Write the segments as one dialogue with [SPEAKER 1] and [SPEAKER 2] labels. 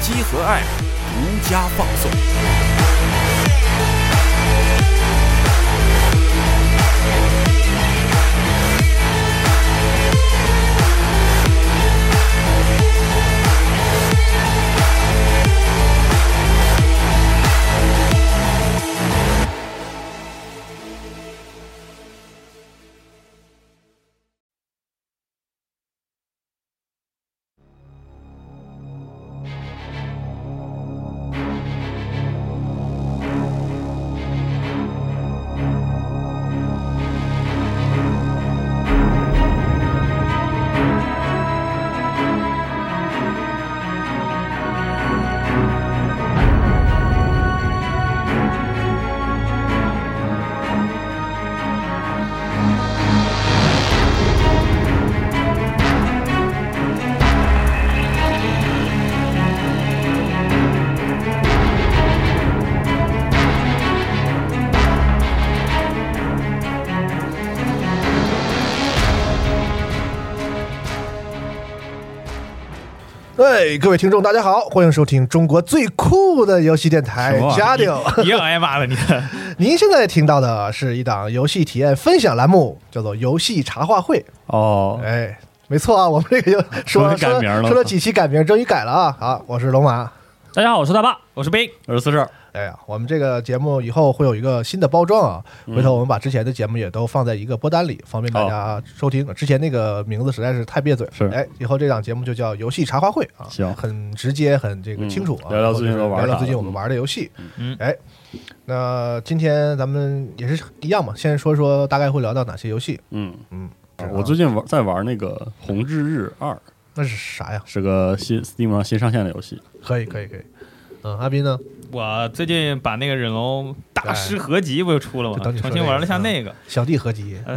[SPEAKER 1] 积禾 App 独家放送。
[SPEAKER 2] 哎，各位听众，大家好，欢迎收听中国最酷的游戏电台
[SPEAKER 3] 什么
[SPEAKER 2] 《
[SPEAKER 4] 哦
[SPEAKER 3] 啊玩意
[SPEAKER 2] 哎加
[SPEAKER 3] 儿
[SPEAKER 2] 丢》。
[SPEAKER 3] 你又挨骂了你。
[SPEAKER 2] 您现在听到的是一档游戏体验分享栏目，叫做“游戏茶话会
[SPEAKER 3] 哦”。，
[SPEAKER 2] 哎，没错啊，我们这个又说
[SPEAKER 3] 终于改名了
[SPEAKER 2] 说说了几期改名，终于改了啊！好，我是龙马。
[SPEAKER 4] 大家好，我是大爸，我是冰。
[SPEAKER 3] 我是四十，
[SPEAKER 2] 哎呀，我们这个节目以后会有一个新的包装啊，
[SPEAKER 3] 嗯
[SPEAKER 2] 回头我们把之前的节目也都放在一个播单里，方便大家收听。之前那个名字实在是太别嘴了，
[SPEAKER 3] 是
[SPEAKER 2] 哎，以后这档节目就叫“游戏茶话会”啊，
[SPEAKER 3] 行
[SPEAKER 2] 很直接，很这个清楚啊，
[SPEAKER 3] 嗯聊聊最近都玩
[SPEAKER 2] 聊聊
[SPEAKER 3] 啥
[SPEAKER 2] 最近
[SPEAKER 3] 了
[SPEAKER 2] 我们玩的游戏。
[SPEAKER 4] 嗯
[SPEAKER 2] 哎，那今天咱们也是一样嘛，先说说大概会聊到哪些游戏。
[SPEAKER 3] 嗯
[SPEAKER 2] 嗯，
[SPEAKER 3] 啊我最近玩在玩那个《红之日二》，
[SPEAKER 2] 那是啥呀？
[SPEAKER 3] 是个新 Steam 上新上线的游戏。
[SPEAKER 2] 可以，可以，可以。嗯，阿斌呢？
[SPEAKER 4] 我最近把那个忍龙大师合集不就出了吗
[SPEAKER 2] 就等你？说
[SPEAKER 4] 重新玩了下那个，
[SPEAKER 2] 小弟合集，
[SPEAKER 3] 呃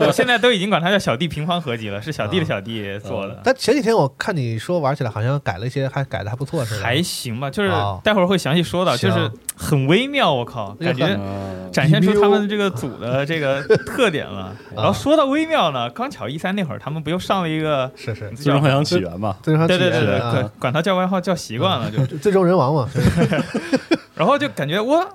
[SPEAKER 4] 我现在都已经管它叫小弟平方合集了，是小弟的小弟做的，
[SPEAKER 2] 但前几天我看你说玩起来好像改了一些，还改的还不错，是吧？
[SPEAKER 4] 还行吧。就是
[SPEAKER 2] 哦
[SPEAKER 4] 待会儿会详细说到，
[SPEAKER 2] 行
[SPEAKER 4] 就是很微妙，我靠，
[SPEAKER 2] 那
[SPEAKER 4] 感
[SPEAKER 2] 就
[SPEAKER 4] 觉展现出他们这个组的这个特点了。然后说到微妙呢，刚巧一三那会儿他们不又上了一个，
[SPEAKER 2] 是是，
[SPEAKER 3] 最终幻想起源吧，
[SPEAKER 2] 最终
[SPEAKER 4] 对对对对，
[SPEAKER 2] 啊
[SPEAKER 4] 管管他叫外号叫习惯了，就
[SPEAKER 2] 最终人 王嘛，
[SPEAKER 4] 然后就感觉我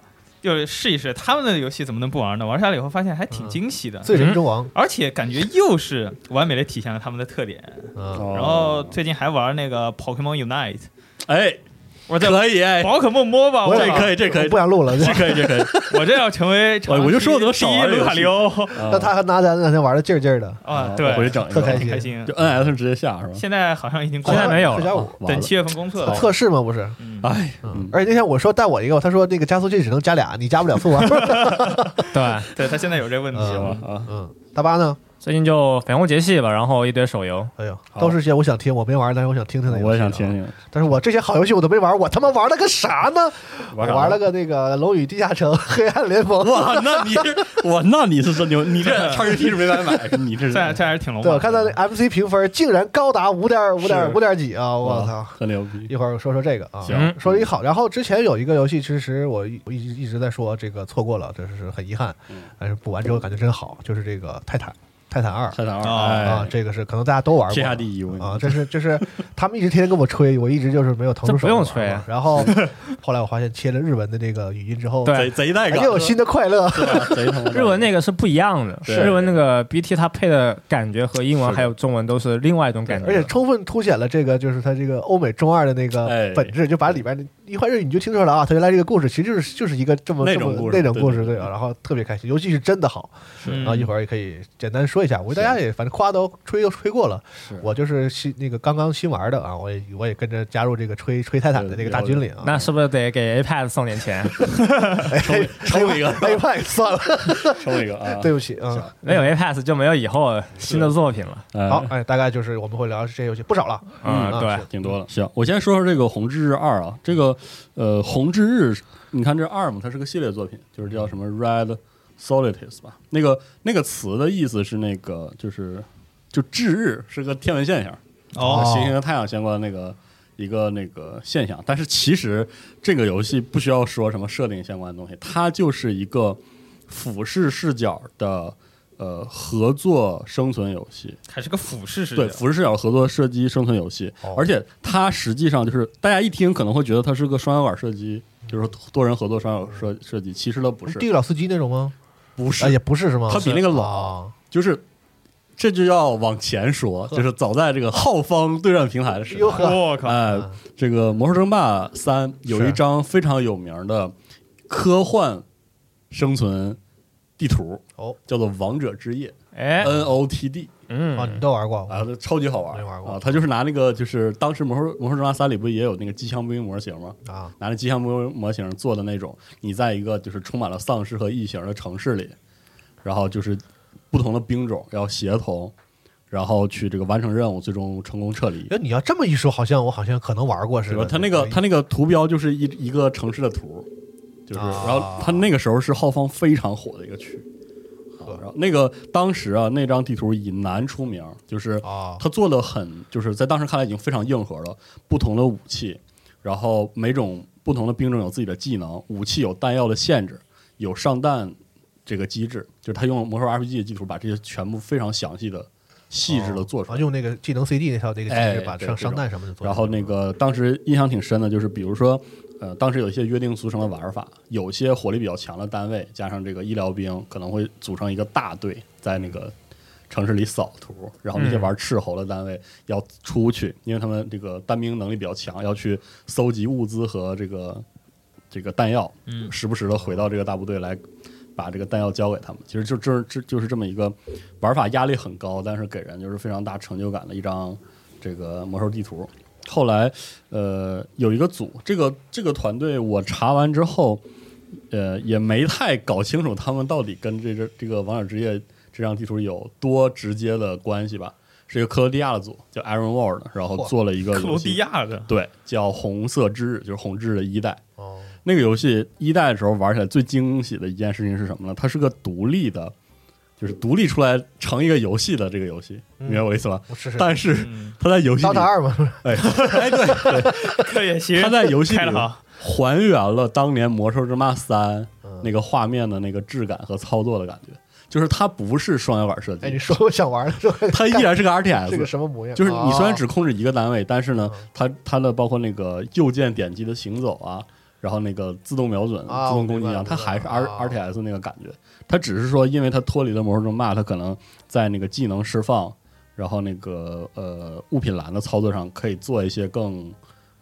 [SPEAKER 4] 就是试一试他们的游戏怎么能不玩呢？玩下来以后发现还
[SPEAKER 3] 嗯
[SPEAKER 4] 挺惊喜的，
[SPEAKER 2] 最人之王
[SPEAKER 4] 而且感觉又是完美的体现了他们的特点。
[SPEAKER 2] 啊，
[SPEAKER 3] 哦
[SPEAKER 4] 然后最近还玩那个 Pokemon Unite，
[SPEAKER 3] 哎，
[SPEAKER 4] 我在
[SPEAKER 3] 可以哎，
[SPEAKER 4] 宝可梦 MOBA，
[SPEAKER 2] 我
[SPEAKER 4] 我
[SPEAKER 2] 也
[SPEAKER 3] 这可以，这可以，
[SPEAKER 2] 不想录了。
[SPEAKER 3] 这可以，这可以。
[SPEAKER 4] 我这要成为
[SPEAKER 3] 我我就说我得
[SPEAKER 4] 第
[SPEAKER 3] 少
[SPEAKER 4] 一
[SPEAKER 3] 玩这
[SPEAKER 4] 卢卡
[SPEAKER 3] 游戏
[SPEAKER 4] 里 欧
[SPEAKER 2] 那
[SPEAKER 3] 那
[SPEAKER 2] 他和拿咱那天玩的劲儿劲儿的，
[SPEAKER 4] 啊， 对，
[SPEAKER 3] 回去整一
[SPEAKER 2] 特开
[SPEAKER 3] 个，
[SPEAKER 2] 心
[SPEAKER 4] 挺开心
[SPEAKER 3] 就。NS 直接下是吧？
[SPEAKER 4] 现在好像已经过
[SPEAKER 2] 现在
[SPEAKER 4] 了，
[SPEAKER 2] 没有了啊
[SPEAKER 4] 等七月份公测
[SPEAKER 3] 啊
[SPEAKER 4] 了。
[SPEAKER 2] 测试嘛不是？
[SPEAKER 4] 哦嗯，
[SPEAKER 3] 哎，
[SPEAKER 2] 嗯
[SPEAKER 3] 嗯，
[SPEAKER 2] 而且那天我说带我一个，他说那个加速器只能加俩，你加不了速啊 玩。
[SPEAKER 5] 对，
[SPEAKER 4] 对他现在有这个问题
[SPEAKER 2] 嗯
[SPEAKER 3] 行
[SPEAKER 4] 了。
[SPEAKER 3] 吧啊，
[SPEAKER 2] 嗯，大巴呢？
[SPEAKER 5] 最近就绯红节气吧，然后一堆手游，
[SPEAKER 2] 哎呦，
[SPEAKER 3] 好
[SPEAKER 2] 都是些我想听，我没玩，但是我想听听的游戏啊
[SPEAKER 3] 我也想听。听。
[SPEAKER 2] 但是我这些好游戏我都没玩，我他妈玩了个啥呢？我
[SPEAKER 3] 玩啥
[SPEAKER 2] 玩了个那个《龙与地下城》《黑暗联盟》。
[SPEAKER 3] 哇，那你我那你是真牛，你这叉 GP 是没白买，你 这是
[SPEAKER 4] 这这还是挺龙
[SPEAKER 2] 对，我
[SPEAKER 4] 马
[SPEAKER 2] 看到
[SPEAKER 4] 的，嗯
[SPEAKER 2] 那 MC 评分竟然高达五点五点五点几啊！我
[SPEAKER 3] 哇
[SPEAKER 2] 操！
[SPEAKER 3] 很牛逼
[SPEAKER 2] 一会儿说说这个啊，
[SPEAKER 3] 行
[SPEAKER 2] 说一好。然后之前有一个游戏，其实我一我一直一直在说这个错过了，这是很遗憾。但是补完之后感觉真好，就是这个泰坦泰坦二
[SPEAKER 3] 泰坦
[SPEAKER 4] 啊
[SPEAKER 3] 二
[SPEAKER 2] 啊，
[SPEAKER 3] 哎，
[SPEAKER 2] 这个是可能大家都玩过
[SPEAKER 3] 天下第一我跟你
[SPEAKER 2] 啊
[SPEAKER 3] 说，
[SPEAKER 2] 这是这是 他们一直天天跟我吹，我一直就是没有腾出
[SPEAKER 5] 这
[SPEAKER 2] 手
[SPEAKER 5] 不用
[SPEAKER 2] 来玩嘛
[SPEAKER 5] 吹啊
[SPEAKER 2] 然后 后来我发现切了日文的这个语音之后，
[SPEAKER 5] 对
[SPEAKER 3] 贼贼带
[SPEAKER 2] 哎
[SPEAKER 3] 感，
[SPEAKER 2] 又有新的快乐。
[SPEAKER 3] 是吧贼他 妈带感
[SPEAKER 5] 日文那个是不一样的，
[SPEAKER 3] 是
[SPEAKER 5] 日文那个 BT 它配的感觉和英文还有中文都是另外一种感觉
[SPEAKER 2] 而且。充分凸显了这个就是它这个欧美中二的那
[SPEAKER 3] 哎
[SPEAKER 2] 个本质，就把里边的一块日语你就听出来了啊，它原来这个故事其实就是就是一个这么
[SPEAKER 3] 那
[SPEAKER 2] 这
[SPEAKER 3] 种
[SPEAKER 2] 么
[SPEAKER 3] 故事
[SPEAKER 2] 那种故
[SPEAKER 3] 对
[SPEAKER 2] 事对啊，然后特别开心，尤其是真的好。
[SPEAKER 4] 嗯
[SPEAKER 2] 然
[SPEAKER 3] 啊
[SPEAKER 2] 后一会儿也可以简单说一下，我大家也反正夸都吹都吹过了，我就是新那个刚刚新玩的啊，我也我也跟着加入这个吹吹泰坦的这个大军里啊，
[SPEAKER 5] 那是不是得给 iPad 送点钱？
[SPEAKER 3] 抽 一个
[SPEAKER 2] iPad 算 了，
[SPEAKER 3] 抽一个啊，
[SPEAKER 2] 哎对不起啊。
[SPEAKER 5] 没有 iPad 就没有以后新的作品了。
[SPEAKER 3] 嗯
[SPEAKER 2] 好，哎，大概就是我们会聊这些游戏不少了，
[SPEAKER 5] 啊，
[SPEAKER 2] 嗯
[SPEAKER 5] 对
[SPEAKER 2] 是，
[SPEAKER 3] 挺多了。哎行，我先说说这个《红之日二》啊，这个呃，《红之日》，你看这二嘛，它是个系列作品，就是叫什么 Red Solstice 吧？那个那个词的意思是那个就是就至日是个天文现象，
[SPEAKER 4] 哦
[SPEAKER 3] 和行星和太阳相关的那个一个那个现象。但是其实这个游戏不需要说什么设定相关的东西，它就是一个俯视视角的呃合作生存游戏。
[SPEAKER 4] 还是个俯视视
[SPEAKER 3] 对，
[SPEAKER 4] 角，
[SPEAKER 3] 俯视视角合作射击生存游戏，
[SPEAKER 2] 哦
[SPEAKER 3] 而且它实际上就是大家一听可能会觉得它是个双摇杆射击，就是多人合作双摇杆射射击，其实它不是
[SPEAKER 2] 地，狱老司机那种吗？
[SPEAKER 3] 哎不
[SPEAKER 2] 啊，
[SPEAKER 3] 是，
[SPEAKER 2] 也不是是吗？
[SPEAKER 3] 它比那个老，
[SPEAKER 2] 啊，
[SPEAKER 3] 就是这就要往前说，就是早在这个浩方对战平台的时
[SPEAKER 2] 哟
[SPEAKER 3] 候，
[SPEAKER 2] 呵，
[SPEAKER 4] 我靠，
[SPEAKER 3] 哎，这个《魔兽争霸三》有一
[SPEAKER 2] 是
[SPEAKER 3] 张非常有名的科幻生存地图，
[SPEAKER 2] 哦
[SPEAKER 3] 叫做《王者之夜》
[SPEAKER 5] 哎，
[SPEAKER 3] （NOTD）。
[SPEAKER 2] 啊，
[SPEAKER 5] 嗯
[SPEAKER 2] 你，都玩过？
[SPEAKER 3] 啊，这超级好玩，
[SPEAKER 2] 没玩过
[SPEAKER 3] 啊！他就是拿那个，就是当时魔兽魔兽争霸三里不也有那个机枪步兵模型吗？
[SPEAKER 2] 啊，
[SPEAKER 3] 拿那机枪步兵模型做的那种，你在一个就是充满了丧尸和异形的城市里，然后就是不同的兵种要协同，然后去这个完成任务，最终成功撤离。
[SPEAKER 2] 哎，你要这么一说，好像我好像可能玩过似
[SPEAKER 3] 对吧？
[SPEAKER 2] 的。
[SPEAKER 3] 他那个他那个图标就是一一个城市的图，就是，
[SPEAKER 2] 啊
[SPEAKER 3] 然后他那个时候是浩方非常火的一个区，啊然后那个当时啊，那张地图以南出名，就是
[SPEAKER 2] 啊，
[SPEAKER 3] 他做的很，就是在当时看来已经非常硬核了。不同的武器，然后每种不同的兵种有自己的技能，武器有弹药的限制，有上弹这个机制，就是他用魔兽 RPG 的技术把这些全部非常详细的、细致的做出
[SPEAKER 2] 啊
[SPEAKER 3] 来。
[SPEAKER 2] 用那个技能 CD 那套那个
[SPEAKER 3] 哎
[SPEAKER 2] 机制把
[SPEAKER 3] 对
[SPEAKER 2] 上
[SPEAKER 3] 这种
[SPEAKER 2] 上弹什么的做出来。
[SPEAKER 3] 然后那个当时印象挺深的，就是比如说，呃，当时有一些约定俗成的玩法，有些火力比较强的单位加上这个医疗兵，可能会组成一个大队在那个城市里扫图，然后那些玩斥候的单位要出去，因为他们这个单兵能力比较强，要去搜集物资和这个这个弹药，
[SPEAKER 4] 嗯
[SPEAKER 3] 时不时的回到这个大部队来。把这个弹药交给他们，其实就这这就是这么一个玩法压力很高，但是给人就是非常大成就感的一张这个魔兽地图。后来，呃，有一个组，这个这个团队，我查完之后，呃，也没太搞清楚他们到底跟这这这个《王者之夜》这张地图有多直接的关系吧。是一个克罗地亚的组，叫 Iron World，然后
[SPEAKER 2] 嚯
[SPEAKER 3] 做了一个
[SPEAKER 4] 克罗
[SPEAKER 3] 游戏
[SPEAKER 4] 地亚的，
[SPEAKER 3] 对，叫《红色之日》，就是红之日的一代。
[SPEAKER 2] 哦
[SPEAKER 3] 那个游戏一代的时候玩起来最惊喜的一件事情是什么呢？它是个独立的，就是独立出来成一个游戏的这个游戏，
[SPEAKER 2] 嗯
[SPEAKER 3] 明白我的意思吧？
[SPEAKER 2] 我试试。
[SPEAKER 3] 但是
[SPEAKER 4] 嗯，
[SPEAKER 3] 它在游戏
[SPEAKER 2] 刀
[SPEAKER 3] 里哎
[SPEAKER 2] 塔二嘛，
[SPEAKER 4] 可也行，
[SPEAKER 3] 他在游戏里
[SPEAKER 4] 开的好，
[SPEAKER 3] 还原了当年《魔兽争霸三》
[SPEAKER 2] 嗯
[SPEAKER 3] 那个画面的那个质感和操作的感觉，就是它不是双摇杆射
[SPEAKER 2] 哎，
[SPEAKER 3] 击
[SPEAKER 2] 你，说我想玩的时候，
[SPEAKER 3] 它依然是个
[SPEAKER 2] 是个
[SPEAKER 3] RTS。
[SPEAKER 2] 什么模样？
[SPEAKER 3] 就是你虽然
[SPEAKER 2] 哦
[SPEAKER 3] 只控制一个单位，但是呢
[SPEAKER 2] 嗯，
[SPEAKER 3] 它它的包括那个右键点击的行走啊，然后那个自动瞄准、
[SPEAKER 2] 啊
[SPEAKER 3] 自动攻击
[SPEAKER 2] 我明白
[SPEAKER 3] 啊，它还是 R
[SPEAKER 2] 我明
[SPEAKER 3] R T S 那个感觉。它只是说，因为它脱离了魔兽争霸，它可能在那个技能释放，然后那个呃物品栏的操作上，可以做一些更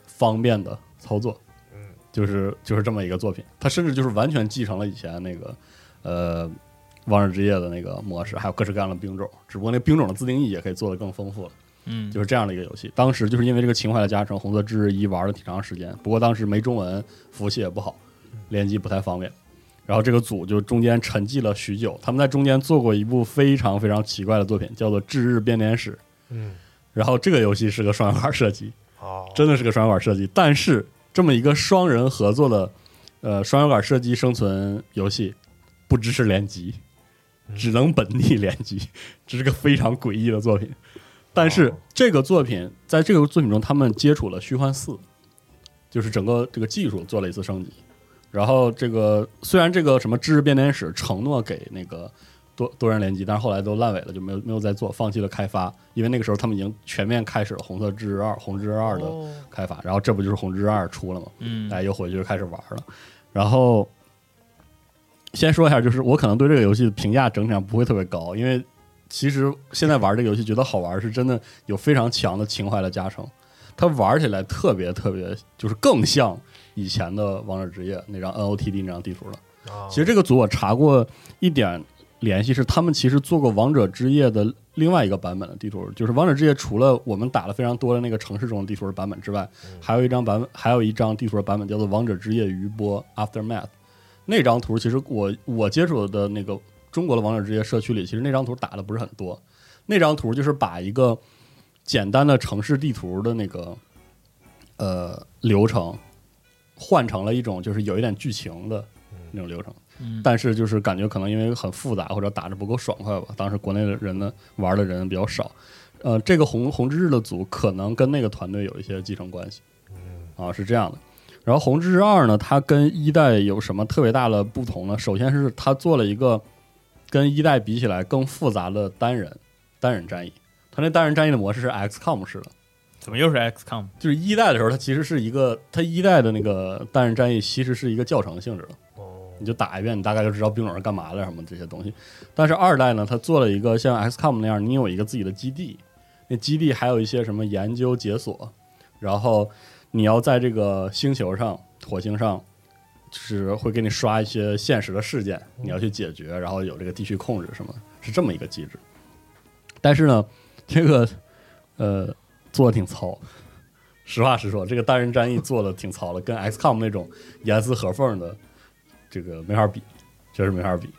[SPEAKER 3] 方便的操作。
[SPEAKER 2] 嗯
[SPEAKER 3] 就是就是这么一个作品，它甚至就是完全继承了以前那个呃《王者之夜》的那个模式，还有各式各样的兵种，只不过那兵种的自定义也可以做得更丰富了，
[SPEAKER 4] 嗯，
[SPEAKER 3] 就是这样的一个游戏。当时就是因为这个情怀的加成，《红色之日一》玩了挺长时间，不过当时没中文，服务器也不好，联机不太方便。然后这个组就中间沉寂了许久，他们在中间做过一部非常非常奇怪的作品，叫做《至日编年史》。
[SPEAKER 2] 嗯，
[SPEAKER 3] 然后这个游戏是个双摇杆射击，
[SPEAKER 2] 哦，
[SPEAKER 3] 真的是个双摇杆射击。但是这么一个双人合作的呃双摇杆射击生存游戏，不支持联机，只能本地联机，这是个非常诡异的作品。但是这个作品在这个作品中，他们接触了虚幻四，就是整个这个技术做了一次升级。然后这个虽然这个什么《知识变脸史》承诺给那个多多人联机，但是后来都烂尾了，就没有没有再做，放弃了开发，因为那个时候他们已经全面开始了《红色之日二》《红之日二》的
[SPEAKER 4] 哦
[SPEAKER 3] 开发，然后这不就是《红之日二》出了吗？
[SPEAKER 4] 嗯
[SPEAKER 3] 大家又回去开始玩了。然后先说一下，就是我可能对这个游戏的评价整体上不会特别高，因为其实现在玩这个游戏觉得好玩，是真的有非常强的情怀的加成。它玩起来特别特别，就是更像以前的《王者之夜》那张 NOTD 那张地图了。
[SPEAKER 2] 啊
[SPEAKER 3] 其实这个组我查过一点联系，是他们其实做过《王者之夜》的另外一个版本的地图，就是《王者之夜》除了我们打了非常多的那个城市中的地图的版本之外，还有一张版本，还有一张地图的版本叫做《王者之夜余波 Aftermath》。那张图其实我我接触的那个中国的《王者之夜》社区里，其实那张图打的不是很多。那张图就是把一个简单的城市地图的那个呃流程换成了一种就是有一点剧情的那种流程。
[SPEAKER 4] 嗯
[SPEAKER 3] 但是就是感觉可能因为很复杂或者打着不够爽快吧，当时国内的人呢玩的人比较少。呃，这个红红之日的组可能跟那个团队有一些继承关系，啊是这样的。然后红之日二呢，它跟一代有什么特别大的不同呢？首先是它做了一个跟一代比起来更复杂的单人单人战役，它那单人战役的模式是 XCOM 式的，
[SPEAKER 4] 怎么又是 XCOM？
[SPEAKER 3] 就是一代的时候它其实是一个它一代的那个单人战役其实是一个教程性质的。你就打一遍，你大概就知道兵种是干嘛的什么这些东西。但是二代呢，它做了一个像 XCOM 那样，你有一个自己的基地，那基地还有一些什么研究解锁，然后你要在这个星球上、火星上，就是会给你刷一些现实的事件，你要去解决，然后有这个地区控制什么，是这么一个机制。但是呢，这个呃做的挺糙。实话实说，这个单人战役做的挺糙的，跟 XCOM 那种严丝合缝的这个没法比，确实没法比。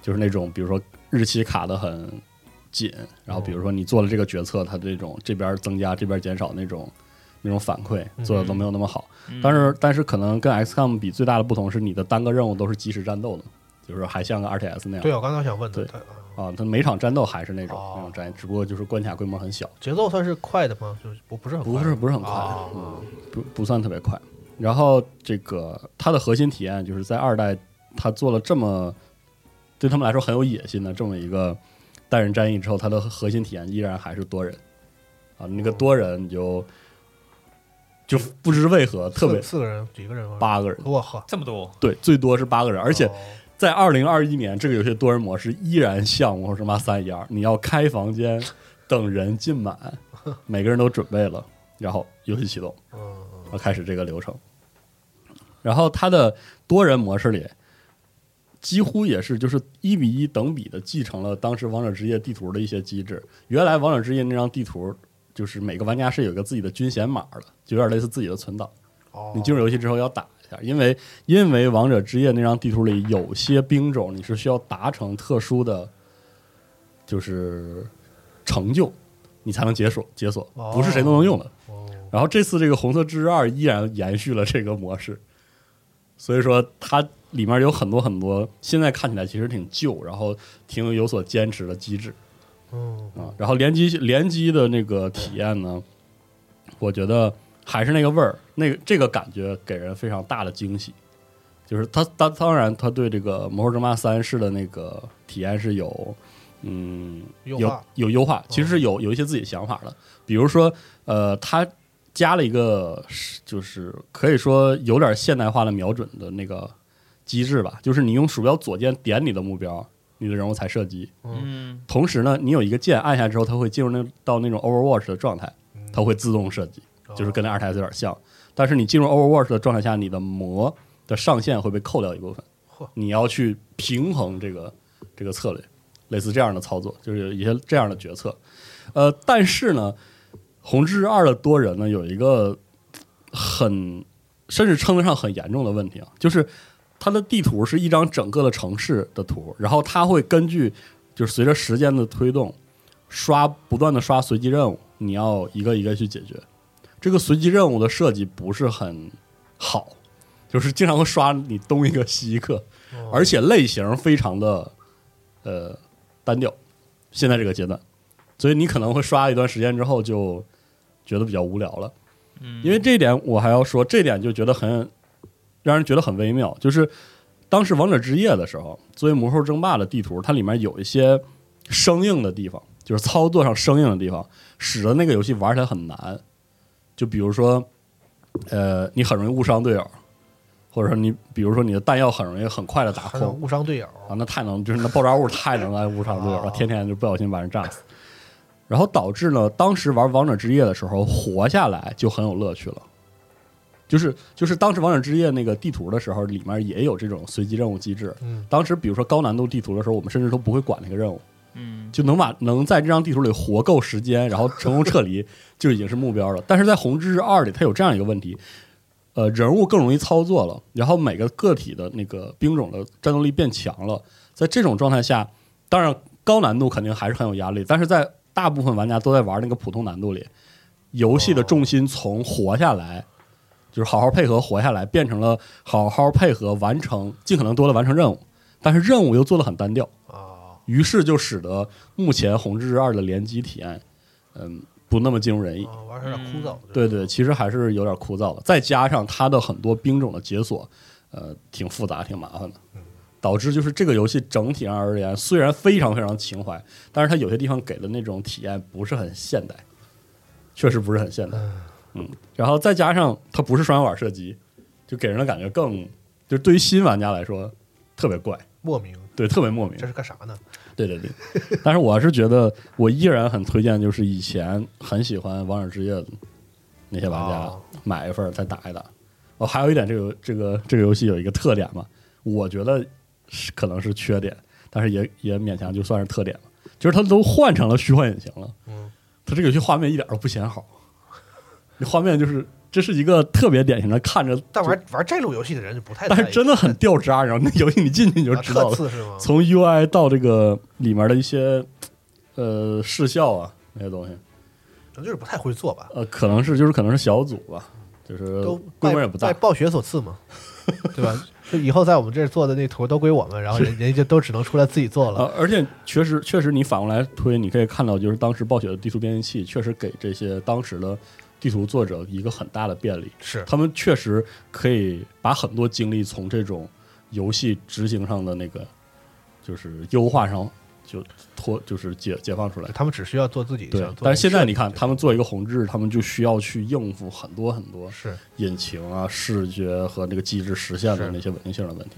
[SPEAKER 3] 就是那种比如说日期卡的很紧，然后比如说你做了这个决策，它这种这边增加这边减少那种那种反馈做的都没有那么好。但是但是可能跟 XCOM 比最大的不同是你的单个任务都是即时战斗的，就是还像个 RTS 那样
[SPEAKER 2] 对，我刚刚想问的，呃
[SPEAKER 3] 对
[SPEAKER 2] 它
[SPEAKER 3] 啊，它每场战斗还是那种
[SPEAKER 2] 哦
[SPEAKER 3] 那种战役，只不过就是关卡规模很小。
[SPEAKER 2] 节奏算是快的吗？就是不不是很快
[SPEAKER 3] 不是不是很快，
[SPEAKER 2] 哦
[SPEAKER 3] 嗯，不不算特别快。然后这个它的核心体验就是在二代，它做了这么对他们来说很有野心的这么一个单人战役之后，它的核心体验依然还是多人啊，那个多人你就就不知为何
[SPEAKER 2] 四
[SPEAKER 3] 特别
[SPEAKER 2] 四个人几个人玩？
[SPEAKER 3] 八个人，
[SPEAKER 2] 我靠！
[SPEAKER 4] 这么多，
[SPEAKER 3] 对，最多是八个人，而且
[SPEAKER 2] 哦
[SPEAKER 3] 在二零二一年，这个游戏多人模式依然像《魔兽争霸三》一样，你要开房间，等人进满，每个人都准备了，然后游戏启动，
[SPEAKER 2] 嗯
[SPEAKER 3] 然后开始这个流程。然后它的多人模式里，几乎也是就是一比一等比的继承了当时《王者之夜》地图的一些机制。原来《王者之夜》那张地图，就是每个玩家是有一个自己的军衔码的，就有点类似自己的存档。
[SPEAKER 2] 哦，
[SPEAKER 3] 你进入游戏之后要打一下，因为因为王者之夜那张地图里有些兵种你是需要达成特殊的，就是成就，你才能解锁解锁，不是谁都能用的。
[SPEAKER 2] 哦
[SPEAKER 3] 然后这次这个红色之日二依然延续了这个模式，所以说它里面有很多很多现在看起来其实挺旧，然后挺有所坚持的机制。
[SPEAKER 2] 嗯
[SPEAKER 3] 啊，然后联机联机的那个体验呢，我觉得还是那个味儿，那个这个感觉给人非常大的惊喜。就是他当当然他对这个《魔兽争霸三》式的那个体验是有嗯
[SPEAKER 2] 优
[SPEAKER 3] 有
[SPEAKER 2] 化嗯
[SPEAKER 3] 有优化，其实是有有一些自己想法的，比如说呃他。加了一个，就是可以说有点现代化的瞄准的那个机制吧，就是你用鼠标左键点你的目标，你的人物才射击。
[SPEAKER 4] 嗯，
[SPEAKER 3] 同时呢，你有一个键按下之后，它会进入那到那种 Overwatch 的状态，它会自动射击，就是跟那二 t s 有点像。但是你进入 Overwatch 的状态下，你的魔的上限会被扣掉一部分
[SPEAKER 2] 嚯，
[SPEAKER 3] 你要去平衡这个这个策略，类似这样的操作，就是有一些这样的决策。呃，但是呢，《红之二》的多人呢有一个很甚至称得上很严重的问题啊，就是它的地图是一张整个的城市的图，然后它会根据就是随着时间的推动，刷不断的刷随机任务，你要一个一个去解决。这个随机任务的设计不是很好，就是经常会刷你东一个西一个，而且类型非常的呃单调。现在这个阶段，所以你可能会刷一段时间之后就觉得比较无聊了。因为这一点我还要说，这一点就觉得很让人觉得很微妙，就是当时王者之夜的时候，作为魔兽争霸的地图，它里面有一些生硬的地方，就是操作上生硬的地方，使得那个游戏玩起来很难。就比如说，呃，你很容易误伤队友，或者说你，比如说你的弹药很容易很快的打
[SPEAKER 2] 还有
[SPEAKER 3] 空，
[SPEAKER 2] 误伤队友，
[SPEAKER 3] 啊，那太能，就是那爆炸物太能来无伤队友了，
[SPEAKER 2] 啊
[SPEAKER 3] 天天就不小心把人炸死。然后导致呢，当时玩王者之夜的时候，活下来就很有乐趣了。就是就是当时王者之夜那个地图的时候，里面也有这种随机任务机制。
[SPEAKER 2] 嗯，
[SPEAKER 3] 当时比如说高难度地图的时候，我们甚至都不会管那个任务，
[SPEAKER 4] 嗯，
[SPEAKER 3] 就能把能在这张地图里活够时间，然后成功撤离， 就已经是目标了。但是在《红之日二》里，它有这样一个问题，呃，人物更容易操作了，然后每个个体的那个兵种的战斗力变强了。在这种状态下，当然高难度肯定还是很有压力，但是在大部分玩家都在玩那个普通难度里，游戏的重心从活下来。就是好好配合活下来，变成了好好配合完成尽可能多的完成任务，但是任务又做的很单调，
[SPEAKER 2] 啊，
[SPEAKER 3] 于是就使得目前《红之二》的联机体验，嗯，不那么尽如人意。
[SPEAKER 2] 啊玩儿有点枯燥，
[SPEAKER 3] 嗯对对，其实还是有点枯燥的。再加上它的很多兵种的解锁，呃，挺复杂、挺麻烦的，导致就是这个游戏整体上而言，虽然非常非常情怀，但是它有些地方给的那种体验不是很现代，确实不是很现代。嗯，然后再加上它不是双摇杆射击，就给人的感觉更，就对于新玩家来说特别怪，
[SPEAKER 2] 莫名，
[SPEAKER 3] 对，特别莫名
[SPEAKER 2] 这。是干啥呢？
[SPEAKER 3] 对对对，但是我是觉得，我依然很推荐，就是以前很喜欢《王者之夜》的那些玩家
[SPEAKER 2] 哦
[SPEAKER 3] 买一份儿再打一打。哦，还有一点，这个这个这个游戏有一个特点嘛，我觉得是可能是缺点，但是也也勉强就算是特点了，就是它都换成了虚幻引擎了。
[SPEAKER 2] 嗯，
[SPEAKER 3] 它这个游戏画面一点儿都不显好，你画面就是这是一个特别典型的看着，
[SPEAKER 2] 但玩玩这种游戏的人就不太在意，
[SPEAKER 3] 但是真的很掉渣，然后那游戏你进去你就
[SPEAKER 2] 啊
[SPEAKER 3] 知道
[SPEAKER 2] 特次
[SPEAKER 3] 了。
[SPEAKER 2] 是 吗？
[SPEAKER 3] 从 UI 到这个里面的一些呃视效啊那些东西，
[SPEAKER 2] 可能就是不太会做吧，
[SPEAKER 3] 呃，可能是就是可能是小组吧，就是
[SPEAKER 2] 都
[SPEAKER 3] 呃规模
[SPEAKER 2] 拜
[SPEAKER 3] 也不大
[SPEAKER 2] 拜。暴雪所赐 嘛，对吧？就以后在我们这儿做的那图都归我们，然后人人家就都只能出来自己做
[SPEAKER 3] 呃
[SPEAKER 2] 了。，
[SPEAKER 3] 而且确实确实，你反过来推，你可以看到，就是当时暴雪的地图编辑器确实给这些当时的地图作者一个很大的便利，
[SPEAKER 2] 是
[SPEAKER 3] 他们确实可以把很多精力从这种游戏执行上的那个就是优化上就脱就是解解放出来。
[SPEAKER 2] 他们只需要做自己
[SPEAKER 3] 对
[SPEAKER 2] 想，做的
[SPEAKER 3] 但是现在你看，
[SPEAKER 2] 设计
[SPEAKER 3] 他们做一个红质，他们就需要去应付很多很多
[SPEAKER 2] 是
[SPEAKER 3] 引擎啊、视觉和这个机制实现的
[SPEAKER 2] 是
[SPEAKER 3] 那些稳定性的问题，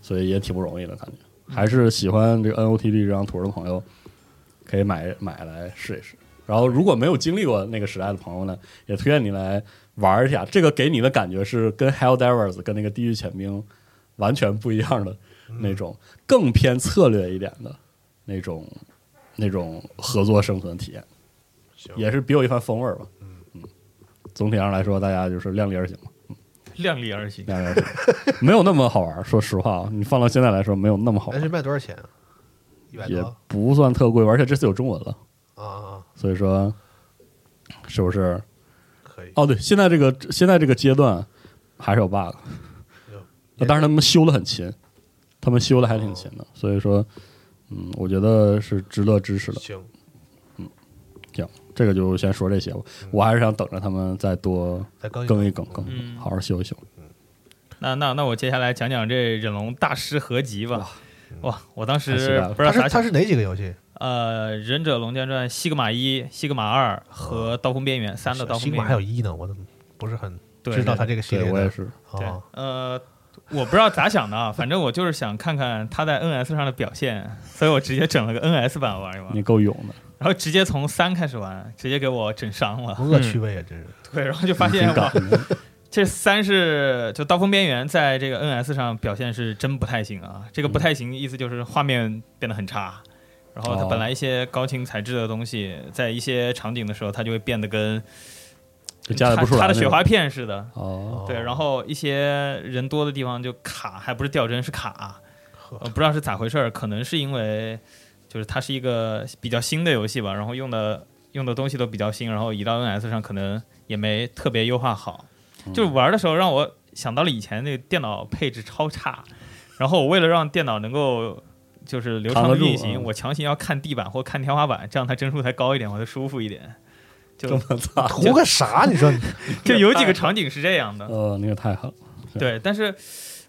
[SPEAKER 3] 所以也挺不容易的感觉。还是喜欢这个 NOTD 这张图的朋友，可以买买来试一试。然后，如果没有经历过那个时代的朋友呢，也推荐你来玩一下。这个给你的感觉是跟 Hell Divers 跟那个地狱潜兵完全不一样的
[SPEAKER 2] 嗯
[SPEAKER 3] 那种，更偏策略一点的那种那种合作生存体验，
[SPEAKER 2] 行
[SPEAKER 3] 也是别有一番风味儿吧。嗯总体上来说，大家就是量力而行吧。
[SPEAKER 4] 量力而行。
[SPEAKER 3] 两人没有那么好玩儿。说实话啊，你放到现在来说，没有那么好
[SPEAKER 2] 但
[SPEAKER 3] 玩
[SPEAKER 2] 是
[SPEAKER 3] 儿，
[SPEAKER 2] 卖多少钱啊？一百多
[SPEAKER 3] 也
[SPEAKER 2] 啊
[SPEAKER 3] 不算特贵，而且这次有中文了，
[SPEAKER 2] 啊，啊
[SPEAKER 3] 所以说是不是？
[SPEAKER 2] 可以。
[SPEAKER 3] 哦，对，现在这个现在这个阶段还是有 bug，
[SPEAKER 2] 也
[SPEAKER 3] 但是他们修的很勤，他们修的还挺勤
[SPEAKER 2] 哦
[SPEAKER 3] 的，所以说，嗯，我觉得是值得支持的。
[SPEAKER 2] 行，
[SPEAKER 3] 这个就先说这些吧，
[SPEAKER 2] 嗯
[SPEAKER 3] 我还是想等着他们再多
[SPEAKER 2] 再更一
[SPEAKER 3] 更一更更，
[SPEAKER 4] 嗯
[SPEAKER 3] 好好修一修。
[SPEAKER 4] 那那那我接下来讲讲这忍龙大师合集吧。哇，我当
[SPEAKER 3] 太期待
[SPEAKER 4] 时
[SPEAKER 3] 了
[SPEAKER 4] 不知
[SPEAKER 2] 它
[SPEAKER 4] 道
[SPEAKER 2] 是
[SPEAKER 4] 啥
[SPEAKER 2] 它
[SPEAKER 4] 想
[SPEAKER 2] 是哪几个游戏？
[SPEAKER 4] 呃，《忍者龙剑传》西格玛一、西格玛二和刀锋边缘三
[SPEAKER 3] 啊
[SPEAKER 4] 的刀锋
[SPEAKER 2] 新
[SPEAKER 4] 边
[SPEAKER 2] 马还
[SPEAKER 4] 缘，
[SPEAKER 2] 有一呢，我怎么不是很
[SPEAKER 4] 对
[SPEAKER 2] 知道它这个系列
[SPEAKER 3] 对
[SPEAKER 2] 呢？
[SPEAKER 3] 我也是，
[SPEAKER 4] 对
[SPEAKER 2] 啊，，
[SPEAKER 4] 呃，我不知道咋想的，啊，反正我就是想看看他在 NS 上的表现，所以我直接整了个 NS 版玩一玩，
[SPEAKER 3] 你够勇的，
[SPEAKER 4] 然后直接从三开始玩，直接给我整伤了。
[SPEAKER 3] 嗯
[SPEAKER 2] 恶趣味啊，真是。
[SPEAKER 4] 对，然后就发现哇， 这三是就刀锋边缘在这个 NS 上表现是真不太行啊。这个
[SPEAKER 3] 嗯
[SPEAKER 4] 不太行，意思就是画面变得很差，然后它
[SPEAKER 3] 哦
[SPEAKER 4] 本来一些高清材质的东西，在一些场景的时候，它就会变得跟
[SPEAKER 3] 就加载不出来
[SPEAKER 4] 它的
[SPEAKER 3] 那
[SPEAKER 4] 雪
[SPEAKER 3] 种
[SPEAKER 4] 花片似的。
[SPEAKER 3] 哦，
[SPEAKER 4] 对，然
[SPEAKER 2] 后
[SPEAKER 4] 后一些人多的地方就卡，还不是掉帧是卡，呃不知道是咋回事儿，可能是因为就是它是一个比较新的游戏吧，然后用的用的东西都比较新，然后移到 NS 上可能也没特别优化好，
[SPEAKER 3] 嗯
[SPEAKER 4] 就是玩的时候让我想到了以前那个电脑配置超差，然后我为了让电脑能够。就是流畅
[SPEAKER 3] 扛
[SPEAKER 4] 的
[SPEAKER 3] 得住
[SPEAKER 4] 运行，
[SPEAKER 3] 嗯
[SPEAKER 4] 我强行要看地板或看天花板，这样它帧数才高一点，我才舒服一点。
[SPEAKER 3] 这
[SPEAKER 4] 就
[SPEAKER 3] 么惨，
[SPEAKER 2] 图个啥？你说你
[SPEAKER 3] 嗯
[SPEAKER 4] 就有几个场景是这样的，
[SPEAKER 3] 呃，那个太狠了。
[SPEAKER 4] 对，但是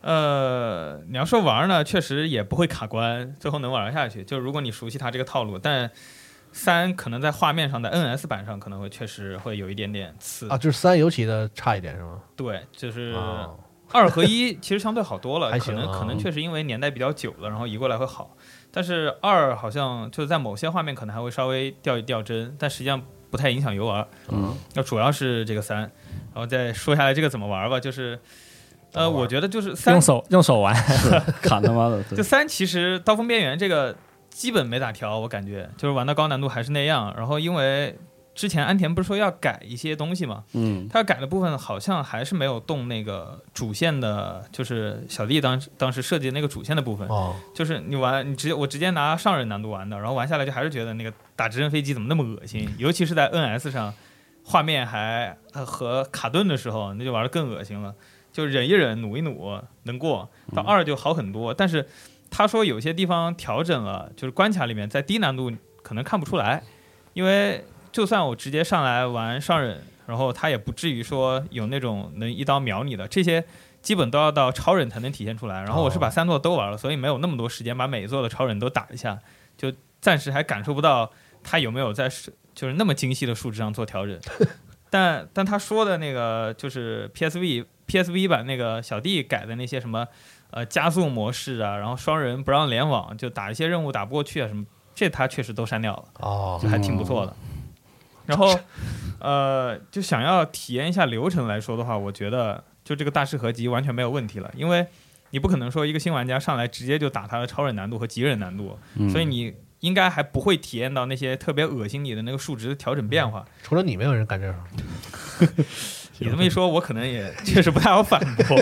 [SPEAKER 4] 呃，你要说玩儿呢，确实也不会卡关，最后能玩下去。就如果你熟悉它这个套路，但三可能在画面上，在 NS 版上可能会确实会有一点点次。
[SPEAKER 2] 啊，就是三尤其的差一点是吗？
[SPEAKER 4] 对，就是
[SPEAKER 2] 啊，
[SPEAKER 4] 二合一其实相对好多 了，
[SPEAKER 2] 还
[SPEAKER 4] 可
[SPEAKER 2] 行
[SPEAKER 4] 能
[SPEAKER 2] 啊
[SPEAKER 4] 可能确实因为年代比较久了，然后移过来会好。但是二好像就是在某些画面可能还会稍微掉一掉帧，但实际上不太影响游玩。
[SPEAKER 3] 嗯，
[SPEAKER 4] 那主要是这个三，然后再说下来这个怎么玩吧，就是，呃，我觉得就是三
[SPEAKER 5] 用手用手玩，
[SPEAKER 3] 砍他妈的，对
[SPEAKER 4] 这三其实刀锋边缘这个基本没咋调，我感觉就是玩到高难度还是那样。然后因为之前安田不是说要改一些东西嘛，
[SPEAKER 3] 嗯
[SPEAKER 4] 他要改的部分好像还是没有动那个主线的，就是小弟当时当时设计的那个主线的部分，
[SPEAKER 2] 哦，
[SPEAKER 4] 就是你玩你直接我直接拿上忍难度玩的，然后玩下来就还是觉得那个打直升飞机怎么那么恶心， 尤其是在 NS 上，画面还呃和卡顿的时候，那就玩的更恶心了。就忍一忍，努一努，能过到二就好很多。但是嗯他说有些地方调整了，就是关卡里面在低难度可能看不出来，因为就算我直接上来玩上忍，然后他也不至于说有那种能一刀秒你的这些。基本都要到超忍才能体现出来，然后我是把三座都玩了，所以没有那么多时间把每一座的超忍都打一下，就暂时还感受不到他有没有在是就是那么精细的数值上做调整。但但他说的那个就是 PSV PSV 版那个小弟改的那些什么呃加速模式啊，然后双人不让联网，就打一些任务打不过去啊什么，这他确实都删掉了，
[SPEAKER 2] 哦
[SPEAKER 4] 就还挺不错的。然后呃，就想要体验一下流程来说的话，我觉得就这个大师合集完全没有问题了，因为你不可能说一个新玩家上来直接就打他的超人难度和极忍难度，
[SPEAKER 3] 嗯，
[SPEAKER 4] 所以你应该还不会体验到那些特别恶心你的那个数值的调整变化。
[SPEAKER 2] 除了你，没有人干这事儿。
[SPEAKER 4] 你这么一说，我可能也 确实不太好反驳。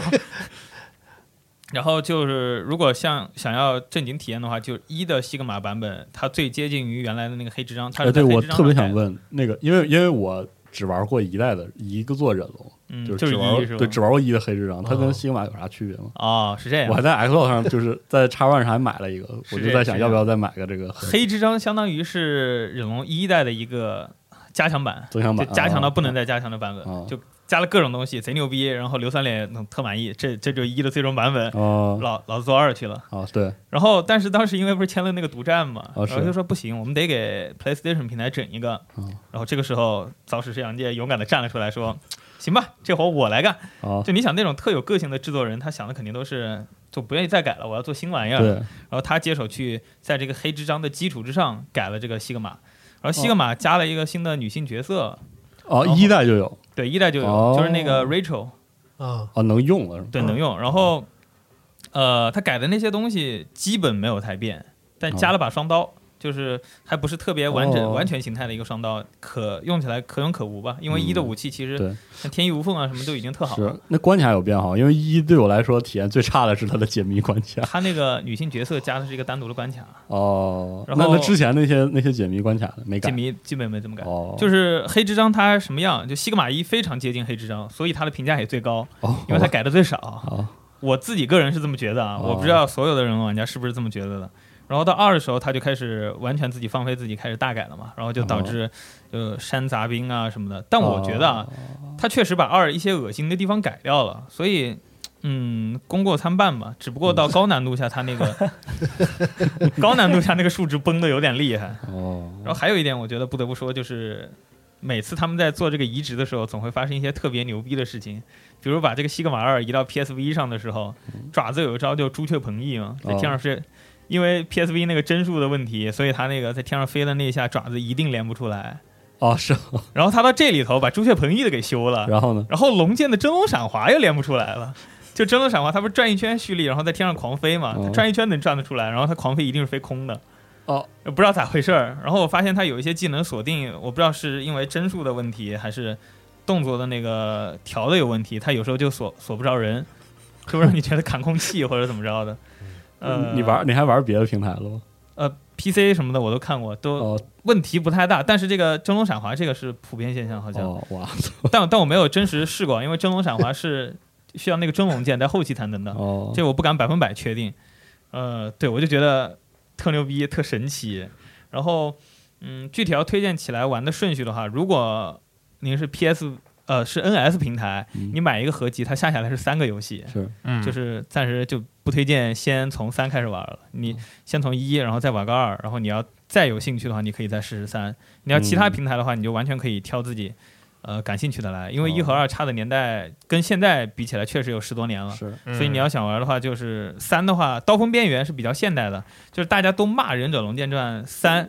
[SPEAKER 4] 然后就是，如果像想要正经体验的话，就是一的西格玛版本，它最接近于原来的那个黑之章。它
[SPEAKER 3] 哎，
[SPEAKER 4] 是在
[SPEAKER 3] 对
[SPEAKER 4] 黑
[SPEAKER 3] 我
[SPEAKER 4] 之章
[SPEAKER 3] 特别
[SPEAKER 4] 上改
[SPEAKER 3] 想问那个，因为因为我只玩过一代的一个座忍龙，
[SPEAKER 4] 嗯，
[SPEAKER 3] 就是
[SPEAKER 4] 就
[SPEAKER 3] 只玩
[SPEAKER 4] 一是吧？
[SPEAKER 3] 对只玩过一的黑之章，它
[SPEAKER 2] 哦
[SPEAKER 3] 跟西格玛有啥区别吗？
[SPEAKER 4] 哦，是这样
[SPEAKER 3] 我还。在 Xbox 上就是在 X One 上还买了一个，
[SPEAKER 4] 是
[SPEAKER 3] 我
[SPEAKER 4] 这
[SPEAKER 3] 就在
[SPEAKER 4] 是
[SPEAKER 3] 想
[SPEAKER 4] 这
[SPEAKER 3] 要不要再买个这个
[SPEAKER 4] 黑之章相当于是忍龙一代的一个加强版，
[SPEAKER 3] 增强版，
[SPEAKER 4] 就加强到不能再
[SPEAKER 3] 再
[SPEAKER 4] 加强的版本，
[SPEAKER 3] 啊
[SPEAKER 4] 就加了各种东西，贼牛逼。然后刘三连嗯特满意，这这就是一的最终版本，
[SPEAKER 3] 哦
[SPEAKER 4] 老老子做二去了。
[SPEAKER 3] 哦对，
[SPEAKER 4] 然后，但是当时因为不是签了那个独占嘛，
[SPEAKER 3] 哦是
[SPEAKER 4] 然后就说不行，我们得给 PlayStation 平台整一个。
[SPEAKER 3] 嗯
[SPEAKER 4] 然后这个时候，早史石洋介勇敢的站了出来，说：“行吧，这活我来干。
[SPEAKER 3] 哦
[SPEAKER 4] 就你想那种特有个性的制作人，他想的肯定都是就不愿意再改了，我要做新玩意儿。
[SPEAKER 3] 对，
[SPEAKER 4] 然后他接手去在这个黑之章的基础之上改了这个西格玛，然后西格玛加了一个新的女性角色，
[SPEAKER 3] 哦
[SPEAKER 4] 然后
[SPEAKER 3] 一代就有
[SPEAKER 4] 对一代就有，
[SPEAKER 3] 哦
[SPEAKER 4] 就是那个 Rachel，
[SPEAKER 2] 啊，
[SPEAKER 3] 哦能用了是吗？
[SPEAKER 4] 对，能用。然后，呃，他改的那些东西基本没有太变，但加了把双刀，就是还不是特别完整、
[SPEAKER 3] 哦
[SPEAKER 4] 完全形态的一个双刀，可用起来可有可无吧。因为一的武器其实
[SPEAKER 3] 嗯对
[SPEAKER 4] 像天衣无缝啊什么都已经特好了。
[SPEAKER 3] 是那关卡有变好，因为一对我来说体验最差的是它的解密关卡
[SPEAKER 4] 他那个女性角色加的是一个单独的关卡，
[SPEAKER 3] 哦，
[SPEAKER 4] 然
[SPEAKER 3] 那
[SPEAKER 4] 后
[SPEAKER 3] 那之前那些那些解密关卡呢没改
[SPEAKER 4] 解谜基本没怎么改。
[SPEAKER 3] 哦，
[SPEAKER 4] 就是是黑之章它什么样，就西格玛一非常接近黑之章，所以它的评价也最高，
[SPEAKER 3] 哦，
[SPEAKER 4] 因为它改的最少。
[SPEAKER 3] 好
[SPEAKER 4] 我自己个人是这么觉得啊，
[SPEAKER 3] 哦
[SPEAKER 4] 我不知道所有的人文玩家是不是这么觉得的。然后到二的时候，他就开始完全自己放飞自己，开始大改了嘛，然后就导致呃山杂兵啊什么的。但我觉得啊，他确实把二一些恶心的地方改掉了，所以嗯，功过参半吧。只不过到高难度下，他那个高难度下那个数值崩的有点厉害。
[SPEAKER 3] 哦
[SPEAKER 4] 然后还有一点，我觉得不得不说，就是每次他们在做这个移植的时候，总会发生一些特别牛逼的事情，比如把这个西格玛二移到 PSV 上的时候，爪子有一招叫朱雀鹏翼嘛，在天上飞，因为 PSV 那个帧数的问题，所以他那个在天上飞的那一下爪子一定连不出来。
[SPEAKER 3] 哦是，
[SPEAKER 4] 然后他到这里头把朱雀鹏翼的给修了，
[SPEAKER 3] 然后呢？
[SPEAKER 4] 然后龙剑的真龙闪滑又连不出来了。就真龙闪滑，它不是转一圈蓄力，然后在天上狂飞嘛？它
[SPEAKER 3] 嗯
[SPEAKER 4] 转一圈能转得出来，然后它狂飞一定是飞空的。
[SPEAKER 3] 哦，
[SPEAKER 4] 不知道咋回事儿。然后我发现它有一些技能锁定，我不知道是因为帧数的问题，还是动作的那个调的有问题，它有时候就锁锁不着人，就会让你觉得砍空气或者怎么着的。呃，
[SPEAKER 3] 你玩你还玩别的平台了吗？
[SPEAKER 4] 呃 PC 什么的我都看过，都
[SPEAKER 3] 哦
[SPEAKER 4] 问题不太大。但是这个真龙闪滑这个是普遍现象，好像。
[SPEAKER 3] 哦哇
[SPEAKER 4] 但但我没有真实试过，因为真龙闪滑是需要那个真龙剑在后期才能的，
[SPEAKER 3] 哦
[SPEAKER 4] 这我不敢百分百确定。呃，对我就觉得特牛逼，特神奇。然后，嗯，具体要推荐起来玩的顺序的话，如果您是 PS 呃是 NS 平台，
[SPEAKER 3] 嗯
[SPEAKER 4] 你买一个合集，它下下来是三个游戏，
[SPEAKER 3] 是
[SPEAKER 5] 嗯，
[SPEAKER 4] 就是暂时就不推荐先从三开始玩了，你先从一，然后再玩个二，然后你要再有兴趣的话，你可以再试试三。你要其他
[SPEAKER 3] 嗯
[SPEAKER 4] 平台的话，你就完全可以挑自己呃感兴趣的来，因为一
[SPEAKER 3] 哦
[SPEAKER 4] 和二差的年代跟现在比起来确实有十多年了。
[SPEAKER 3] 是，
[SPEAKER 5] 嗯
[SPEAKER 4] 所以你要想玩的话，就是三的话，《刀锋边缘》是比较现代的，就是大家都骂《忍者龙剑传三》，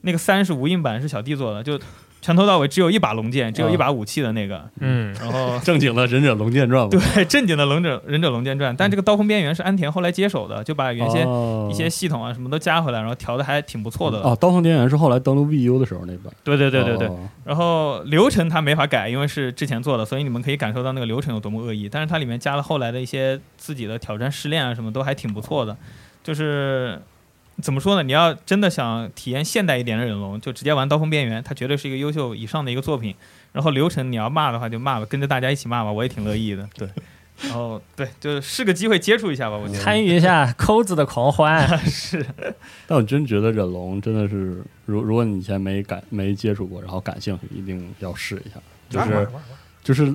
[SPEAKER 4] 那个三是无印版，是小弟做的，就从头到尾只有一把龙剑，只有一把武器的那个。
[SPEAKER 5] 嗯
[SPEAKER 4] 然后
[SPEAKER 3] 正经的《忍者龙剑传》嘛，
[SPEAKER 4] 对正经的《龙者忍者龙剑传》，但这个《刀锋边缘》是安田后来接手的，就把原先
[SPEAKER 3] 哦
[SPEAKER 4] 一些系统啊什么都加回来，然后调的还挺不错的。
[SPEAKER 3] 哦，《刀锋边缘》是后来登陆 VU 的时候那版，
[SPEAKER 4] 对对对对对。
[SPEAKER 3] 哦
[SPEAKER 4] 然后流程它没法改，因为是之前做的，所以你们可以感受到那个流程有多么恶意。但是它里面加了后来的一些自己的挑战试炼啊，什么都还挺不错的。就是怎么说呢？你要真的想体验现代一点的忍龙，就直接玩《刀锋边缘》，它绝对是一个优秀以上的一个作品。然后流程你要骂的话就骂吧，跟着大家一起骂吧，我也挺乐意的。对，然后对，就是是个机会接触一下吧，我觉得。
[SPEAKER 5] 参与一下抠子的狂欢，
[SPEAKER 3] 但我真觉得忍龙真的是，如如果你以前没感没接触过，然后感兴趣，一定要试一下。就
[SPEAKER 2] 玩玩
[SPEAKER 3] 是
[SPEAKER 2] 玩玩
[SPEAKER 3] 就是，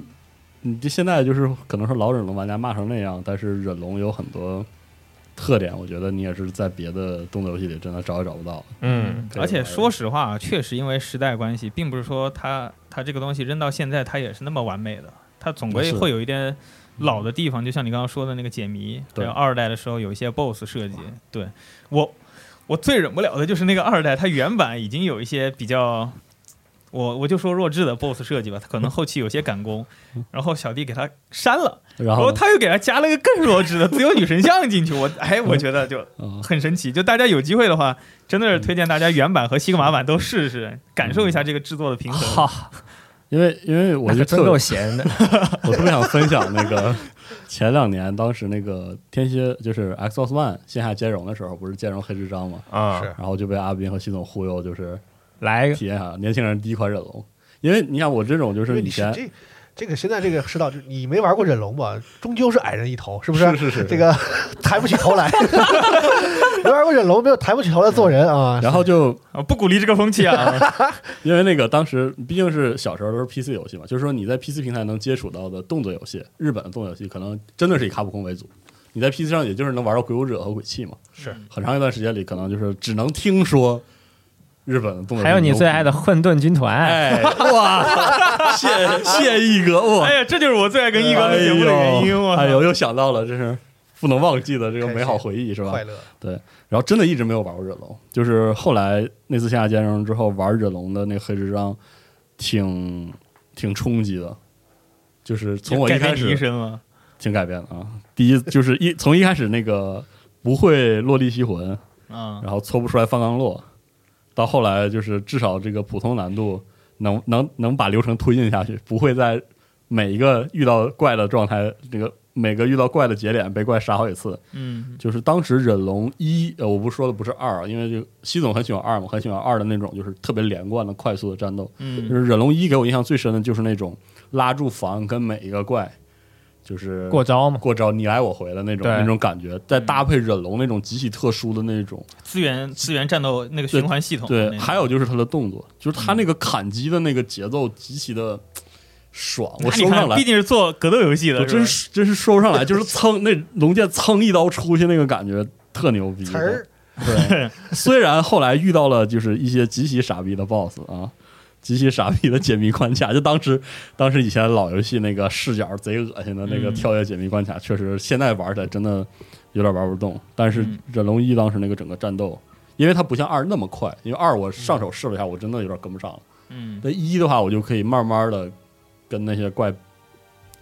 [SPEAKER 3] 你这现在就是可能是老忍龙玩家骂成那样，但是忍龙有很多特点，我觉得你也是在别的动作游戏里真的找也找不到。
[SPEAKER 5] 嗯
[SPEAKER 3] 对
[SPEAKER 4] 而且说实话，啊确实因为时代关系，并不是说它它这个东西扔到现在它也是那么完美的，它总归
[SPEAKER 3] 啊是嗯
[SPEAKER 4] 会有一点老的地方。就像你刚刚说的那个解谜，还
[SPEAKER 3] 对
[SPEAKER 4] 有二代的时候有一些 BOSS 设计。对我我最忍不了的就是那个二代，它原版已经有一些比较。我我就说弱智的 BOSS 设计吧，它可能后期有些赶工，
[SPEAKER 3] 嗯
[SPEAKER 4] 然后小弟给它删了，
[SPEAKER 3] 然
[SPEAKER 4] 然
[SPEAKER 3] 后
[SPEAKER 4] 后
[SPEAKER 3] 呢
[SPEAKER 4] 他又给它加了个更弱智的自由女神像进去， 我哎，我觉得就
[SPEAKER 3] 啊，
[SPEAKER 4] 很神奇。就大家有机会的话，真的是推荐大家原版和西格玛版都试试，
[SPEAKER 3] 嗯
[SPEAKER 4] 感受一下这个制作的平衡。
[SPEAKER 5] 好，
[SPEAKER 3] 因为因为我
[SPEAKER 5] 那
[SPEAKER 3] 就
[SPEAKER 5] 可
[SPEAKER 3] 特
[SPEAKER 5] 真
[SPEAKER 3] 别
[SPEAKER 5] 够闲的，
[SPEAKER 3] 我特别想分享那 个前两年当时那个天蝎就是 Xbox One 线下兼容的时候，不是兼容黑之章嘛，
[SPEAKER 5] 啊，
[SPEAKER 2] 是
[SPEAKER 3] 然后就被阿斌和系统忽悠，就是
[SPEAKER 5] 来一个
[SPEAKER 3] 体验一下年轻人第一款忍龙。因为你想我这种就
[SPEAKER 2] 因
[SPEAKER 3] 是
[SPEAKER 2] 为
[SPEAKER 3] 以
[SPEAKER 2] 你是
[SPEAKER 3] 前
[SPEAKER 2] 这这个现在这个世道，就是你没玩过忍龙吧，终究是矮人一头，是不
[SPEAKER 3] 是是是
[SPEAKER 2] 这个抬不起头来，没玩过忍龙，没有抬不起头来做人啊。
[SPEAKER 3] 然后就
[SPEAKER 4] 啊，不鼓励这个风气 啊！
[SPEAKER 3] 因为那个当时毕竟是小时候都是 PC 游戏嘛，就是说你在 PC 平台能接触到的动作游戏，日本的动作游戏可能真的是以卡普空为主。你在 PC 上也就是能玩到《鬼武者》和《鬼泣》嘛，
[SPEAKER 2] 是
[SPEAKER 3] 很长一段时间里可能就是只能听说日本的动作游戏。
[SPEAKER 5] 还有你最爱的混沌军团，
[SPEAKER 3] 哎，哇，谢谢一哥，哇，
[SPEAKER 4] 哎呀，这就是我最爱跟一哥的节目的原因。啊我操
[SPEAKER 3] 哎呦，又想到了，这是不能忘记的这个美好回忆，是吧？
[SPEAKER 2] 快乐，
[SPEAKER 3] 然后真的一直没有玩过忍龙，就是后来那次线下兼容之后玩忍龙的那个黑之章，挺挺冲击的，就是从我一
[SPEAKER 4] 改
[SPEAKER 3] 开
[SPEAKER 4] 变你一
[SPEAKER 3] 始
[SPEAKER 4] 生了，
[SPEAKER 3] 挺改变的啊。第一就是一从一开始那个不会落地吸魂，
[SPEAKER 4] 嗯，
[SPEAKER 3] 然后搓不出来方刚落，到后来就是至少这个普通难度能能能把流程推进下去，不会在每一个遇到怪的状态，这个每个遇到怪的节点被怪杀好几次。
[SPEAKER 4] 嗯，
[SPEAKER 3] 就是当时忍龙一，呃，我不说的不是二，因为就西总很喜欢二嘛，很喜欢二的那种，就是特别连贯的快速的战斗。
[SPEAKER 4] 嗯
[SPEAKER 3] 就是忍龙一给我印象最深的就是那种拉住防跟每一个怪，就是
[SPEAKER 5] 过招嘛，
[SPEAKER 3] 过招你来我回的那种
[SPEAKER 5] 对
[SPEAKER 3] 那种感觉，
[SPEAKER 4] 嗯
[SPEAKER 3] 再搭配忍龙那种极其特殊的那种，
[SPEAKER 4] 资源资源战斗那个循环系统，
[SPEAKER 3] 对
[SPEAKER 4] 那，嗯个
[SPEAKER 3] 还有就是他的动作，就是他那个砍击的那个节奏极其的爽，我
[SPEAKER 4] 那你
[SPEAKER 3] 说不上
[SPEAKER 4] 看，
[SPEAKER 3] 来
[SPEAKER 4] 毕，竟是做格斗游戏
[SPEAKER 3] 我
[SPEAKER 4] 的，
[SPEAKER 3] 真
[SPEAKER 4] 是
[SPEAKER 3] 是真是说不上来，就是蹭那龙剑蹭一刀出去那个感觉特牛逼，
[SPEAKER 2] 词儿
[SPEAKER 3] 对，虽然后来遇到了就是一些极其傻逼的 BOSS 啊，极其傻逼的解谜关卡，就当时当时以前老游戏那个视角贼恶心的那个
[SPEAKER 4] 嗯
[SPEAKER 3] 跳跃解谜关卡，确实现在玩起来真的有点玩不动。但是
[SPEAKER 4] 嗯
[SPEAKER 3] 忍龙一当时那个整个战斗，因为它不像二那么快，因为二我上手试了一下，我真的有点跟不上了。
[SPEAKER 4] 吧，嗯，
[SPEAKER 3] 那一的话，我就可以慢慢的跟那些怪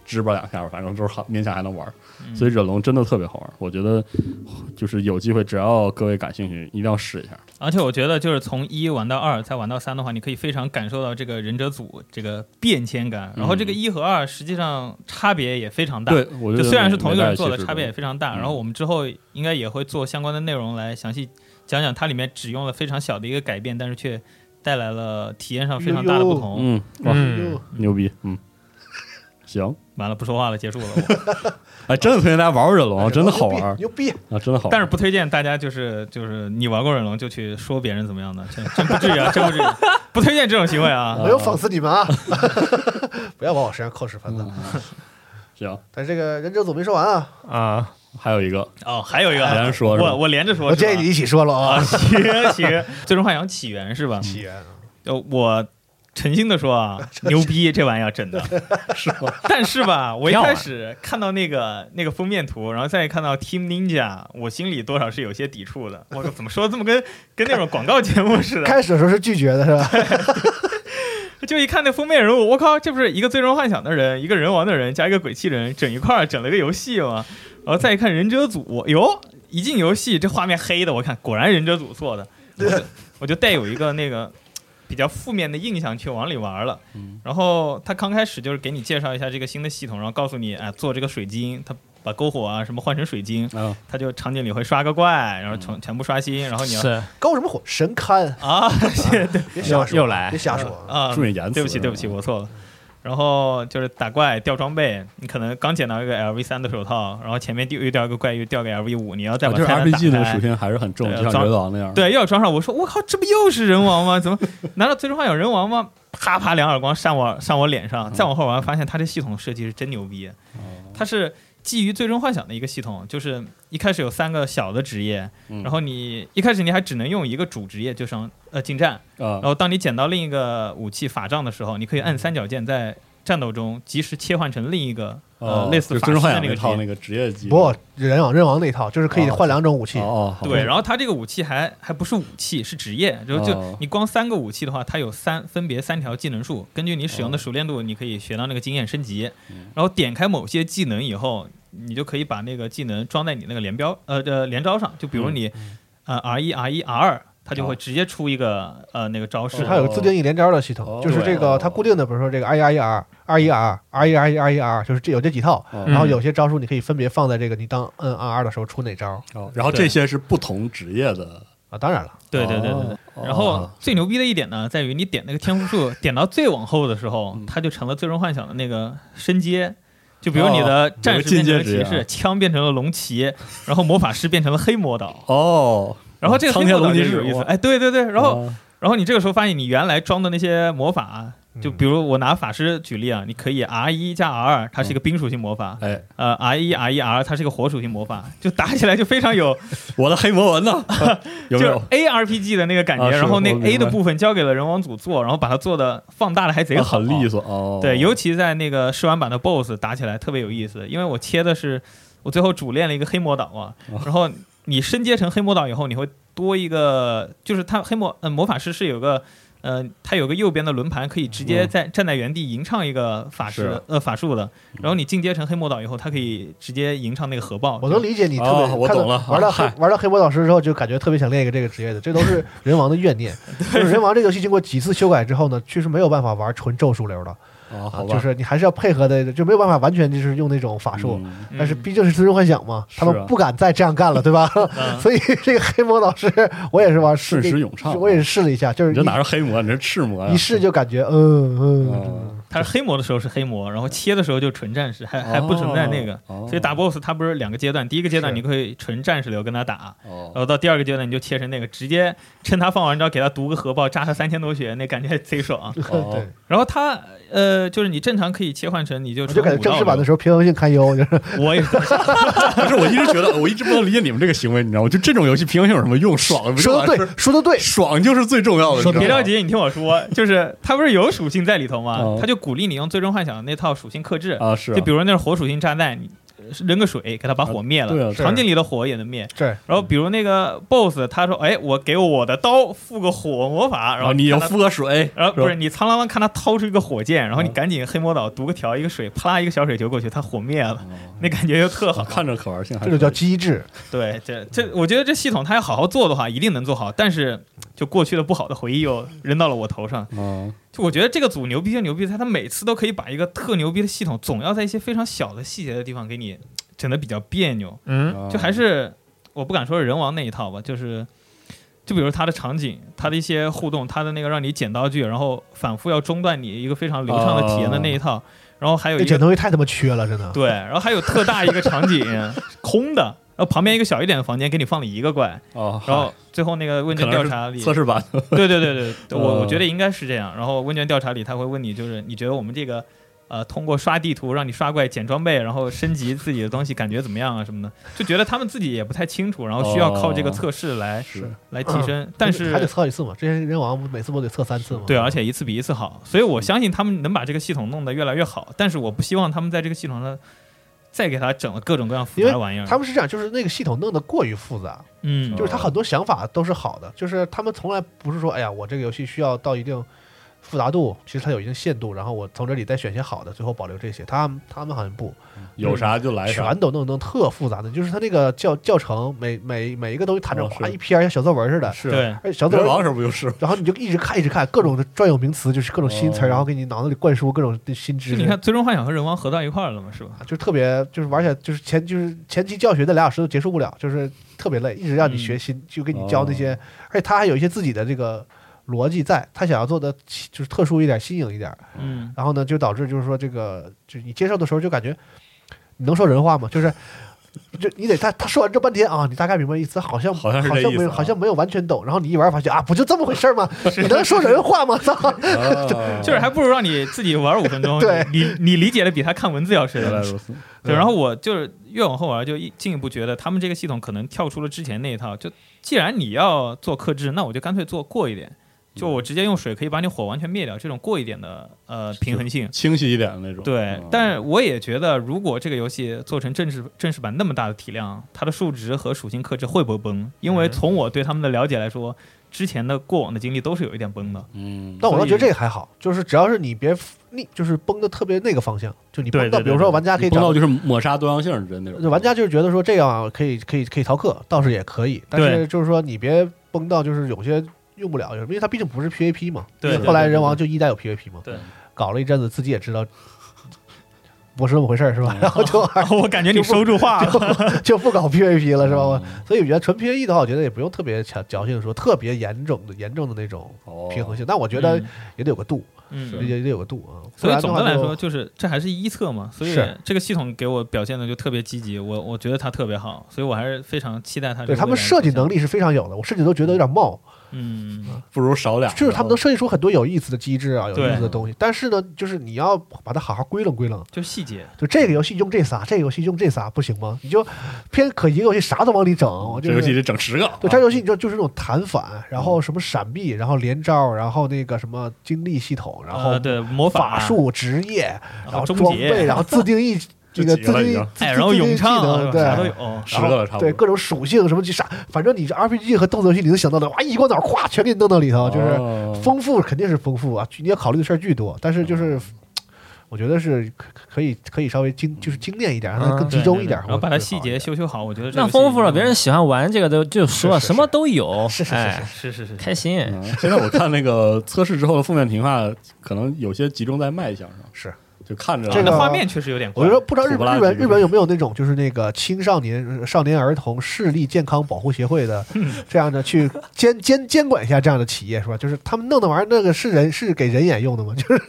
[SPEAKER 3] 支吧两下，反正就是还勉强还能玩。
[SPEAKER 4] 嗯
[SPEAKER 3] 所以忍龙真的特别好玩，我觉得就是有机会，只要各位感兴趣，一定要试一下。
[SPEAKER 4] 而且我觉得，就是从一玩到二，再玩到三的话，你可以非常感受到这个忍者组这个变迁感。然后这个一和二实际上差别也非常大，
[SPEAKER 3] 嗯对，我觉
[SPEAKER 4] 就
[SPEAKER 3] 得
[SPEAKER 4] 虽然是同一个人做的，
[SPEAKER 3] 每代其实
[SPEAKER 4] 差别也非常大。
[SPEAKER 3] 嗯
[SPEAKER 4] 然后我们之后应该也会做相关的内容来详细讲讲，它里面只用了非常小的一个改变，但是却带来了体验上非常大的不同。
[SPEAKER 3] 嗯，哇，
[SPEAKER 5] 嗯，
[SPEAKER 3] 牛逼，嗯，行，
[SPEAKER 4] 完了，不说话了，结 束了。我
[SPEAKER 3] 哎，真的推荐大家玩玩忍
[SPEAKER 2] 哎
[SPEAKER 3] 龙，真的好玩
[SPEAKER 2] 牛逼！牛逼
[SPEAKER 3] 啊，真的好玩。
[SPEAKER 4] 但是不推荐大家就是就是你玩过忍龙就去说别人怎么
[SPEAKER 3] 嗯
[SPEAKER 4] 样的，真真不至于啊，真不至于，不推荐这种行为啊。
[SPEAKER 2] 没有讽刺你们啊， 不要往我身上扣十分了。
[SPEAKER 3] 行，
[SPEAKER 2] 但是这个忍者组没说完啊，
[SPEAKER 5] 啊，
[SPEAKER 3] 还有一个
[SPEAKER 4] 哦，还有一
[SPEAKER 3] 连
[SPEAKER 4] 个，
[SPEAKER 3] 着说是吧
[SPEAKER 4] 我？我连着说，
[SPEAKER 2] 我建议你一起说了
[SPEAKER 4] 啊，
[SPEAKER 2] 啊。
[SPEAKER 4] 行行， 最终幻想起源是吧？
[SPEAKER 2] 起源啊
[SPEAKER 4] 呃，我诚心的说啊，牛逼，这玩意儿真的 是
[SPEAKER 3] 吗？
[SPEAKER 4] 但是吧，我一
[SPEAKER 5] 挺好
[SPEAKER 4] 开
[SPEAKER 5] 玩
[SPEAKER 4] 始看到那个那个封面图，然后再看到 Team Ninja，我心里多少是有些抵触的。我怎么说，这么跟跟那种广告节目似的？
[SPEAKER 2] 开始的时候是拒绝的是吧？
[SPEAKER 4] 就一看那封面人物，我靠，这不是一个最终幻想的人，一个人王的人，加一个鬼泣人，整一块儿整了个游戏嘛。然后再一看忍者组，哟，一进游戏这画面黑的，我看果然忍者组做的，我就我就带有一个那个比较负面的印象去往里玩了。
[SPEAKER 3] 嗯
[SPEAKER 4] 然后他刚开始就是给你介绍一下这个新的系统，然后告诉你，哎，做这个水晶，他把篝火啊什么换成水晶，
[SPEAKER 3] 啊，
[SPEAKER 4] 他就场景里会刷个怪，然后全全部刷新，然后你要
[SPEAKER 5] 是
[SPEAKER 2] 高什么火？神龛，
[SPEAKER 4] 啊，谢谢
[SPEAKER 2] 别瞎
[SPEAKER 5] 又
[SPEAKER 2] 说，
[SPEAKER 5] 又来
[SPEAKER 2] 别，瞎说啊。
[SPEAKER 4] 啊，
[SPEAKER 3] 注意言辞。
[SPEAKER 4] 对不起，对不起，我错了。然后就是打怪掉装备，你可能刚捡到一个 LV 三的手套，然后前面掉又掉一个怪，又掉个 LV 五，你要再
[SPEAKER 3] 我
[SPEAKER 4] 把
[SPEAKER 3] 觉得
[SPEAKER 4] 菜单打
[SPEAKER 3] RPG 的属
[SPEAKER 4] 开。
[SPEAKER 3] 性还是很重，
[SPEAKER 4] 对
[SPEAKER 3] 就像
[SPEAKER 4] 装
[SPEAKER 3] 人王那样。，
[SPEAKER 4] 对，又要装上。我说我靠，这不又是人王吗？怎么难道最终幻想人王吗？啪啪两耳光扇我扇我脸
[SPEAKER 3] 嗯
[SPEAKER 4] 上。再往后我还发现他这系统设计是真牛逼，
[SPEAKER 3] 哦
[SPEAKER 4] 它是基于最终幻想的一个系统，就是一开始有三个小的职业，
[SPEAKER 3] 嗯
[SPEAKER 4] 然后你一开始你还只能用一个主职业，就像呃近战，
[SPEAKER 3] 啊
[SPEAKER 4] 然，后当你捡到另一个武器法杖的时候，你可以按三角键在战斗中及时切换成另一个呃
[SPEAKER 3] 哦
[SPEAKER 4] 类似
[SPEAKER 3] 就是
[SPEAKER 4] 法
[SPEAKER 3] 最
[SPEAKER 4] 师
[SPEAKER 3] 终幻
[SPEAKER 4] 的那个
[SPEAKER 3] 想那
[SPEAKER 4] 职
[SPEAKER 3] 套
[SPEAKER 4] 业。
[SPEAKER 3] 那个职业机制。
[SPEAKER 2] 不，人啊王人王那一套就是可以换两种武器
[SPEAKER 3] 哦，哦，好
[SPEAKER 4] 对，然后它这个武器还还不是武器，是职业。就就
[SPEAKER 3] 哦
[SPEAKER 4] 你光三个武器的话，它有三分别三条技能树，根据你使用
[SPEAKER 3] 哦
[SPEAKER 4] 的熟练度，你可以学到那个经验升级。
[SPEAKER 3] 嗯
[SPEAKER 4] 然后点开某些技能以后，你就可以把那个技能装在你那个连标呃呃连招上。就比如你呃 R 一 R 一 R 二，它就会
[SPEAKER 3] 嗯哦
[SPEAKER 4] 直接出一个呃那个招式
[SPEAKER 2] 是。它有自定义连招的系统，
[SPEAKER 3] 哦
[SPEAKER 2] 就是这个
[SPEAKER 3] 对
[SPEAKER 2] 它固定的，比如说这个 R 一 R 一 R 二一 R 二一 R 一 R 一 R，就是这有这几套，
[SPEAKER 3] 哦嗯
[SPEAKER 2] 然后
[SPEAKER 5] 嗯
[SPEAKER 2] 有些招数你可以分别放在这个你当摁 R 的时候出哪招
[SPEAKER 3] 哦然后
[SPEAKER 4] 对
[SPEAKER 3] 这些是不同职业的。
[SPEAKER 2] 啊？当然了，
[SPEAKER 4] 对对对对对。
[SPEAKER 3] 哦
[SPEAKER 4] 然后最牛逼的一点呢，在于你点那个天赋树，点到最往后的时候，
[SPEAKER 3] 嗯
[SPEAKER 4] 它就成了最终幻想的那个升阶。就比如你的战士变成了骑
[SPEAKER 3] 哦有个进阶
[SPEAKER 4] 士，
[SPEAKER 3] 值啊
[SPEAKER 4] 枪变成了龙骑，然后魔法师变成了黑魔导，
[SPEAKER 3] 哦，
[SPEAKER 4] 然后这个
[SPEAKER 3] 苍
[SPEAKER 4] 黑
[SPEAKER 3] 天
[SPEAKER 4] 魔导
[SPEAKER 3] 龙
[SPEAKER 4] 就
[SPEAKER 3] 骑
[SPEAKER 4] 是有
[SPEAKER 3] 士
[SPEAKER 4] 意思。
[SPEAKER 3] 哇
[SPEAKER 4] 哎，对对对，然后
[SPEAKER 3] 哦
[SPEAKER 4] 然后你这个时候发现你原来装的那些魔法，啊就
[SPEAKER 3] 嗯
[SPEAKER 4] 比如我拿法师举例啊，你可以 R 一加 R 二，它是一
[SPEAKER 3] 嗯
[SPEAKER 4] 个冰属性魔法，
[SPEAKER 3] 哎，
[SPEAKER 4] 呃 R 一 R 一 R 它是一个火属性魔法，就打起来就非常有
[SPEAKER 3] 我的黑魔 文呢？
[SPEAKER 4] 就
[SPEAKER 3] 有没
[SPEAKER 4] 是
[SPEAKER 3] 有？
[SPEAKER 4] A R P G 的那个感觉，
[SPEAKER 3] 啊是
[SPEAKER 4] 然后那
[SPEAKER 3] 我明白
[SPEAKER 4] A 的部分交给了人王组做，然后把它做的放大的还贼
[SPEAKER 3] 啊
[SPEAKER 4] 好，
[SPEAKER 3] 很利索哦。
[SPEAKER 4] 对，尤其在那个试玩版的 BOSS 打起来特别有意思，因为我切的是我最后主练了一个黑魔导啊，然后你升阶成黑魔导以后，你会多一个，就是它黑魔呃魔法师是有个。呃，它有个右边的轮盘，可以直接在站在原地吟唱一个法师
[SPEAKER 3] 嗯是
[SPEAKER 4] 的呃法术的。然后你进阶成黑魔导以后，它可以直接吟唱那个核爆。
[SPEAKER 2] 我能理解你特
[SPEAKER 3] 哦
[SPEAKER 2] 别
[SPEAKER 3] 我
[SPEAKER 2] 看到
[SPEAKER 3] 懂了
[SPEAKER 2] 玩到黑
[SPEAKER 3] 嗨
[SPEAKER 2] 玩到黑魔导师之后，就感觉特别想练一个这个职业的，这都是人王的怨 念。就是人王这个游戏经过几次修改之后呢，确实没有办法玩纯咒术流了，
[SPEAKER 3] 哦，
[SPEAKER 2] 啊
[SPEAKER 3] 好吧，
[SPEAKER 2] 就是你还是要配合的，就没有办法完全就是用那种法术。
[SPEAKER 3] 嗯
[SPEAKER 4] 嗯
[SPEAKER 2] 但是毕竟是最终幻想嘛，他
[SPEAKER 3] 是
[SPEAKER 2] 们
[SPEAKER 3] 啊
[SPEAKER 2] 不敢再这样干了，对吧？ 所以这个黑魔导师，我也是玩
[SPEAKER 3] 瞬时咏唱啊
[SPEAKER 2] 我也是试了一下，就是
[SPEAKER 3] 你这哪
[SPEAKER 2] 一
[SPEAKER 3] 是黑魔？啊你这是赤魔呀！
[SPEAKER 2] 一试就感觉，嗯嗯，
[SPEAKER 3] 哦
[SPEAKER 4] 他是黑魔的时候是黑魔，然后切的时候就纯战士，还
[SPEAKER 3] 哦
[SPEAKER 4] 还不存在那个。
[SPEAKER 3] 哦
[SPEAKER 4] 所以打 BOSS 它不是两个阶段，第一个阶段
[SPEAKER 2] 是
[SPEAKER 4] 你可以纯战士流跟他打，然
[SPEAKER 3] 哦，
[SPEAKER 4] 后到第二个阶段你就切成那个，直接趁他放完招给他毒个核爆，炸他三千多血，那感觉贼 爽。
[SPEAKER 3] 哦
[SPEAKER 2] 对，
[SPEAKER 4] 然后他呃，就是你正常可以切换成你就
[SPEAKER 2] 我就感觉
[SPEAKER 4] 纯
[SPEAKER 2] 正
[SPEAKER 4] 武
[SPEAKER 2] 式
[SPEAKER 4] 道
[SPEAKER 2] 版的时候平衡性堪忧，就是
[SPEAKER 4] 流， 我也是
[SPEAKER 3] 不是，我一直觉得，我一直不能理解你们这个行为，你知道吗？就这种游戏平衡有什么用？爽不就
[SPEAKER 2] 说的
[SPEAKER 3] 完事
[SPEAKER 2] 对
[SPEAKER 3] 儿，
[SPEAKER 2] 说的对，
[SPEAKER 3] 爽就是最重要的。
[SPEAKER 4] 你
[SPEAKER 3] 你
[SPEAKER 4] 别
[SPEAKER 3] 知道
[SPEAKER 4] 着
[SPEAKER 3] 吗
[SPEAKER 4] 急，你听我说， 就是它不是有属性在里头吗
[SPEAKER 3] 哦？
[SPEAKER 4] 它就鼓励你用最终幻想的那套属性克制
[SPEAKER 3] 啊！是啊
[SPEAKER 4] 就比如那是火属性炸弹，你呃扔个水给它把火灭
[SPEAKER 3] 啊对
[SPEAKER 4] 了，
[SPEAKER 3] 啊
[SPEAKER 2] 是
[SPEAKER 4] 场景里的火也能灭。
[SPEAKER 2] 对，
[SPEAKER 4] 然后比如那个 BOSS，他说：“哎，我给我的刀附个火魔法。”然
[SPEAKER 3] 然
[SPEAKER 4] 后
[SPEAKER 3] 后啊你又
[SPEAKER 4] 看他
[SPEAKER 3] 敷个水，
[SPEAKER 4] 然后不是
[SPEAKER 3] 吧
[SPEAKER 4] 你苍狼狼看他掏出一个火箭，然后你
[SPEAKER 3] 啊
[SPEAKER 4] 赶紧黑魔导毒个条一个水，啪啦一个小水球过去，它火灭了，
[SPEAKER 3] 哦
[SPEAKER 4] 那感觉就特好
[SPEAKER 3] 啊。看着可玩性还
[SPEAKER 2] 这就叫
[SPEAKER 3] 可以
[SPEAKER 2] 机制，
[SPEAKER 4] 对，这这我觉得这系统它要好好做的话，一定能做好。但是就过去的不好的回忆又扔到了我头上。
[SPEAKER 3] 哦
[SPEAKER 4] 就我觉得这个组牛逼就牛逼在，它每次都可以把一个特牛逼的系统，总要在一些非常小的细节的地方给你整的比较别扭。
[SPEAKER 5] 嗯，
[SPEAKER 3] 哦
[SPEAKER 4] 就还是我不敢说是人王那一套吧，就是就比如它的场景、它的一些互动、它的那个让你捡道具，然后反复要中断你一个非常流畅的体验的那一
[SPEAKER 3] 哦
[SPEAKER 4] 套，然后还有
[SPEAKER 2] 这
[SPEAKER 4] 一
[SPEAKER 2] 剪
[SPEAKER 4] 个
[SPEAKER 2] 东西太他妈缺了，真的。
[SPEAKER 4] 对，然后还有特大一个场景 空的，然后旁边一个小一点的房间给你放了一个怪，
[SPEAKER 3] 哦，
[SPEAKER 4] 然后最后那个问
[SPEAKER 3] 可
[SPEAKER 4] 卷
[SPEAKER 3] 能
[SPEAKER 4] 调
[SPEAKER 3] 是
[SPEAKER 4] 查里，
[SPEAKER 3] 测试版
[SPEAKER 4] 对对对对，我
[SPEAKER 3] 呃
[SPEAKER 2] 嗯
[SPEAKER 4] 我觉得应该是这样。然后问卷调查里他会问你，就是你觉得我们这个呃，通过刷地图让你刷怪、捡装备，然后升级自己的东西，感觉怎么样啊什么的，就觉得他们自己也不太清楚，然后需要靠
[SPEAKER 2] 哦
[SPEAKER 4] 这个测试来、
[SPEAKER 3] 是
[SPEAKER 4] 来提 升。但是
[SPEAKER 2] 还得测一次嘛，之前人王不每次不得测三次嘛？
[SPEAKER 4] 对，而啊且一次比一次好，所以我相信他们能把这个系统弄得越来越好。但是我不希望他们在这个系统上再给他整了各种各样复杂的玩意儿。
[SPEAKER 2] 他们是这样，就是那个系统弄得过于复杂，
[SPEAKER 4] 嗯，
[SPEAKER 2] 就是他很多想法都是好的，就是他们从来不是说，哎呀，我这个游戏需要到一定复杂度，其实它有一定限度，然后我从这里再选些好的，最后保留这些。他们他们好像不，
[SPEAKER 3] 有啥就来啥
[SPEAKER 2] 全，都弄弄特复杂的，就是他那个教教程，每每每一个东西弹着，
[SPEAKER 3] 哦
[SPEAKER 2] 哗
[SPEAKER 3] 是
[SPEAKER 2] 一篇像小作文似的，
[SPEAKER 3] 是啊
[SPEAKER 4] 对
[SPEAKER 2] 而且小作
[SPEAKER 3] 人
[SPEAKER 2] 文
[SPEAKER 3] 王时候不就是吗？
[SPEAKER 2] 然后你就一直看，一直看各种的专有名词，就是各种新词儿，
[SPEAKER 3] 哦
[SPEAKER 2] 然后给你脑子里灌输各种新知
[SPEAKER 4] 就
[SPEAKER 2] 识。
[SPEAKER 4] 你看，《最终幻想》和《人王》合到一块儿了嘛，是吧？
[SPEAKER 2] 啊就特别就是玩起来就是前就是前期教学的俩小时都结束不了，就是特别累，一直让你
[SPEAKER 4] 嗯
[SPEAKER 2] 学新，就给你教那
[SPEAKER 3] 哦
[SPEAKER 2] 些，而且他还有一些自己的这个逻辑在，他想要做的就是特殊一点、新颖一点，
[SPEAKER 4] 嗯，
[SPEAKER 2] 然后呢就导致就是说这个就你接受的时候就感觉你能说人话吗？就是。就你得他他说完这半天啊，你大概明白意思，好像
[SPEAKER 3] 好像是
[SPEAKER 2] 好
[SPEAKER 3] 这
[SPEAKER 2] 像没
[SPEAKER 3] 意
[SPEAKER 2] 有
[SPEAKER 3] 思啊
[SPEAKER 2] 好像没有完全懂，然后你一玩发现啊，不就这么回事儿 吗？你能说人话吗？操！哦
[SPEAKER 3] 啊
[SPEAKER 4] 就是还不如让你自己玩五分 钟，
[SPEAKER 2] 对
[SPEAKER 4] 你你你理解的比他看文字要深
[SPEAKER 3] 原。来如此，
[SPEAKER 4] 对，然后我就是越往后玩，就一进一步觉得他们这个系统可能跳出了之前那一套。就既然你要做克制，那我就干脆做过一点，就我直接用水可以把你火完全灭掉，这种过一点的呃平衡性。
[SPEAKER 3] 清晰一点的那种。嗯
[SPEAKER 4] 对，但是我也觉得，如果这个游戏做成正式正式版那么大的体量，它的数值和属性克制会不会崩？因
[SPEAKER 2] 嗯
[SPEAKER 4] 为从我对他们的了解来说，之前的过往的经历都是有一点 崩的。
[SPEAKER 3] 嗯，
[SPEAKER 2] 但我倒
[SPEAKER 4] 所以
[SPEAKER 2] 觉得这个还好，就是只要是你别你就是崩的特别那个方向，就你崩
[SPEAKER 4] 对
[SPEAKER 2] 到，
[SPEAKER 4] 对对
[SPEAKER 2] 比如说玩家可以
[SPEAKER 3] 碰到
[SPEAKER 2] 找，
[SPEAKER 3] 就是抹杀多样性的那
[SPEAKER 2] 就
[SPEAKER 3] 种。
[SPEAKER 2] 玩家就是觉得说这样啊可以可以可以逃课，倒是也可以，但是
[SPEAKER 4] 对
[SPEAKER 2] 就是说你别崩到就是有些用不了，因为它毕竟不是 PVP 嘛。
[SPEAKER 4] 对
[SPEAKER 2] 因为
[SPEAKER 4] 对
[SPEAKER 2] 后来
[SPEAKER 3] 对对
[SPEAKER 2] 人王就一代有 PVP 嘛，
[SPEAKER 4] 对，
[SPEAKER 2] 搞了一阵子自己也知道不是那么回事儿是吧？
[SPEAKER 4] 嗯
[SPEAKER 2] 然后 就玩
[SPEAKER 4] 我感觉你收住话了。
[SPEAKER 2] 就不搞 PVP 了是吧？我
[SPEAKER 3] 嗯
[SPEAKER 2] 所以我觉得纯 PVE 的话，我觉得也不用特别强矫情地说特别严重的严重的那种
[SPEAKER 3] 哦
[SPEAKER 2] 平衡性，但我觉得
[SPEAKER 4] 嗯
[SPEAKER 2] 也得有个度，
[SPEAKER 4] 嗯，
[SPEAKER 3] 是
[SPEAKER 2] 也得有个度啊。不
[SPEAKER 4] 所
[SPEAKER 2] 然
[SPEAKER 4] 以
[SPEAKER 2] 的
[SPEAKER 4] 总
[SPEAKER 2] 话
[SPEAKER 4] 的来
[SPEAKER 2] 就
[SPEAKER 4] 说，就是这还是一测嘛，所以
[SPEAKER 2] 是
[SPEAKER 4] 这个系统给我表现的就特别积极，我我觉得它特别好，所以我还是非常期待它。
[SPEAKER 2] 对他们设计能
[SPEAKER 4] 力，
[SPEAKER 2] 力是非常有的，我甚至都觉得有点冒，
[SPEAKER 4] 嗯，
[SPEAKER 3] 不如少俩，
[SPEAKER 2] 就是他们能设计出很多有意思的机制啊，有
[SPEAKER 4] 对
[SPEAKER 2] 意思的东西。但是呢，就是你要把它好好归拢归拢，
[SPEAKER 4] 就细节，
[SPEAKER 2] 就这个游戏用这仨，这个游戏用这仨，不行吗？你就偏可一个游戏啥都往里整，我就
[SPEAKER 3] 这游戏
[SPEAKER 2] 是。
[SPEAKER 3] 得整十个。
[SPEAKER 2] 对，这游戏你就就是那种弹反，然
[SPEAKER 3] 嗯
[SPEAKER 2] 后什么闪避，然后连招，然后那个什么精力系统，然后
[SPEAKER 4] 呃对魔
[SPEAKER 2] 法
[SPEAKER 4] 法，
[SPEAKER 2] 术、职业，
[SPEAKER 4] 然
[SPEAKER 2] 然后
[SPEAKER 4] 终
[SPEAKER 2] 装备，
[SPEAKER 4] 结，
[SPEAKER 2] 然后自定义这个
[SPEAKER 3] 就
[SPEAKER 2] 自
[SPEAKER 3] 急了
[SPEAKER 2] 定
[SPEAKER 3] 已
[SPEAKER 2] 义
[SPEAKER 3] 经，
[SPEAKER 2] 自
[SPEAKER 4] 哎，然后
[SPEAKER 2] 自定义
[SPEAKER 4] 咏
[SPEAKER 2] 技
[SPEAKER 4] 唱
[SPEAKER 2] 能，
[SPEAKER 4] 啊
[SPEAKER 2] 对，
[SPEAKER 4] 啥都有。哦
[SPEAKER 3] 十个了差不多
[SPEAKER 2] 对各种属性什么就啥，反正你这 RPG 和动作游戏你能想到的，哇，一光脑咵全给你弄到里头，就是
[SPEAKER 3] 是
[SPEAKER 2] 丰富肯定是丰富啊，你要考虑的事儿巨多，
[SPEAKER 3] 嗯
[SPEAKER 2] 但是就是。我觉得是可可以可以稍微精就是精炼一点，让它
[SPEAKER 5] 嗯
[SPEAKER 2] 更
[SPEAKER 4] 对
[SPEAKER 2] 集中
[SPEAKER 4] 对
[SPEAKER 2] 一
[SPEAKER 4] 对
[SPEAKER 2] 点，
[SPEAKER 4] 然后把
[SPEAKER 2] 它
[SPEAKER 4] 它细节修修好，我觉得这
[SPEAKER 5] 那
[SPEAKER 4] 游戏
[SPEAKER 5] 丰富了，别人喜欢玩这个都就说了
[SPEAKER 2] 是是
[SPEAKER 5] 什么都有，
[SPEAKER 2] 是是是
[SPEAKER 5] 哎
[SPEAKER 4] 是是是，
[SPEAKER 5] 开心。
[SPEAKER 3] 嗯现在我看那个测试之后的负面评价，可能有些集中在卖相上，
[SPEAKER 2] 是
[SPEAKER 3] 就看着啊
[SPEAKER 2] 这个
[SPEAKER 4] 那画面确实有点
[SPEAKER 2] 我
[SPEAKER 4] 怪
[SPEAKER 2] 就。说不知道日
[SPEAKER 3] 土不拉
[SPEAKER 2] 本日本
[SPEAKER 3] 几个
[SPEAKER 2] 日本有没有那种就是那个青少年呃少年儿童视力健康保护协会的
[SPEAKER 4] 嗯
[SPEAKER 2] 这样的去监监监管一下这样的企业是吧？就是他们弄的玩意儿那个是人是给人眼用的吗？ 就是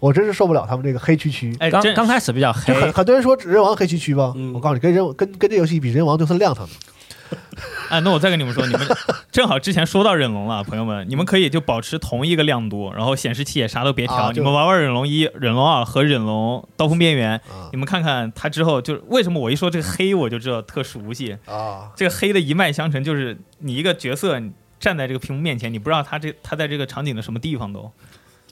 [SPEAKER 2] 我真是受不了他们这个黑黢黢。
[SPEAKER 4] 哎，
[SPEAKER 5] 刚
[SPEAKER 4] 真
[SPEAKER 5] 刚开始比较
[SPEAKER 2] 就
[SPEAKER 5] 黑，
[SPEAKER 2] 很很多人说人王黑黢黢吧，
[SPEAKER 3] 哎嗯
[SPEAKER 2] 我告诉你，跟人跟跟这游戏比，人王就算亮堂的。
[SPEAKER 4] 啊，那我再跟你们说，你 们正好之前说到忍龙了，朋友们，你们可以就保持同一个亮度，然后显示器也啥都别调，
[SPEAKER 2] 啊
[SPEAKER 4] 你
[SPEAKER 2] 就
[SPEAKER 4] 们玩玩忍龙一、忍龙二和忍龙刀锋边缘，
[SPEAKER 2] 啊
[SPEAKER 4] 你们看看它之后就是为什么我一说这个黑我就知道特熟悉，
[SPEAKER 2] 啊，
[SPEAKER 4] 这个黑的一脉相承，就是你一个角色你站在这个屏幕面前，你不知道他这他在这个场景的什么地方都，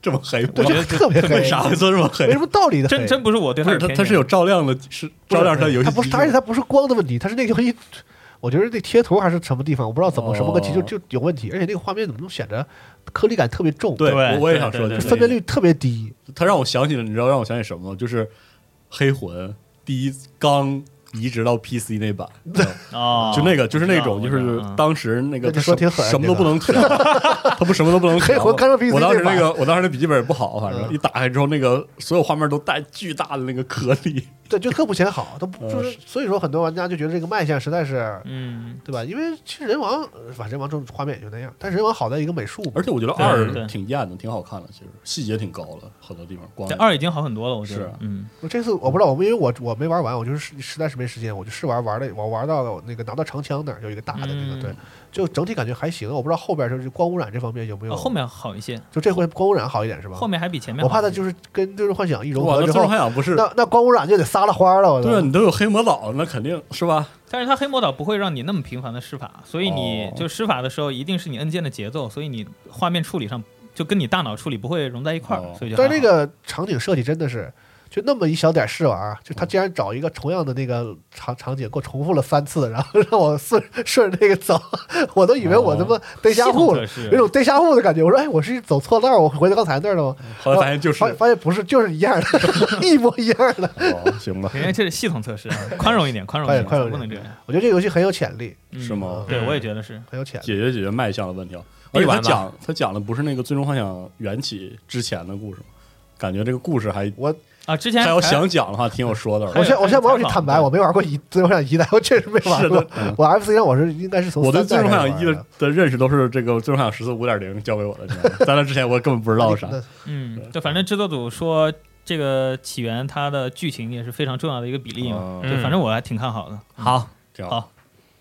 [SPEAKER 3] 这么黑，
[SPEAKER 2] 对，
[SPEAKER 3] 我
[SPEAKER 2] 就特别黑
[SPEAKER 3] 为，啥会做这么黑
[SPEAKER 2] 没？什么道理的黑。
[SPEAKER 4] 真真不是我对
[SPEAKER 3] 不
[SPEAKER 4] 它
[SPEAKER 3] 是
[SPEAKER 4] 的
[SPEAKER 3] 它，
[SPEAKER 4] 偏
[SPEAKER 3] 它
[SPEAKER 4] 见
[SPEAKER 3] 是有照亮的，是
[SPEAKER 2] 不是
[SPEAKER 3] 照亮它的游戏
[SPEAKER 2] 它
[SPEAKER 3] 机制。
[SPEAKER 2] 不是，而且它不是光的问题，它是那个游戏，我觉得那贴图还是什么地方，我不知道怎么
[SPEAKER 3] 哦
[SPEAKER 2] 什么个题就就有问题，而且那个画面怎么都显得颗粒感特别重，
[SPEAKER 3] 对，
[SPEAKER 4] 对
[SPEAKER 3] 我我也想
[SPEAKER 4] 对
[SPEAKER 3] 说，
[SPEAKER 4] 对对
[SPEAKER 3] 就是
[SPEAKER 2] 分辨率特别低。
[SPEAKER 3] 它让我想起了，你知道让我想起什么吗？就是《黑魂》第一刚移植到 PC 那版，
[SPEAKER 4] 哦，
[SPEAKER 3] 就那个就是那种
[SPEAKER 4] 我
[SPEAKER 3] 就
[SPEAKER 4] 知道嗯
[SPEAKER 3] 是
[SPEAKER 4] 我知道
[SPEAKER 3] 当时那个
[SPEAKER 2] 那你
[SPEAKER 3] 它
[SPEAKER 2] 说挺狠啊
[SPEAKER 3] 什么
[SPEAKER 2] 这
[SPEAKER 3] 都
[SPEAKER 2] 个
[SPEAKER 3] 不能调， 它不什么都不能调。
[SPEAKER 2] 黑魂刚上 PC
[SPEAKER 3] 我当时那
[SPEAKER 2] 那
[SPEAKER 3] 个我当时那笔记本也不好，反正
[SPEAKER 2] 嗯
[SPEAKER 3] 一打开之后，那个所有画面都带巨大的那个颗 粒。
[SPEAKER 2] 对，就特不显好，都不
[SPEAKER 3] 嗯
[SPEAKER 2] 就是所以说很多玩家就觉得这个卖相实在是。
[SPEAKER 4] 嗯
[SPEAKER 2] 对吧？因为其实人王，呃反正人王这种画面也就那样，但是人王好在一个美术嘛，
[SPEAKER 3] 而且我觉得
[SPEAKER 4] 对
[SPEAKER 3] 二
[SPEAKER 4] 对
[SPEAKER 3] 挺艳的，挺好看的，其实细节挺高的，很多地方光
[SPEAKER 4] 这。二已经好很多了，我觉
[SPEAKER 3] 是
[SPEAKER 4] 得
[SPEAKER 3] 啊，
[SPEAKER 4] 嗯，
[SPEAKER 2] 我这次我不知道，我因为我我没玩完，我就是实实在是没没时间，我就试玩玩了，我玩到了那个拿到长枪那儿有一个大的那个，
[SPEAKER 4] 嗯
[SPEAKER 2] 对，就整体感觉还行。我不知道后边就是光污染这方面有没有，
[SPEAKER 4] 哦后面好一些，
[SPEAKER 2] 就这回光污染好一点是吧？
[SPEAKER 4] 后面还比前面好
[SPEAKER 2] 我
[SPEAKER 4] 一些。
[SPEAKER 2] 怕它就是跟《最终幻想》一融
[SPEAKER 3] 哇，
[SPEAKER 2] 合
[SPEAKER 3] 那
[SPEAKER 2] 之
[SPEAKER 3] 最终
[SPEAKER 2] 后，
[SPEAKER 3] 幻想不是？
[SPEAKER 2] 那那光污染就得撒了花了，我
[SPEAKER 3] 对啊，
[SPEAKER 2] 的
[SPEAKER 3] 你都有黑魔导，那肯定是吧？
[SPEAKER 4] 但是它黑魔导不会让你那么频繁的施法，所以你
[SPEAKER 3] 哦
[SPEAKER 4] 就施法的时候一定是你按键的节奏，所以你画面处理上就跟你大脑处理不会融在一块儿，
[SPEAKER 3] 哦
[SPEAKER 4] 所以就还
[SPEAKER 2] 但
[SPEAKER 4] 好。
[SPEAKER 2] 是这个场景设计真的是。就那么一小点试玩儿，就他竟然找一个同样的那个场场景给我重复了三次，然后让我顺顺着那个走，我都以为我他妈逮瞎
[SPEAKER 4] 哦系统
[SPEAKER 2] 户了
[SPEAKER 4] 测，试
[SPEAKER 2] 有种逮瞎户的感觉。我说，哎，我是走错道儿，我回到刚才那儿了吗？
[SPEAKER 3] 后来发现就是
[SPEAKER 2] 发发现不是，就是一样的， 一模一样的。
[SPEAKER 3] 哦，行吧，
[SPEAKER 4] 人家这是系统测试啊，宽容一点，宽 容一点，
[SPEAKER 2] 宽容
[SPEAKER 4] 不
[SPEAKER 2] 宽容
[SPEAKER 4] 能
[SPEAKER 2] 一
[SPEAKER 4] 这
[SPEAKER 2] 点
[SPEAKER 4] 样。
[SPEAKER 2] 我觉得这个游戏很有潜力，
[SPEAKER 4] 嗯
[SPEAKER 3] 是？吗？
[SPEAKER 4] 对，我也觉得是。
[SPEAKER 2] 很有潜力。
[SPEAKER 3] 解决解决卖相的问题啊！而
[SPEAKER 5] 必
[SPEAKER 3] 且他
[SPEAKER 5] 玩吧
[SPEAKER 3] 讲他讲的不是那个最终幻想缘起之前的故事，感觉这个故事还
[SPEAKER 4] 啊，之前
[SPEAKER 3] 他要
[SPEAKER 4] 还
[SPEAKER 3] 想讲的话挺有说道
[SPEAKER 4] 还
[SPEAKER 2] 我
[SPEAKER 3] 的。
[SPEAKER 4] 有
[SPEAKER 2] 现我现在不要去
[SPEAKER 4] 采访
[SPEAKER 2] 坦白，
[SPEAKER 4] 对
[SPEAKER 2] 我没玩过一《最终幻想一代》，我确实没玩
[SPEAKER 3] 是
[SPEAKER 2] 过
[SPEAKER 3] 的。嗯
[SPEAKER 2] 我 FC 上我是应该是从
[SPEAKER 3] 我对
[SPEAKER 2] 三
[SPEAKER 3] 最
[SPEAKER 2] 代
[SPEAKER 3] 终幻
[SPEAKER 2] 开
[SPEAKER 3] 想一
[SPEAKER 2] 始玩
[SPEAKER 3] 的的认识都是这个最终幻想十四五点零教给我的，你知道吗在那之前我根本不知道啥
[SPEAKER 2] 那。那
[SPEAKER 4] 嗯，就反正制作组说这个起源它的剧情也是非常重要的一个比例嘛，
[SPEAKER 3] 哦嗯
[SPEAKER 5] 嗯
[SPEAKER 4] 对，反正我还挺看好的。
[SPEAKER 5] 好，
[SPEAKER 3] 挺
[SPEAKER 4] 好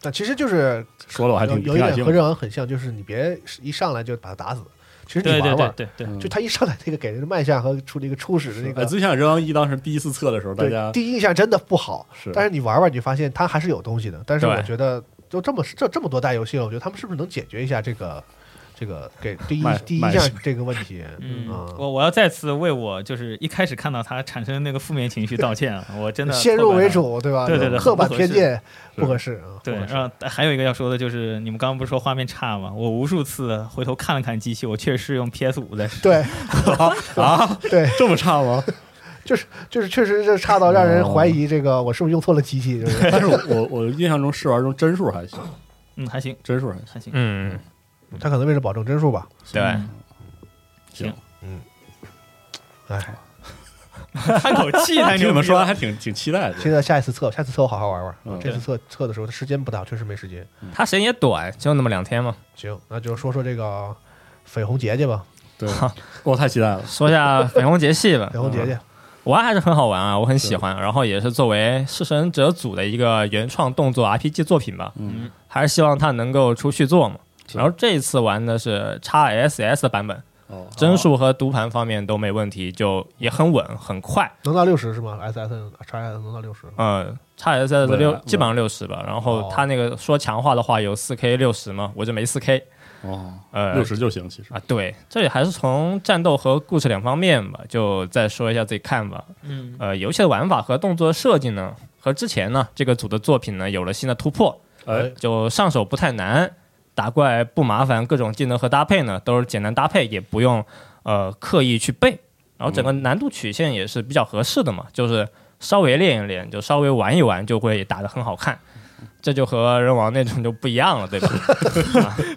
[SPEAKER 2] 那其实就是
[SPEAKER 3] 说的我还
[SPEAKER 2] 有
[SPEAKER 3] 挺
[SPEAKER 2] 有
[SPEAKER 3] 挺
[SPEAKER 2] 一
[SPEAKER 3] 感兴
[SPEAKER 2] 点和
[SPEAKER 3] 趣
[SPEAKER 2] 任王很像，就是你别一上来就把他打死，其实你
[SPEAKER 4] 对对
[SPEAKER 2] 玩
[SPEAKER 4] 对
[SPEAKER 2] 玩，
[SPEAKER 4] 对对，
[SPEAKER 3] 嗯
[SPEAKER 2] 就他一上来那个给人的卖相和出那个初始的那
[SPEAKER 3] 的。哎，
[SPEAKER 2] 个，
[SPEAKER 3] 最想扔一当时第一次测的时候，大
[SPEAKER 2] 对
[SPEAKER 3] 家
[SPEAKER 2] 第一印象真的不好。
[SPEAKER 3] 是
[SPEAKER 2] 但是你玩玩，你就发现它还是有东西的。但是
[SPEAKER 5] 对
[SPEAKER 2] 我觉得，就这么这这么多代游戏了，我觉得他们是不是能解决一下这个这个给第一
[SPEAKER 3] 卖
[SPEAKER 2] 第一
[SPEAKER 3] 卖
[SPEAKER 2] 项这个问题？
[SPEAKER 4] 嗯
[SPEAKER 2] 啊，
[SPEAKER 4] 我我要再次为我就是一开始看到他产生那个负面情绪道歉啊，我真的
[SPEAKER 2] 先入为主，对吧？
[SPEAKER 4] 对对对
[SPEAKER 2] 刻板
[SPEAKER 4] 很不合
[SPEAKER 2] 偏
[SPEAKER 4] 适
[SPEAKER 2] 见不合适啊。
[SPEAKER 4] 对
[SPEAKER 2] 不，合适
[SPEAKER 4] 然后还有一个要说的就是，你们刚刚不是说画面差吗？我无数次回头看了看机器，我确实是用 PS 五在使。
[SPEAKER 2] 对
[SPEAKER 3] 啊，
[SPEAKER 2] 对，
[SPEAKER 3] 这么差吗？
[SPEAKER 2] 就是确实是差到让人怀疑这个我是不是用错了机器，就是
[SPEAKER 3] 但是我我印象中试玩中帧数还行，
[SPEAKER 4] 嗯，还行，
[SPEAKER 3] 帧数还行。
[SPEAKER 4] 还行。嗯
[SPEAKER 5] 嗯，
[SPEAKER 2] 他可能为了保证帧数吧。
[SPEAKER 5] 对，
[SPEAKER 3] 嗯
[SPEAKER 4] 行，
[SPEAKER 2] 哎，
[SPEAKER 4] 叹口气，太牛
[SPEAKER 3] 听你
[SPEAKER 4] 逼
[SPEAKER 3] 们说完
[SPEAKER 4] 了。
[SPEAKER 3] 还挺挺期待的。
[SPEAKER 2] 现在下一次测，下次测我好好玩玩。
[SPEAKER 3] 嗯
[SPEAKER 2] 这次测测的时候时间不大，我确实没时间。
[SPEAKER 5] 它时间也短，只有那么两天嘛。
[SPEAKER 2] 行，那就说说这个绯红节节吧，
[SPEAKER 3] 对，我太期待 了。
[SPEAKER 5] 说一 下粉红节气吧
[SPEAKER 2] 绯，红
[SPEAKER 3] 嗯
[SPEAKER 2] 节节，
[SPEAKER 5] 玩还是很好玩啊，我很喜欢。然后也是作为《弑神者组》的一个原创动作 RPG 作品吧，
[SPEAKER 3] 嗯，
[SPEAKER 5] 还是希望它能够出续作嘛。
[SPEAKER 3] 是
[SPEAKER 5] 然后这一次玩的是 x SS 的版本，
[SPEAKER 3] 哦，
[SPEAKER 5] 帧数和读盘方面都没问题，就也很稳很快。
[SPEAKER 2] 能到六十是吗？S S N X S 能到六十。
[SPEAKER 5] 嗯，差 S S
[SPEAKER 3] 对
[SPEAKER 5] 六
[SPEAKER 3] 对
[SPEAKER 5] 基本上六十吧，然
[SPEAKER 3] 哦
[SPEAKER 5] 后它那个说强化的话有四 K 六十嘛，我就没四 K，
[SPEAKER 3] 哦，
[SPEAKER 5] 呃，
[SPEAKER 3] 六十就行，其实
[SPEAKER 5] 啊，对，这里还是从战斗和故事两方面吧，就再说一下自己看法。
[SPEAKER 4] 嗯，
[SPEAKER 5] 呃，游戏的玩法和动作设计呢，和之前呢这个组的作品呢有了新的突破，
[SPEAKER 4] 呃
[SPEAKER 3] 哎，
[SPEAKER 5] 就上手不太难，打怪不麻烦，各种技能和搭配呢都是简单搭配，也不用呃刻意去背。然后整个难度曲线也是比较合适的嘛，就是稍微练一练，就稍微玩一玩，就会打得很好看。这就和人王那种就不一样了，对吧？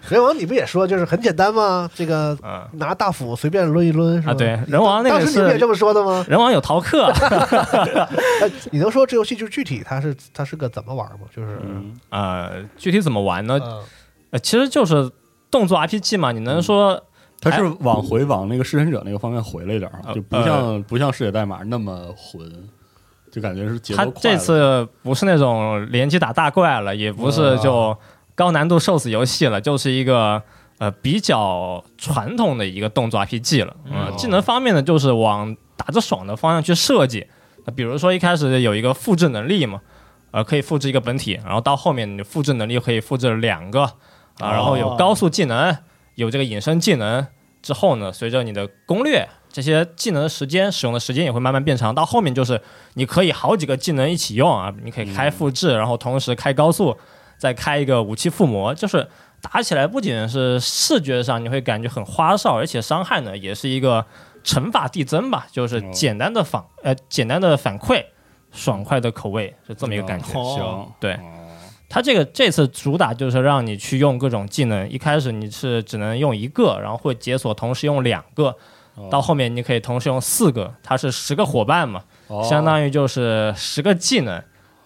[SPEAKER 2] 人王，你不也说就是很简单吗？这个
[SPEAKER 5] 嗯、
[SPEAKER 2] 拿大斧随便抡一抡是吧？
[SPEAKER 5] 啊，对，人王那
[SPEAKER 2] 当时
[SPEAKER 5] 个
[SPEAKER 2] 你不也
[SPEAKER 5] 是
[SPEAKER 2] 这么说的吗？
[SPEAKER 5] 人王有逃课。啊
[SPEAKER 2] 哎，你能说这游戏就是具体它是它是个怎么玩吗？就是，
[SPEAKER 3] 嗯，
[SPEAKER 5] 呃，具体怎么玩呢？
[SPEAKER 2] 嗯
[SPEAKER 5] 呃，其实就是动作 RPG 嘛，你能
[SPEAKER 3] 嗯
[SPEAKER 5] 说
[SPEAKER 3] 他
[SPEAKER 5] 哎
[SPEAKER 3] 是往回往那个弑神者那个方面回了一点儿啊，
[SPEAKER 5] 呃
[SPEAKER 3] 就不像不像世界代码那么混，就感觉是节
[SPEAKER 5] 它
[SPEAKER 3] 奏快
[SPEAKER 5] 这
[SPEAKER 3] 了。
[SPEAKER 5] 次不是那种连击打大怪了，也不是就高难度受死游戏了，就是一个呃比较传统的一个动作 RPG 了。
[SPEAKER 4] 嗯
[SPEAKER 5] 呃技能方面呢，就是往打着爽的方向去设计。那比如说一开始有一个复制能力嘛，呃，可以复制一个本体，然后到后面你复制能力可以复制两个啊，然后有
[SPEAKER 4] 哦
[SPEAKER 5] 高速技能，有这个隐身技能之后呢，随着你的攻略。这些技能的时间使用的时间也会慢慢变长，到后面就是你可以好几个技能一起用啊，你可以开复
[SPEAKER 4] 嗯
[SPEAKER 5] 制，然后同时开高速，再开一个武器附魔，就是打起来不仅是视觉上你会感觉很花哨，而且伤害呢也是一个乘法递增吧，就是
[SPEAKER 3] 哦
[SPEAKER 5] 简单的反、呃简单的反馈，爽快的口味是这么一个感觉。
[SPEAKER 4] 哦
[SPEAKER 3] 行，
[SPEAKER 5] 对
[SPEAKER 3] 哦，
[SPEAKER 5] 它这个这次主打就是让你去用各种技能，一开始你是只能用一个，然后会解锁同时用两个，
[SPEAKER 3] 哦
[SPEAKER 5] 到后面你可以同时用四个，它是十个伙伴嘛，
[SPEAKER 3] 哦
[SPEAKER 5] 相当于就是十个技能，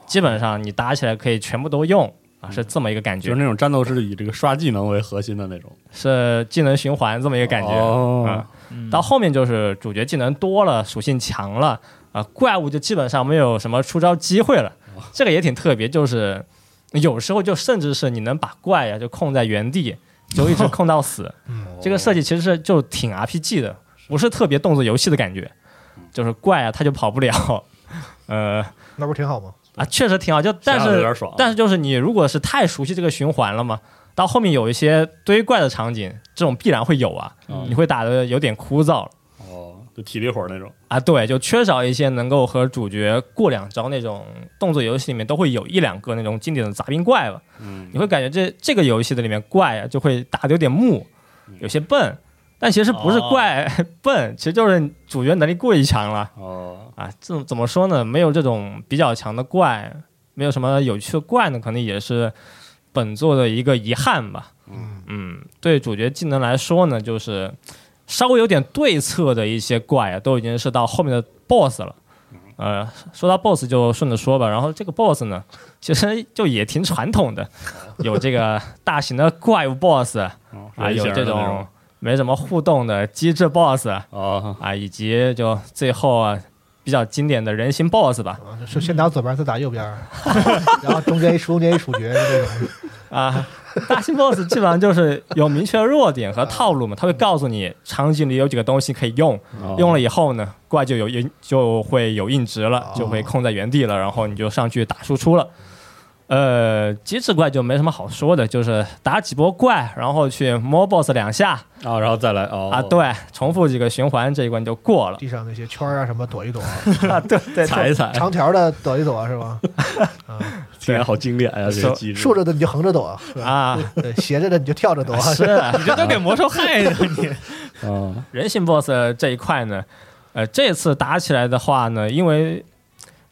[SPEAKER 5] 基本上你打起来可以全部都用啊，是这么一个感
[SPEAKER 3] 就
[SPEAKER 5] 觉
[SPEAKER 3] 是，那种战斗是以这个刷技能为核心的那种
[SPEAKER 5] 是技能循环这么一个感觉。
[SPEAKER 3] 哦
[SPEAKER 5] 嗯，到后面就是主角技能多了，属性强了，啊、怪物就基本上没有什么出招机会了，这个也挺特别，就是有时候就甚至是你能把怪呀、就控在原地，就一直控到死。这个设计其实是就挺 RPG 的，不是特别动作游戏的感觉，就是怪啊，它就跑不了。 呃
[SPEAKER 2] 那不是挺好吗？
[SPEAKER 5] 啊，确实挺好，就但
[SPEAKER 3] 想想有
[SPEAKER 5] 是
[SPEAKER 3] 点爽，啊
[SPEAKER 5] 但是就是你如果是太熟悉这个循环了嘛，到后面有一些堆怪的场景，这种必然会有啊，
[SPEAKER 3] 嗯
[SPEAKER 5] 你会打的有点枯燥了
[SPEAKER 3] 哦，就体力活儿那种，
[SPEAKER 5] 啊。对，就缺少一些能够和主角过两招那种动作游戏里面都会有一两个那种经典的杂兵怪吧，
[SPEAKER 3] 嗯
[SPEAKER 5] 你会感觉这这个游戏的里面怪啊就会打的有点木，
[SPEAKER 3] 嗯
[SPEAKER 5] 有些笨。但其实不是
[SPEAKER 3] 哦
[SPEAKER 5] 怪、 笨，其实就是主角能力过于强了
[SPEAKER 3] 哦，
[SPEAKER 5] 啊！这种怎么说呢？没有这种比较强的怪，没有什么有趣的怪呢，可能也是本作的一个遗憾吧。
[SPEAKER 3] 嗯
[SPEAKER 5] 嗯，对主角技能来说呢，就是稍微有点对策的一些怪啊，都已经是到后面的 BOSS 了。呃，说到 BOSS 就顺着说吧。然后这个 BOSS 呢，其实就也挺传统的，有这个大型的怪物 BOSS
[SPEAKER 3] 哦
[SPEAKER 5] 啊，
[SPEAKER 3] 人
[SPEAKER 5] 有
[SPEAKER 3] 形儿的
[SPEAKER 5] 这
[SPEAKER 3] 那
[SPEAKER 5] 种没什么互动的机制 BOSS
[SPEAKER 3] 哦，
[SPEAKER 5] 啊，以及就最后啊比较经典的人形 BOSS 吧。
[SPEAKER 2] 啊，就是先打左边，再打右边， 然后中间一中间一处决这种。
[SPEAKER 5] 啊，大型 BOSS 基本上就是有明确的弱点和套路嘛，他会告诉你场景里有几个东西可以用，
[SPEAKER 3] 哦
[SPEAKER 5] 用了以后呢，怪就有硬就会有硬直了
[SPEAKER 2] 哦，
[SPEAKER 5] 就会空在原地了，然后你就上去打输出了。呃，机制怪就没什么好说的，就是打几波怪，然后去摸 BOSS 两下
[SPEAKER 3] 啊，然后再来哦
[SPEAKER 5] 啊，，对，重复几个循环，这一关就过了
[SPEAKER 2] 地上那些圈儿啊什么躲 一躲，
[SPEAKER 5] 啊，对对，
[SPEAKER 3] 踩一踩，
[SPEAKER 2] 长条的躲一躲是吧？
[SPEAKER 3] 听起来好经典呀，这
[SPEAKER 5] 手
[SPEAKER 3] 个机制
[SPEAKER 2] 竖着的你就横着 躲，
[SPEAKER 5] 啊，
[SPEAKER 2] 对，斜着的你就跳着躲。
[SPEAKER 5] 是啊
[SPEAKER 4] 你这都给魔兽 害的你。
[SPEAKER 3] 啊，
[SPEAKER 5] 人形 BOSS 这一块呢，呃，这次打起来的话呢，因为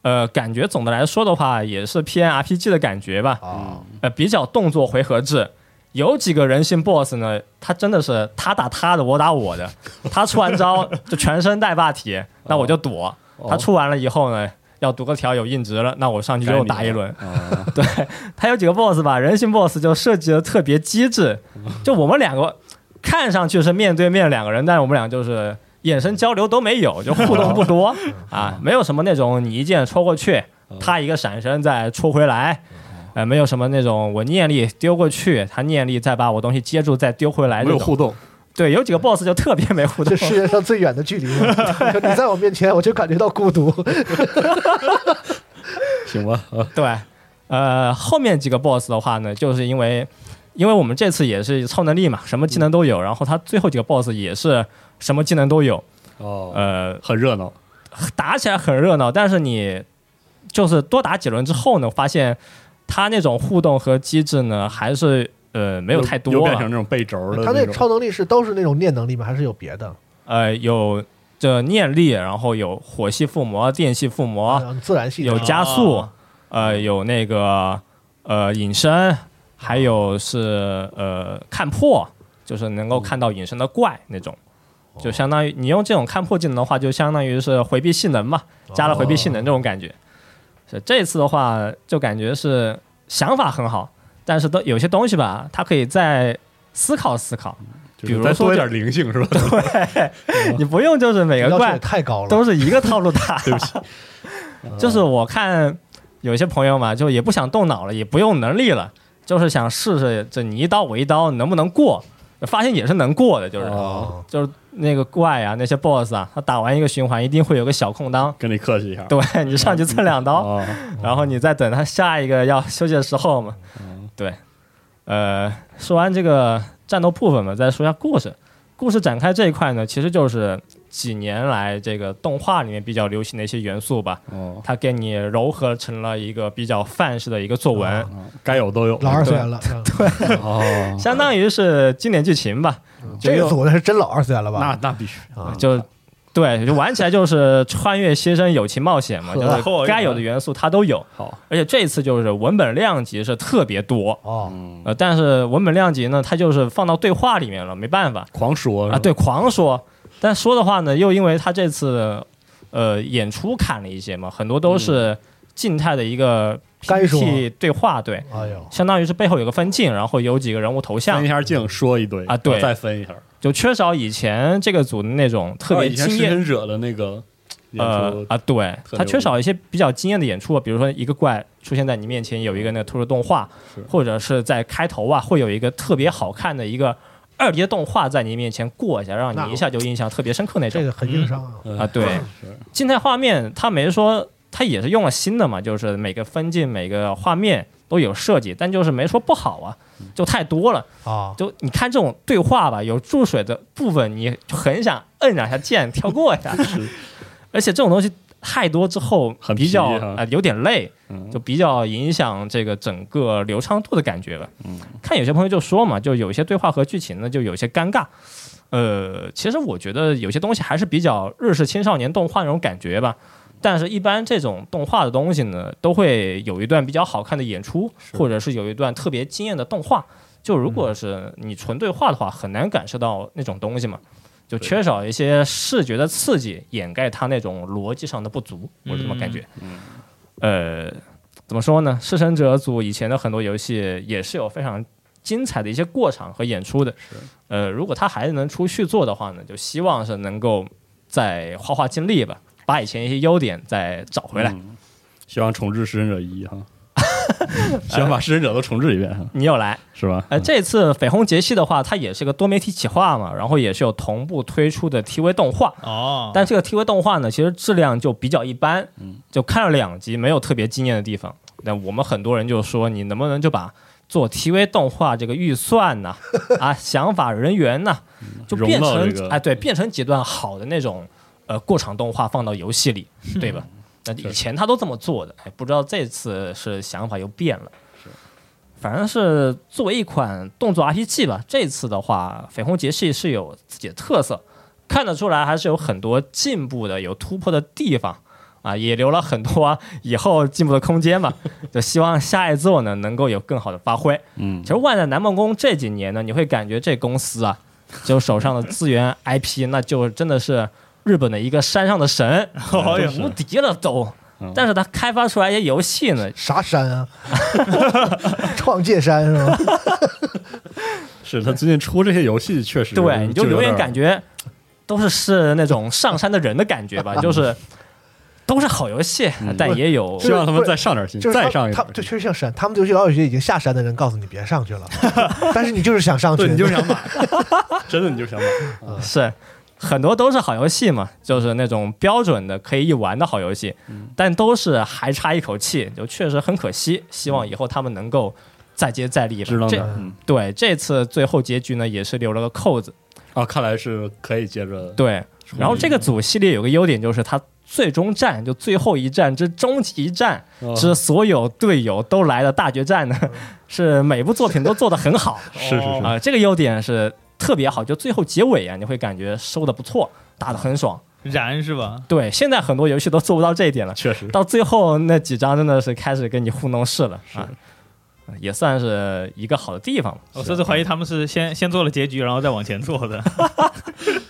[SPEAKER 5] 呃，感觉总的来说的话也是偏 RPG 的感觉吧，
[SPEAKER 2] 啊，
[SPEAKER 5] 呃，比较动作回合制。有几个人形 BOSS 呢，他真的是他打他的，我打我的， 他出完招就全身带霸体，那我就躲。他出完了以后呢，要读个条有硬直了，那我上去又打一轮。
[SPEAKER 3] 啊，
[SPEAKER 5] 他有几个 BOSS 吧，人形 BOSS 就设计的特别机智，就我们两个看上去是面对面两个人，但是我们俩就是眼神交流都没有，就互动不 多
[SPEAKER 3] 嗯
[SPEAKER 5] 啊，没有什么那种你一剑戳过去，他一个闪身再戳回来。
[SPEAKER 3] 嗯
[SPEAKER 5] 呃，没有什么那种我念力丢过去，他念力再把我东西接住，再丢回来
[SPEAKER 3] 没
[SPEAKER 5] 这
[SPEAKER 3] 有
[SPEAKER 5] 种。
[SPEAKER 3] 互 动，
[SPEAKER 5] 对，有几个 boss 就特别没互
[SPEAKER 2] 这
[SPEAKER 5] 动。
[SPEAKER 2] 世界上最远的距离了， 就你在我面前，我就感觉到孤独。
[SPEAKER 3] 行吧，啊
[SPEAKER 5] 对，呃，后面几个 boss 的话呢，就是因为因为我们这次也是超能力嘛，什么技能都有，然后他最后几个 boss 也是什么技能都有，
[SPEAKER 3] 哦，
[SPEAKER 5] 呃，
[SPEAKER 3] 很热闹，
[SPEAKER 5] 打起来很热闹，但是你就是多打几轮之后呢，发现他那种互动和机制呢，还是呃没有太
[SPEAKER 3] 又
[SPEAKER 5] 多
[SPEAKER 3] 变成
[SPEAKER 5] 了，
[SPEAKER 3] 那种背轴的
[SPEAKER 2] 他那
[SPEAKER 3] 种
[SPEAKER 2] 超能力是都是那种念能力吗？还是有别的？
[SPEAKER 5] 呃，有这念力，然后有火系附魔、电系附魔，
[SPEAKER 3] 啊
[SPEAKER 2] 嗯，自然系
[SPEAKER 5] 有
[SPEAKER 2] 的
[SPEAKER 5] 加速，
[SPEAKER 4] 哦
[SPEAKER 5] 呃，有那个呃隐身，还有是呃看破，就是能够看到隐身的怪那种。就相当于你用这种看破技能的话，就相当于是回避性能嘛，加了回避性能这种感觉。是这次的话，就感觉是想法很好，但是都有些东西吧，它可以再思考思考。
[SPEAKER 3] 就是
[SPEAKER 5] 比如
[SPEAKER 3] 再
[SPEAKER 5] 说
[SPEAKER 3] 多一
[SPEAKER 5] 就
[SPEAKER 3] 点灵性是吧？
[SPEAKER 5] 你不用就是每
[SPEAKER 2] 要
[SPEAKER 5] 个
[SPEAKER 2] 求
[SPEAKER 5] 怪
[SPEAKER 2] 也太高了。
[SPEAKER 5] 都是一个套路打。
[SPEAKER 3] 对不起，
[SPEAKER 5] 就是我看有些朋友嘛，就也不想动脑了，也不用能力了，就是想试试这你一刀我一刀能不能过，发现也是能过的，就是、
[SPEAKER 2] 啊
[SPEAKER 3] 哦
[SPEAKER 5] 就是那个怪啊，那些 BOSS 啊，他打完一个循环一定会有个小空档，
[SPEAKER 3] 跟你客气一下，
[SPEAKER 5] 对你上去蹭两刀，
[SPEAKER 3] 啊，
[SPEAKER 5] 然后你再等他下一个要休息的时候嘛。对，呃，说完这个战斗部分嘛，再说一下故事。故事展开这一块呢，其实就是几年来这个动画里面比较流行的一些元素吧，
[SPEAKER 3] 哦，
[SPEAKER 5] 它给你糅合成了一个比较范式的一个作文，
[SPEAKER 3] 该有都有，
[SPEAKER 2] 老二次元了，嗯
[SPEAKER 3] 哦，
[SPEAKER 5] 相当于是经典剧情吧。就
[SPEAKER 2] 这
[SPEAKER 5] 用
[SPEAKER 2] 个组的是真老二次元了吧？
[SPEAKER 3] 那那必须
[SPEAKER 2] 啊
[SPEAKER 5] 就对，就玩起来就是穿越、牺牲、友情、冒险嘛，就是该有的元素它都有。
[SPEAKER 3] 好，
[SPEAKER 5] 而且这一次就是文本量级是特别多，
[SPEAKER 2] 哦，
[SPEAKER 3] 嗯，
[SPEAKER 5] 呃，但是文本量级呢，它就是放到对话里面了，没办法
[SPEAKER 3] 狂说是吧
[SPEAKER 5] 啊，，对，狂说。但说的话呢，又因为它这次呃演出砍了一些嘛，很多都是静态的一个
[SPEAKER 2] 嗯该说
[SPEAKER 5] PPT 对话，对，
[SPEAKER 2] 哎呦，
[SPEAKER 5] 相当于是背后有个分镜，然后有几个人物头
[SPEAKER 3] 分
[SPEAKER 5] 像
[SPEAKER 3] 一，下镜说一堆
[SPEAKER 5] 啊对
[SPEAKER 3] 然后再分一下，
[SPEAKER 5] 就缺少以前这个组的那种特
[SPEAKER 3] 啊
[SPEAKER 5] 别
[SPEAKER 3] 以前
[SPEAKER 5] 惊
[SPEAKER 3] 食
[SPEAKER 5] 艳
[SPEAKER 3] 神者的那个演
[SPEAKER 5] 呃
[SPEAKER 3] 出
[SPEAKER 5] 啊，对，
[SPEAKER 3] 特
[SPEAKER 5] 它
[SPEAKER 3] 牛
[SPEAKER 5] 缺
[SPEAKER 3] 逼
[SPEAKER 5] 少一些比较惊艳的演出啊，比如说一个怪出现在你面前有一个那个特殊动画
[SPEAKER 3] 是，
[SPEAKER 5] 或者是在开头啊会有一个特别好看的一个二 D 动画在你面前过一下，让
[SPEAKER 2] 那
[SPEAKER 5] 你一下就印象特别深刻那
[SPEAKER 2] 这
[SPEAKER 5] 种
[SPEAKER 2] 个很硬伤啊。
[SPEAKER 3] 呃
[SPEAKER 5] 啊。对，
[SPEAKER 3] 是
[SPEAKER 5] 静态画面它没说，它也是用了新的嘛，就是每个分镜每个画面都有设计，但就是没说不好啊，就太多了。
[SPEAKER 2] 啊，
[SPEAKER 3] 哦
[SPEAKER 5] 就你看这种对话吧，有注水的部分，你就很想摁两下键跳过 呀。而且这种东西太多之后，
[SPEAKER 3] 很
[SPEAKER 5] 比较
[SPEAKER 3] 疲哈
[SPEAKER 5] 啊、有点累，
[SPEAKER 3] 嗯
[SPEAKER 5] 就比较影响这个整个流畅度的感觉了。
[SPEAKER 3] 嗯
[SPEAKER 5] 看有些朋友就说嘛，就有些对话和剧情呢，就有些尴尬。呃，其实我觉得有些东西还是比较日式青少年动画那种感觉吧。但是，一般这种动画的东西呢，都会有一段比较好看的演出，或者是有一段特别惊艳的动画。就如果是你纯对话的话，很难感受到那种东西嘛，就缺少一些视觉的刺激，掩盖它那种逻辑上的不足，我是这么感觉。呃，怎么说呢？《弑神者组》以前的很多游戏也是有非常精彩的一些过场和演出的。呃，如果他还能出续作的话呢，就希望是能够再花花精力吧，把以前一些优点再找回来。
[SPEAKER 3] 嗯希望重置《食人者一》 哈，希望把《食人者》都重置一遍哈，
[SPEAKER 5] 你又来，
[SPEAKER 3] 是吧？
[SPEAKER 5] 呃，这次绯红节系的话，它也是个多媒体企划嘛，然后也是有同步推出的 TV 动画，
[SPEAKER 4] 哦，
[SPEAKER 5] 但这个 TV 动画呢，其实质量就比较一般，就看了两集，没有特别惊艳的地方。那我们很多人就说，你能不能就把做 TV 动画这个预算呐、啊，想法人员呐、就
[SPEAKER 3] 融
[SPEAKER 5] 变
[SPEAKER 3] 到
[SPEAKER 5] 成、
[SPEAKER 3] 这个
[SPEAKER 5] 哎，对，变成几段好的那种呃过场动画放到游戏里，对吧？那以前他都这么做的，哎，不知道这次是想法又变了。反正是作为一款动作 RPG 吧，这次的话，《绯红节系》是有自己的特色，看得出来还是有很多进步的、有突破的地方啊，也留了很多以后进步的空间吧。就希望下一座呢能够有更好的发挥。
[SPEAKER 3] 嗯
[SPEAKER 5] 其，实万代南梦宫这几年呢，你会感觉这公司啊， 就手上的资源 IP，那就真的是日本的一个山上的神，
[SPEAKER 4] 哎呦
[SPEAKER 5] 就无敌了都
[SPEAKER 3] 嗯。
[SPEAKER 5] 但是他开发出来一些游戏呢，
[SPEAKER 2] 啥山啊？ 创界山是吧？
[SPEAKER 3] 是他最近出这些游戏确实
[SPEAKER 5] 对，你就
[SPEAKER 3] 有
[SPEAKER 5] 永远
[SPEAKER 3] 点
[SPEAKER 5] 感觉都是是那种上山的人的感 觉吧，就是都是好游戏，
[SPEAKER 3] 嗯
[SPEAKER 5] 但也有
[SPEAKER 3] 希望他们再上点心，
[SPEAKER 2] 就是他
[SPEAKER 3] 再上一
[SPEAKER 2] 他
[SPEAKER 3] 点
[SPEAKER 2] 们，就确实像山，他们的游戏老有些已经下山的人告诉你别上 去了，但是你就是想上去，
[SPEAKER 3] 对，你就想买，真的你就 想买，
[SPEAKER 5] 是很多都是好游戏嘛，就是那种标准的可以一玩的好游戏，但都是还差一口气，就确实很可惜。希望以后他们能够再接再厉
[SPEAKER 3] 知道
[SPEAKER 5] 吧。
[SPEAKER 3] 点
[SPEAKER 5] 这
[SPEAKER 3] 儿。嗯
[SPEAKER 5] 对这次最后结局呢，也是留了个扣子。
[SPEAKER 3] 啊，看来是可以接着
[SPEAKER 5] 对，然后这个组系列有个优点就是它最终战，就最后一战之终极一战
[SPEAKER 3] 哦
[SPEAKER 5] 之所有队友都来的大决战呢， 是每部作品都做得很好。
[SPEAKER 3] 是是
[SPEAKER 5] 啊、
[SPEAKER 3] 是，
[SPEAKER 5] 这个优点是特别好，就最后结尾啊，你会感觉收的不错，打的很爽。
[SPEAKER 4] 燃是吧？
[SPEAKER 5] 对，现在很多游戏都做不到这一点了，
[SPEAKER 3] 确实
[SPEAKER 5] 到最后那几章真的是开始跟你糊弄事了啊，也算是一个好的地方吧。
[SPEAKER 3] 哦
[SPEAKER 4] 我甚至怀疑他们是先先做了结局，然后再往前做 的。
[SPEAKER 3] 行
[SPEAKER 5] 行，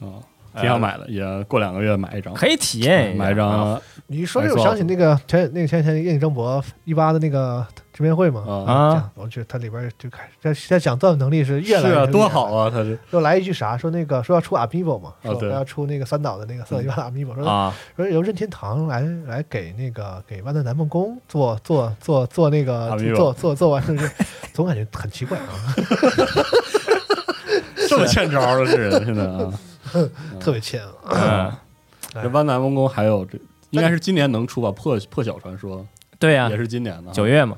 [SPEAKER 3] 啊， 挺想买的，也过两个月买一张，嗯
[SPEAKER 5] 可以体验一下
[SPEAKER 3] 哦买一
[SPEAKER 5] 啊
[SPEAKER 3] 张
[SPEAKER 2] 你一说这个，我想起那个前那个前前任正博一八的那个直面会嘛，
[SPEAKER 3] 啊，
[SPEAKER 5] 啊
[SPEAKER 2] 讲，我觉得他里边就开始在在讲段能力是
[SPEAKER 3] 是
[SPEAKER 2] 越来
[SPEAKER 3] 啊，
[SPEAKER 2] 越
[SPEAKER 3] 多好
[SPEAKER 2] 啊！
[SPEAKER 3] 啊，他这
[SPEAKER 2] 又来一句啥？说那个说要出 Amiibo 嘛，
[SPEAKER 3] 啊
[SPEAKER 2] 说
[SPEAKER 3] 对嗯
[SPEAKER 2] 要出那个三岛的那个三岛一八的 Amiibo，说
[SPEAKER 5] 啊，
[SPEAKER 2] 说由任天堂来来给那个给万代南梦宫做做做做那个
[SPEAKER 3] Amiibo
[SPEAKER 2] 做做做完，就是总感觉很奇怪啊，
[SPEAKER 3] 这么欠招的这人现在啊，
[SPEAKER 2] 特别欠啊。
[SPEAKER 5] 嗯，
[SPEAKER 2] 哎
[SPEAKER 3] 这湾南梦宫还有这。应该是今年能出吧？破破晓传说
[SPEAKER 5] 对呀、
[SPEAKER 3] 也是今年的啊，
[SPEAKER 5] 九月嘛，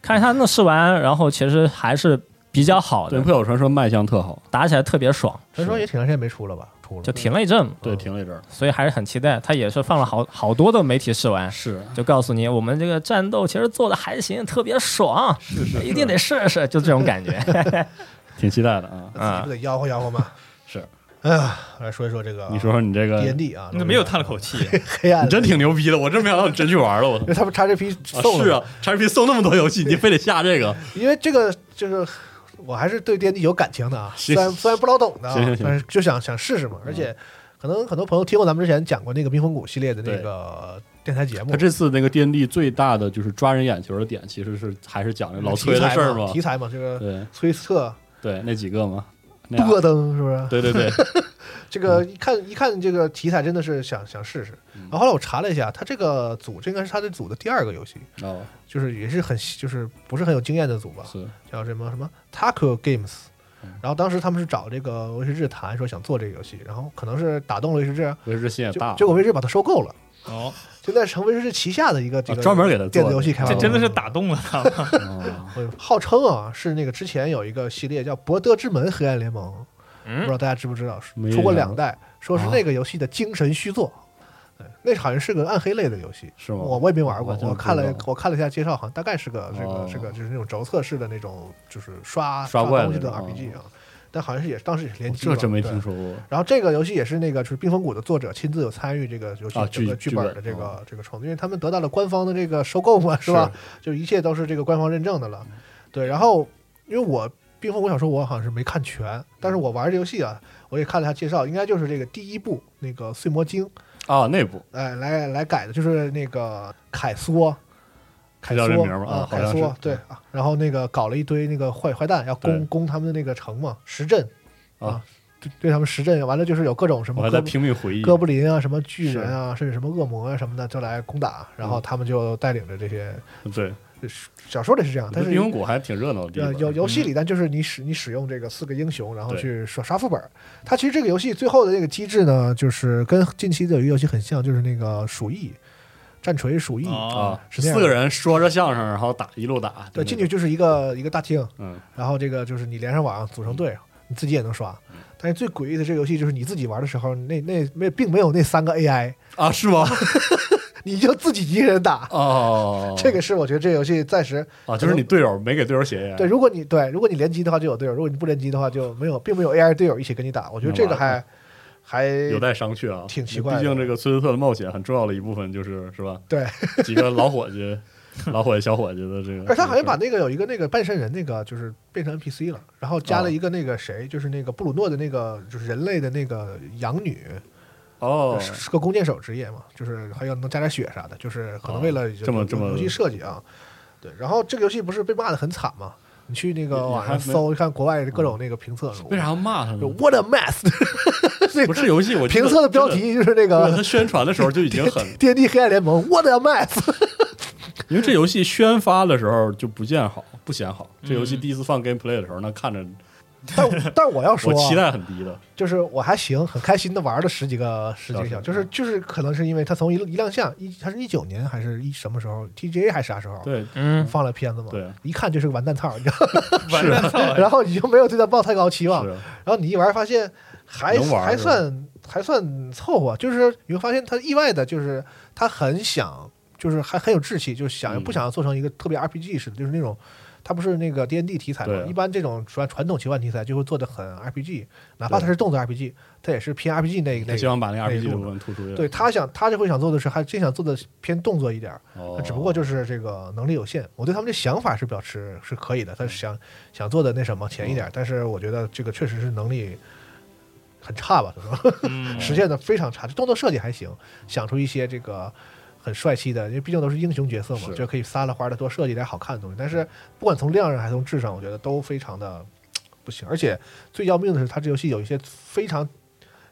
[SPEAKER 5] 看他那试完，然后其实还是比较好
[SPEAKER 3] 对
[SPEAKER 5] 的
[SPEAKER 3] 破，晓传说卖相特好，
[SPEAKER 5] 打起来特别爽，
[SPEAKER 2] 传说也挺长时间没出了吧？出了
[SPEAKER 5] 就停了一阵嘛，
[SPEAKER 2] 哦
[SPEAKER 3] 对，停了一阵儿，
[SPEAKER 5] 所以还是很期待。他也是放了好好多的媒体试玩，
[SPEAKER 3] 是
[SPEAKER 5] 就告诉你我们这个战斗其实做的还行，特别爽，
[SPEAKER 3] 是是，
[SPEAKER 5] 一定得试试，就这 种感觉。
[SPEAKER 3] 挺期待的啊。
[SPEAKER 2] 自己不得吆喝吆喝吗？
[SPEAKER 3] 是，
[SPEAKER 2] 哎呀，来说一说这个
[SPEAKER 3] 你说说你这个
[SPEAKER 2] D N D 啊，
[SPEAKER 4] 你怎么又叹了口 气？
[SPEAKER 2] 黑暗
[SPEAKER 3] 你
[SPEAKER 2] 的？
[SPEAKER 3] 真挺牛逼的，我真没想到你真去玩了，我操
[SPEAKER 2] 因！为他们 XGP 送
[SPEAKER 3] 啊
[SPEAKER 2] 了
[SPEAKER 3] 是啊，叉 P 送那么多游戏，你非得下这个？
[SPEAKER 2] 因为这个就是我还是对 D N D 有感情的 啊，虽
[SPEAKER 3] 行
[SPEAKER 2] 然虽然不老懂的啊
[SPEAKER 3] 行行，行
[SPEAKER 2] 但是就想想试试嘛。而
[SPEAKER 3] 嗯
[SPEAKER 2] 且可能很多朋友听过咱们之前讲过那个冰风谷系列的那
[SPEAKER 3] 对
[SPEAKER 2] 个电台节目
[SPEAKER 3] 他，这次那个 D N D 最大的就是抓人眼球的点，其实是还是讲这老崔
[SPEAKER 2] 题
[SPEAKER 3] 的
[SPEAKER 2] 材
[SPEAKER 3] 事儿
[SPEAKER 2] 嘛，
[SPEAKER 3] 嘛。
[SPEAKER 2] 题材嘛，这个
[SPEAKER 3] 对
[SPEAKER 2] 崔斯特
[SPEAKER 3] 对，那几个嘛，那俩
[SPEAKER 2] 波登是不是？
[SPEAKER 3] 对对对，嗯
[SPEAKER 2] 这个一看一看这个题材真的是想想试试。然后后来我查了一下，他这个组这应该是他的组的第二个游戏，
[SPEAKER 3] 哦，
[SPEAKER 2] 就是也是很就是不是很有经验的组吧，
[SPEAKER 3] 是
[SPEAKER 2] 叫什么什么 Taco Games
[SPEAKER 3] 嗯。
[SPEAKER 2] 然后当时他们是找这个威士忌谈说想做这个游戏，然后可能是打动了威士忌，
[SPEAKER 3] 威士忌心也大
[SPEAKER 2] 就，结果威士忌把它收购了，
[SPEAKER 4] 哦，
[SPEAKER 2] 现在成威士忌旗下的一个这个
[SPEAKER 3] 专门给他做的
[SPEAKER 2] 电子游戏开发
[SPEAKER 4] 这
[SPEAKER 2] 公司，
[SPEAKER 4] 真的是打动了他 们。
[SPEAKER 3] 哦
[SPEAKER 2] 我号称啊是那个之前有一个系列叫《博德之门：黑暗联盟》，不知
[SPEAKER 5] 嗯，
[SPEAKER 2] 道大家知不知道，
[SPEAKER 3] 没啊
[SPEAKER 2] 出过
[SPEAKER 3] 印象
[SPEAKER 2] 两代，说是那个游戏的精神续作。对，那好像是个暗黑类的游戏，
[SPEAKER 3] 是吗
[SPEAKER 2] 我我也没玩过
[SPEAKER 3] 我，真
[SPEAKER 2] 我
[SPEAKER 3] 不
[SPEAKER 2] 看了
[SPEAKER 3] 知道
[SPEAKER 2] 我看了一下介绍，好像大概是个这个
[SPEAKER 3] 哦
[SPEAKER 2] 这个就是那种轴测式的那种，就是刷
[SPEAKER 3] 刷怪的
[SPEAKER 2] 东西的
[SPEAKER 3] 那种哦
[SPEAKER 2] RPG 啊。但好像是也当时也是联机
[SPEAKER 3] 这
[SPEAKER 2] 嘛，
[SPEAKER 3] 真没
[SPEAKER 2] 对
[SPEAKER 3] 听说过。
[SPEAKER 2] 然后这个游戏也是那个就是《冰封谷》的作者亲自有参与这个游戏
[SPEAKER 3] 啊
[SPEAKER 2] 整个
[SPEAKER 3] 剧
[SPEAKER 2] 剧本
[SPEAKER 3] 剧
[SPEAKER 2] 的
[SPEAKER 3] 本
[SPEAKER 2] 这个、
[SPEAKER 3] 哦
[SPEAKER 2] 这个创作，因为他们得到了官方的这个收购嘛，是吧？ 就一切都是这个官方认证的了。
[SPEAKER 3] 嗯
[SPEAKER 2] 对，然后因为我《冰封谷》小说我好像是没看全，但是我玩这游戏啊，我也看了他介绍，应该就是这个第一部那个碎魔精，
[SPEAKER 3] 啊，内部
[SPEAKER 2] 哎，来来改的，就是那个凯梭。凯
[SPEAKER 3] 叫这
[SPEAKER 2] 梭
[SPEAKER 3] 名吗
[SPEAKER 2] 啊
[SPEAKER 3] 啊，
[SPEAKER 2] 凯
[SPEAKER 3] 好像
[SPEAKER 2] 梭
[SPEAKER 3] 是
[SPEAKER 2] 对啊，然后那个搞了一堆那个坏坏蛋，要攻
[SPEAKER 3] 对
[SPEAKER 2] 攻他们的那个城嘛，石阵啊
[SPEAKER 3] 啊，
[SPEAKER 2] 对对他们石阵，完了就是有各种什
[SPEAKER 3] 我
[SPEAKER 2] 么
[SPEAKER 3] 还
[SPEAKER 2] 哥
[SPEAKER 3] 在
[SPEAKER 2] 布
[SPEAKER 3] 拼命回忆。
[SPEAKER 2] 哥布林啊，什么巨人啊，甚至什么恶魔啊什么的，就来攻打，然
[SPEAKER 3] 嗯
[SPEAKER 2] 后他们就带领着这些，
[SPEAKER 3] 对，
[SPEAKER 2] 小说里是这样，但是
[SPEAKER 3] 冰封谷还挺热闹的地
[SPEAKER 2] 呃
[SPEAKER 3] 方。嗯
[SPEAKER 2] 游游戏里，但就是你使你使用这个四个英雄，然后
[SPEAKER 3] 对
[SPEAKER 2] 去刷刷副本儿。它其实这个游戏最后的这个机制呢，就是跟近期的有一个游戏很像，就是那个鼠疫、战锤、鼠疫。
[SPEAKER 4] 哦
[SPEAKER 3] 啊，，
[SPEAKER 2] 是那样
[SPEAKER 3] 四个人说着相声，然后打一路打。
[SPEAKER 2] 对，
[SPEAKER 3] 就那
[SPEAKER 2] 进去
[SPEAKER 3] 种，
[SPEAKER 2] 就是一个一个大厅，
[SPEAKER 3] 嗯，
[SPEAKER 2] 然后这个就是你连上网组成队，你自己也能刷。
[SPEAKER 3] 嗯
[SPEAKER 2] 但是最诡异的这个游戏就是你自己玩的时候，那那没并没有那三个 AI，
[SPEAKER 3] 啊，是 吗？
[SPEAKER 2] 你就自己一个人打。
[SPEAKER 3] 哦，
[SPEAKER 2] 这个是我觉得这游戏暂时
[SPEAKER 3] 啊，就是你队友没给队友写 AI。
[SPEAKER 2] 对，如果你对，如果你联机的话就有队友，如果你不联机的话就没有，并没有 AI 队友一起跟你打。我觉得这个还还
[SPEAKER 3] 有待商榷啊，
[SPEAKER 2] 挺奇怪的
[SPEAKER 3] 毕竟这个崔斯特的冒险很重要的一部分就是是吧？
[SPEAKER 2] 对，
[SPEAKER 3] 几个老伙计、老伙计、小伙计的这个。
[SPEAKER 2] 而他好像把那个有一个那个半身人那个就是变成 NPC 了，然后
[SPEAKER 3] 哦
[SPEAKER 2] 加了一个那个谁，就是那个布鲁诺的那个就是人类的那个养女，
[SPEAKER 3] 哦，
[SPEAKER 2] 是是个弓箭手职业嘛，就是还有能加点血啥的，就是可能
[SPEAKER 3] 哦
[SPEAKER 2] 为了
[SPEAKER 3] 这么
[SPEAKER 2] 有
[SPEAKER 3] 这么
[SPEAKER 2] 游戏设计啊。对，然后这个游戏不是被骂的很惨嘛？你去那
[SPEAKER 3] 也
[SPEAKER 2] 个
[SPEAKER 3] 也
[SPEAKER 2] 网
[SPEAKER 3] 还
[SPEAKER 2] 上
[SPEAKER 3] 没
[SPEAKER 2] 搜，看国外的各种那个评测，
[SPEAKER 3] 为啥要骂他呢
[SPEAKER 2] 就？？What a mess！
[SPEAKER 3] 不是游戏，我记得
[SPEAKER 2] 评测的标题就是那
[SPEAKER 3] 真的。对
[SPEAKER 2] 个
[SPEAKER 3] 他 宣传的时候就已经很，
[SPEAKER 2] 《D&D 黑暗联盟》，What a mess！
[SPEAKER 3] 因为这游戏宣发的时候就不见好，不显好。这游戏
[SPEAKER 4] 嗯
[SPEAKER 3] 第一次放 gameplay 的时候，那看着
[SPEAKER 2] 但但我要说、
[SPEAKER 3] 我
[SPEAKER 2] 啊，
[SPEAKER 3] 期待很低的。
[SPEAKER 2] 就是我还行，很开心的玩了十几个十几个小时，
[SPEAKER 3] 嗯
[SPEAKER 2] 就是就是可能是因为它从一一亮相，一它是一九年还是一什么时候 TGA 还是啥时候
[SPEAKER 3] 对，
[SPEAKER 5] 嗯，
[SPEAKER 2] 放了片子嘛？
[SPEAKER 3] 对，哎
[SPEAKER 2] 一看就是个完蛋操，你知道吗？
[SPEAKER 4] 完蛋操！
[SPEAKER 2] 然后你就没有对它抱太高期望，
[SPEAKER 3] 是
[SPEAKER 2] 然后你一玩发现还
[SPEAKER 3] 能玩
[SPEAKER 2] 还
[SPEAKER 3] 是吧
[SPEAKER 2] 算还算凑合，就是你会发现它意外的就是它很想，就是还很有志气，就是想
[SPEAKER 3] 嗯
[SPEAKER 2] 不想做成一个特别 RPG 似的，就是那种。它不是那个 D N D 题材嘛？
[SPEAKER 3] 对啊
[SPEAKER 2] 一般这种传传统奇幻题材就会做的很 R P G，哪怕它是动作 R P G，它也是偏 R P G 那一
[SPEAKER 3] 他
[SPEAKER 2] 那
[SPEAKER 3] 希
[SPEAKER 2] 个。
[SPEAKER 3] 望把那
[SPEAKER 2] 那一
[SPEAKER 3] RPG 的
[SPEAKER 2] 路
[SPEAKER 3] 部分突出一点。
[SPEAKER 2] 对他想，他这回想做的是，还真想做的偏动作一点儿，
[SPEAKER 3] 哦，
[SPEAKER 2] 他只不过就是这个能力有限。我对他们这想法是表示是可以的，
[SPEAKER 3] 嗯
[SPEAKER 2] 他想想做的那什么前一点儿，但是我觉得这个确实是能力很差吧，可能
[SPEAKER 4] 嗯
[SPEAKER 2] 实现的非常差。这动作设计还行，想出一些这个很帅气的，因为毕竟都是英雄角色嘛，
[SPEAKER 3] 是嗯
[SPEAKER 2] 就可以撒了花的多设计点好看的东西。但是不管从量上还是从质上，我觉得都非常的不行。而且最要命的是，它这游戏有一些非常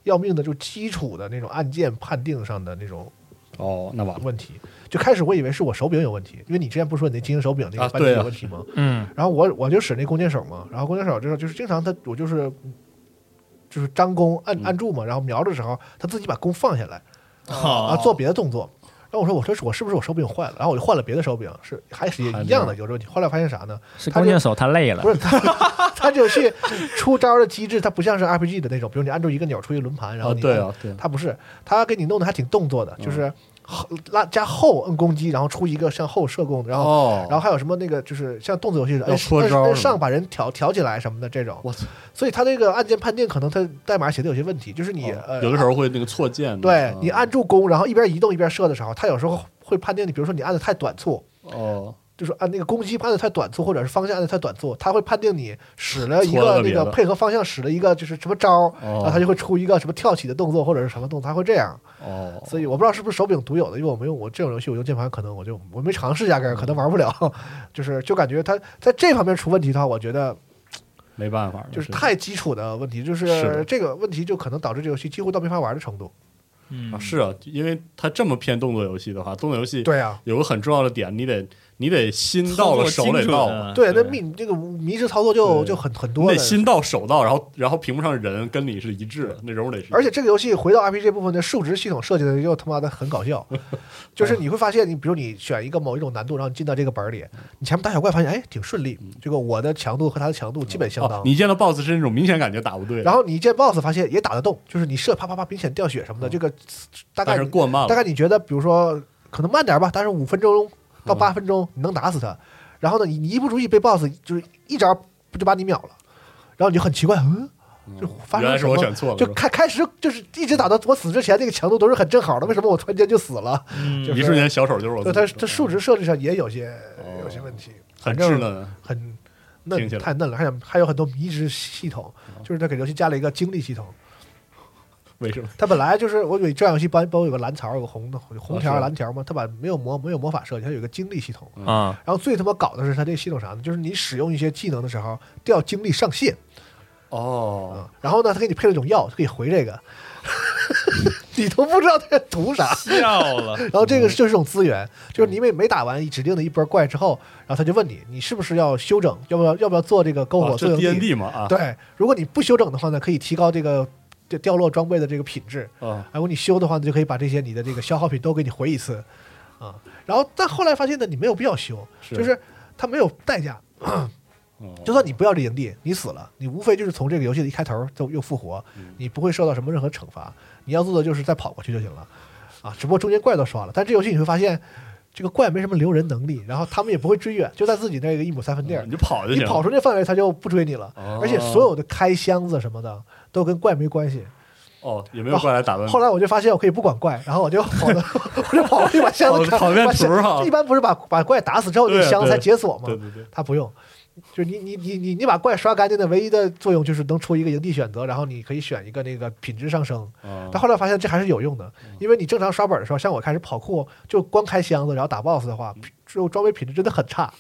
[SPEAKER 2] 要命的，就基础的那种按键判定上的那种
[SPEAKER 3] 哦，那完了。
[SPEAKER 2] 问题。就开始我以为是我手柄有问题，因为你之前不是说你那精英手柄那个
[SPEAKER 3] 啊
[SPEAKER 2] 扳机
[SPEAKER 3] 对
[SPEAKER 2] 有
[SPEAKER 3] 啊
[SPEAKER 2] 问题吗？
[SPEAKER 5] 嗯，
[SPEAKER 2] 然后我我就使那弓箭手嘛，然后弓箭手就是就是经常他我就是就是张弓按
[SPEAKER 3] 嗯
[SPEAKER 2] 按住嘛，然后瞄的时候他自己把弓放下来啊
[SPEAKER 3] 哦
[SPEAKER 4] 啊
[SPEAKER 2] 做别的动作。然后我说我说是我是不是我手柄坏了？然后我就换了别的手柄，是还是也
[SPEAKER 3] 还
[SPEAKER 2] 一
[SPEAKER 3] 是
[SPEAKER 2] 样的有这问题。后来发现啥呢？
[SPEAKER 5] 是
[SPEAKER 2] 他
[SPEAKER 5] 弓
[SPEAKER 2] 这
[SPEAKER 5] 箭手他累了
[SPEAKER 2] 不，是他 他这游戏出招的机制，它不像是 RPG 的那种，比如你按住一个钮出一轮盘，然后
[SPEAKER 3] 啊，
[SPEAKER 2] 你
[SPEAKER 3] 对
[SPEAKER 2] 按
[SPEAKER 3] 啊，对啊，嗯
[SPEAKER 2] 他不是，他给你弄的还挺动作的，就是后拉加后摁攻击，然后出一个向后射弓，然后、
[SPEAKER 3] 哦，
[SPEAKER 2] 然后还有什么那个就是像动作游戏似的，
[SPEAKER 3] 要
[SPEAKER 2] 摁
[SPEAKER 3] 搓
[SPEAKER 2] 摁
[SPEAKER 3] 招
[SPEAKER 2] 摁
[SPEAKER 3] 是
[SPEAKER 2] 上
[SPEAKER 3] 吗
[SPEAKER 2] 把人挑挑起来什么的这种。
[SPEAKER 3] 我操，
[SPEAKER 2] 所以他那个按键判定可能他代码写的有些问题，就是你、
[SPEAKER 3] 哦
[SPEAKER 2] 呃
[SPEAKER 3] 有的时候会那个错键的。
[SPEAKER 2] 对
[SPEAKER 3] 嗯
[SPEAKER 2] 你按住弓，然后一边移动一边射的时候，他有时候会判定你，比如说你按的太短促。
[SPEAKER 3] 哦，
[SPEAKER 2] 就是啊按那个攻击按的太短促，或者是方向按的太短促，他会判定你使了一
[SPEAKER 3] 搓
[SPEAKER 2] 个
[SPEAKER 3] 了个
[SPEAKER 2] 那
[SPEAKER 3] 别
[SPEAKER 2] 个
[SPEAKER 3] 的
[SPEAKER 2] 配合方向使了一个就是什么招儿，然后
[SPEAKER 3] 哦
[SPEAKER 2] 他就会出一个什么跳起的动作或者是什么动作，他会这样。
[SPEAKER 3] 哦，
[SPEAKER 2] 所以我不知道是不是手柄独有的，因为我没用我这种游戏，我用键盘可能我就我 没尝试，压根儿可能玩不了。就是就感觉它在这方面出问题的话，我觉得
[SPEAKER 3] 没办法，
[SPEAKER 2] 就是太基础的问题，就是
[SPEAKER 3] 是
[SPEAKER 2] 这个问题就可能导致这游戏几乎到没法玩的程度。
[SPEAKER 4] 嗯
[SPEAKER 3] 啊，是啊，因为它这么偏动作游戏的话，动作游戏
[SPEAKER 2] 对啊，
[SPEAKER 3] 有个很重要的点，你得你得心
[SPEAKER 4] 操
[SPEAKER 3] 到
[SPEAKER 4] 作
[SPEAKER 3] 了手得
[SPEAKER 4] 精准
[SPEAKER 3] 到嘛，
[SPEAKER 4] 啊
[SPEAKER 2] 对，那密这个迷失操作就
[SPEAKER 3] 对
[SPEAKER 2] 就很很
[SPEAKER 3] 你
[SPEAKER 2] 多了
[SPEAKER 3] 得。心到手到，然后然后屏幕上人跟你是一致的，那人物得是，
[SPEAKER 2] 而且这个游戏回到 RPG 部分的数值系统设计的又他妈的很搞 笑，就是你会发现，你比如你选一个某一种难度，然后你进到这个本儿里，你前面打小怪发现哎挺顺利，结果我的强度和他的强度基本相
[SPEAKER 3] 嗯哦
[SPEAKER 2] 当，
[SPEAKER 3] 你见到 BOSS 是那种明显感觉打不对，
[SPEAKER 2] 然后你一见 BOSS 发现也打得动，就是你射啪啪啪明显掉血什么的，这个大概
[SPEAKER 3] 嗯但是过慢
[SPEAKER 2] 大
[SPEAKER 3] 了，
[SPEAKER 2] 概你觉得，比如说可能慢点吧，但是五分钟到
[SPEAKER 3] 嗯
[SPEAKER 2] 八分钟你能打死他，然后呢，你你一不注意被 BOSS 就是一招就把你秒了，然后你就很奇怪，嗯，就发
[SPEAKER 3] 原
[SPEAKER 2] 生了
[SPEAKER 3] 来是
[SPEAKER 2] 什
[SPEAKER 3] 我
[SPEAKER 2] 么？
[SPEAKER 3] 选错了，
[SPEAKER 2] 就是
[SPEAKER 3] 吧
[SPEAKER 2] 开开始就是一直打到我死之前，那个强度都是很正好的，为什么我突然间就死了？
[SPEAKER 4] 嗯
[SPEAKER 2] 就
[SPEAKER 3] 一
[SPEAKER 2] 是
[SPEAKER 3] 瞬间小手就是我
[SPEAKER 2] 对，
[SPEAKER 3] 自己
[SPEAKER 2] 它
[SPEAKER 3] 的，
[SPEAKER 2] 它数值设计上也有些
[SPEAKER 3] 哦
[SPEAKER 2] 有些问题，反
[SPEAKER 3] 很稚
[SPEAKER 2] 正
[SPEAKER 3] 嫩，啊
[SPEAKER 2] 很
[SPEAKER 3] 听
[SPEAKER 2] 嫩，
[SPEAKER 3] 起来哦
[SPEAKER 2] 太嫩了，还有还有很多迷之系统，就是它给游戏加了一个精力系统。
[SPEAKER 3] 为什么？
[SPEAKER 2] 它本来就是我有这样游戏包包括有个蓝槽，有个红的红条
[SPEAKER 3] 啊是
[SPEAKER 2] 蓝条嘛，它把没有魔没有魔法设计，它有一个精力系统。
[SPEAKER 3] 嗯
[SPEAKER 5] 啊，
[SPEAKER 2] 然后最他妈搞的是它这个系统啥呢？就是你使用一些技能的时候掉精力上限啊、
[SPEAKER 3] 哦，
[SPEAKER 2] 然后呢，它给你配了一种药，它可以回这个， 你都不知道它在图啥。
[SPEAKER 4] 笑 了，
[SPEAKER 2] 然后这个就是一种资源，就是你每每打完指定的一波怪之后，然后他就问你，你是不是要休整，要不要要不要做这个篝火
[SPEAKER 3] 哦
[SPEAKER 2] 作
[SPEAKER 3] 这
[SPEAKER 2] 用
[SPEAKER 3] D
[SPEAKER 2] 地
[SPEAKER 3] N D 嘛啊，
[SPEAKER 2] 对，如果你不休整的话呢，可以提高这个这掉落装备的这个品质。
[SPEAKER 3] 啊，
[SPEAKER 2] 如果你修的话，你就可以把这些你的这个消耗品都给你回一次，啊，然后但后来发现呢，你没有必要修，
[SPEAKER 3] 是
[SPEAKER 2] 就是它没有代价，
[SPEAKER 3] 哦
[SPEAKER 2] 就算你不要这营地，你死了，你无非就是从这个游戏的一开头就又复活，
[SPEAKER 3] 嗯
[SPEAKER 2] 你不会受到什么任何惩罚，你要做的就是再跑过去就行了，啊，只不过中间怪都刷了，但这游戏你会发现，这个怪没什么留人能力，然后他们也不会追远，就在自己那个一亩三分地儿
[SPEAKER 3] 你，就跑嗯就
[SPEAKER 2] 你
[SPEAKER 3] 行，
[SPEAKER 2] 跑出这范围，他就不追你了，
[SPEAKER 3] 哦
[SPEAKER 2] 而且所有的开箱子什么的都跟怪没关系，
[SPEAKER 3] 哦，也没有过来打断你
[SPEAKER 2] 后。来我就发现我可以不管怪，然后我就跑到， 我就跑过去把箱子
[SPEAKER 3] 跑跑遍
[SPEAKER 2] 把箱
[SPEAKER 3] 图儿啊
[SPEAKER 2] 一般不是把把怪打死之后，
[SPEAKER 3] 对
[SPEAKER 2] 那
[SPEAKER 3] 啊
[SPEAKER 2] 箱子才解锁吗？
[SPEAKER 3] 对对对，
[SPEAKER 2] 他不用，就是你你你你你把怪刷干净的唯一的作用就是能出一个营地选择，然后你可以选一个那个品质上升。
[SPEAKER 3] 哦
[SPEAKER 2] 但后来发现这还是有用的，
[SPEAKER 3] 嗯
[SPEAKER 2] 因为你正常刷本的时候，像我开始跑酷就光开箱子，然后打 BOSS 的
[SPEAKER 3] 嗯
[SPEAKER 2] 话，就装备品质真的很差。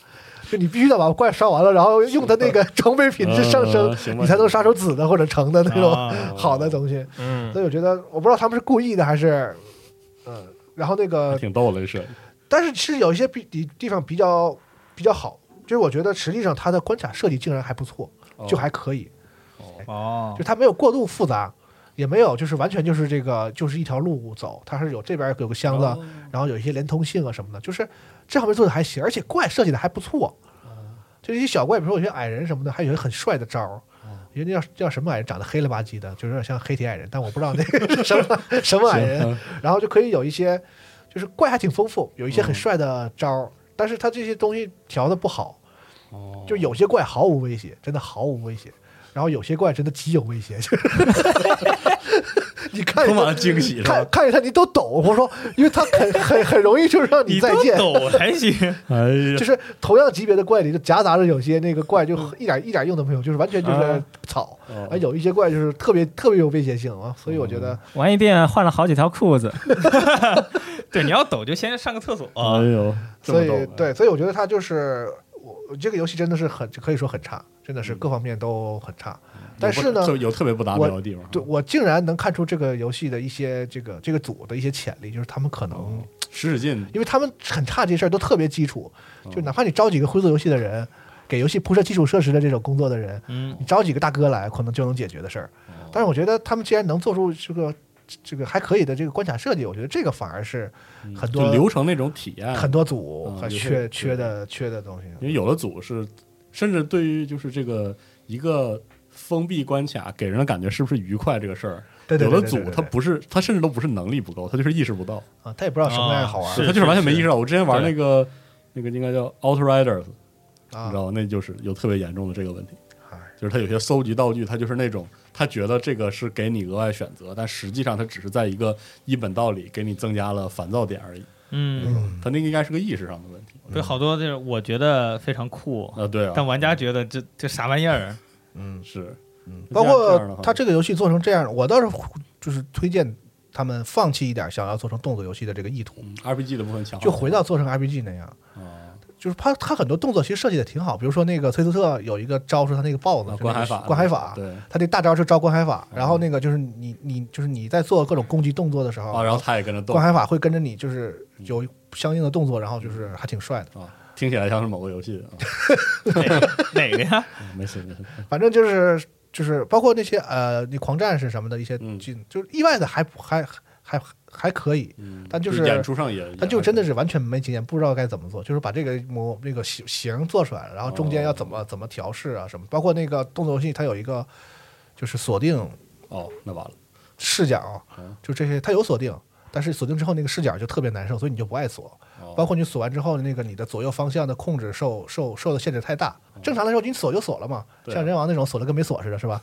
[SPEAKER 2] 就你必须得把怪刷完了，然后用它那个装备品质上升
[SPEAKER 3] 嗯行，吧
[SPEAKER 2] 你才能刷出紫的或者橙的那种
[SPEAKER 4] 啊
[SPEAKER 2] 好的东西。
[SPEAKER 5] 嗯，
[SPEAKER 2] 所以我觉得，我不知道他们是故意的还是，嗯，然后那
[SPEAKER 3] 还
[SPEAKER 2] 个，
[SPEAKER 3] 挺逗的这设计，
[SPEAKER 2] 但是是有一些比地地方比较比较好，就是我觉得实际上它的关卡设计竟然还不错，就还可以，
[SPEAKER 4] 哦
[SPEAKER 2] 就，它没有过度复杂，也没有就是完全就是这个就是一条路走，它是有这边有个箱子，然后有一些连通性啊什么的，就是这方面做的还行，而且怪设计的还不错，就是一些小怪，比如说有些矮人什么的，还有一些很帅的招儿。人家叫叫什么矮人，长得黑了吧唧的，就是有点像黑铁矮人，但我不知道那个 是什么什么矮人。然后就可以有一些，就是怪还挺丰富，有一
[SPEAKER 3] 嗯
[SPEAKER 2] 些很帅的招儿，但是他这些东西调的不好，
[SPEAKER 3] 哦
[SPEAKER 2] 就有些怪毫无威胁，真的毫无威胁。然后有些怪真的极有威胁， 就是你看
[SPEAKER 3] 充
[SPEAKER 2] 着
[SPEAKER 3] 满
[SPEAKER 2] 他
[SPEAKER 3] 了惊喜是吧
[SPEAKER 2] 看？看着他你都抖，我说，因为他很很很容易就让
[SPEAKER 4] 你
[SPEAKER 2] 再见
[SPEAKER 4] 都，抖还行，
[SPEAKER 3] 哎 呀
[SPEAKER 2] 就，是同样级别的怪里就夹杂着有些那个怪就一点一点用都没有，就是完全就是
[SPEAKER 5] 啊
[SPEAKER 2] 草，
[SPEAKER 3] 哦
[SPEAKER 2] 而有一些怪就是特别特别有威胁性啊，所以我觉得
[SPEAKER 5] 玩一遍换了好几条裤子，
[SPEAKER 4] 对，你要抖就先上个厕所
[SPEAKER 3] 哎呦，这
[SPEAKER 2] 所
[SPEAKER 3] 么逗哎
[SPEAKER 2] 以，对，所以我觉得它就是我这个游戏真的是很可以说很差，真的是各方面都很差。但是呢
[SPEAKER 3] 嗯有，不有特别不达标的地方，啊
[SPEAKER 2] 对我竟然能看出这个游戏的一些这个这个组的一些潜力，就是他们可能
[SPEAKER 3] 哦，使使劲，
[SPEAKER 2] 因为他们很差这些事儿都特别基础，
[SPEAKER 3] 嗯
[SPEAKER 2] 就哪怕你招几个会做游戏的人，给游戏铺设基础设施的这种工作的人，
[SPEAKER 4] 嗯，
[SPEAKER 2] 你招几个大哥来，可能就能解决的事儿。
[SPEAKER 3] 嗯
[SPEAKER 2] 但是我觉得他们既然能做出这个这个还可以的这个关卡设计，我觉得这个反而是很多
[SPEAKER 3] 就流程那种体验，
[SPEAKER 2] 很多组
[SPEAKER 3] 嗯
[SPEAKER 2] 还
[SPEAKER 3] 有些
[SPEAKER 2] 缺
[SPEAKER 3] 对
[SPEAKER 2] 缺的缺的东西。
[SPEAKER 3] 因为有的组是，甚至对于就是这个一个封闭关卡给人的感觉是不是愉快这个事儿，
[SPEAKER 2] 对对对
[SPEAKER 3] 有的
[SPEAKER 2] 对对
[SPEAKER 3] 组
[SPEAKER 2] 对
[SPEAKER 3] 他
[SPEAKER 2] 对
[SPEAKER 3] 不是，他甚至都不是能力不够，他就是意识不到，
[SPEAKER 2] 啊，他也不知道什么样好玩
[SPEAKER 4] 啊
[SPEAKER 2] 儿
[SPEAKER 4] 是
[SPEAKER 3] 他就是完全没
[SPEAKER 4] 是
[SPEAKER 3] 意识到。我之前玩
[SPEAKER 4] 对
[SPEAKER 3] 那个那个应该叫 Outriders，你
[SPEAKER 2] 啊
[SPEAKER 3] 知，道吗？那就是有特别严重的这个问题
[SPEAKER 2] 哎，
[SPEAKER 3] 就是他有些搜集道具，他就是那种他觉得这个是给你额外选择，但实际上他只是在一个一本道里给你增加了烦躁点而已。
[SPEAKER 4] 嗯，
[SPEAKER 3] 他那个应该是个意识上的问题。
[SPEAKER 4] 对，好多就是我觉得非常酷，
[SPEAKER 2] 嗯
[SPEAKER 3] 啊，对啊，
[SPEAKER 4] 但玩家觉得这这啥玩 意儿，
[SPEAKER 3] 嗯是
[SPEAKER 2] 嗯包
[SPEAKER 3] 这样的
[SPEAKER 2] 括
[SPEAKER 3] 话
[SPEAKER 2] 他这个游戏做成这样，我倒是就是推荐他们放弃一点想要做成动作游戏的这个意图，
[SPEAKER 3] 嗯 RPG 的部分强化，
[SPEAKER 2] 就回到做成 RPG 那样。就是他他很多动作其实设计的挺好，比如说那个崔斯特有一个招是他那个豹子，
[SPEAKER 3] 啊
[SPEAKER 2] 就
[SPEAKER 3] 观
[SPEAKER 2] 那
[SPEAKER 3] 海
[SPEAKER 2] 个
[SPEAKER 3] 法，
[SPEAKER 2] 观海法，
[SPEAKER 3] 对，嗯
[SPEAKER 2] 他那大招是招观海法，然后那个就是你你就是你在做各种攻击动作的时候，
[SPEAKER 3] 啊，然后他也跟着动
[SPEAKER 2] 观，海法会跟着你，就是有相应的动作，然后
[SPEAKER 3] 嗯
[SPEAKER 2] 就是还挺帅的。
[SPEAKER 3] 啊，听起来像是某个游戏啊，
[SPEAKER 4] 哪个呀？
[SPEAKER 3] 没事没事，
[SPEAKER 2] 反正就是就是包括那些呃，那狂战士什么的一些
[SPEAKER 3] 嗯
[SPEAKER 2] 进，就是意外的还还还还可以，
[SPEAKER 3] 嗯，
[SPEAKER 2] 但就
[SPEAKER 3] 就是演出上也，
[SPEAKER 2] 但就真的是完全没经验，不知道该怎么做，就是把这个模那个形形做出来了，然后中间要怎
[SPEAKER 3] 哦
[SPEAKER 2] 么怎么调试啊什么，包括那个动作游戏它有一个就是锁定
[SPEAKER 3] 哦，那完了，
[SPEAKER 2] 视角
[SPEAKER 3] 嗯，
[SPEAKER 2] 就这些它有锁定。但是锁定之后，那个视角就特别难受，所以你就不爱锁。
[SPEAKER 3] 哦
[SPEAKER 2] 包括你锁完之后，那个你的左右方向的控制受受受的限制太大。正常来说，你锁就锁了嘛，
[SPEAKER 3] 对啊
[SPEAKER 2] 像人王那种锁了跟没锁似的，是吧？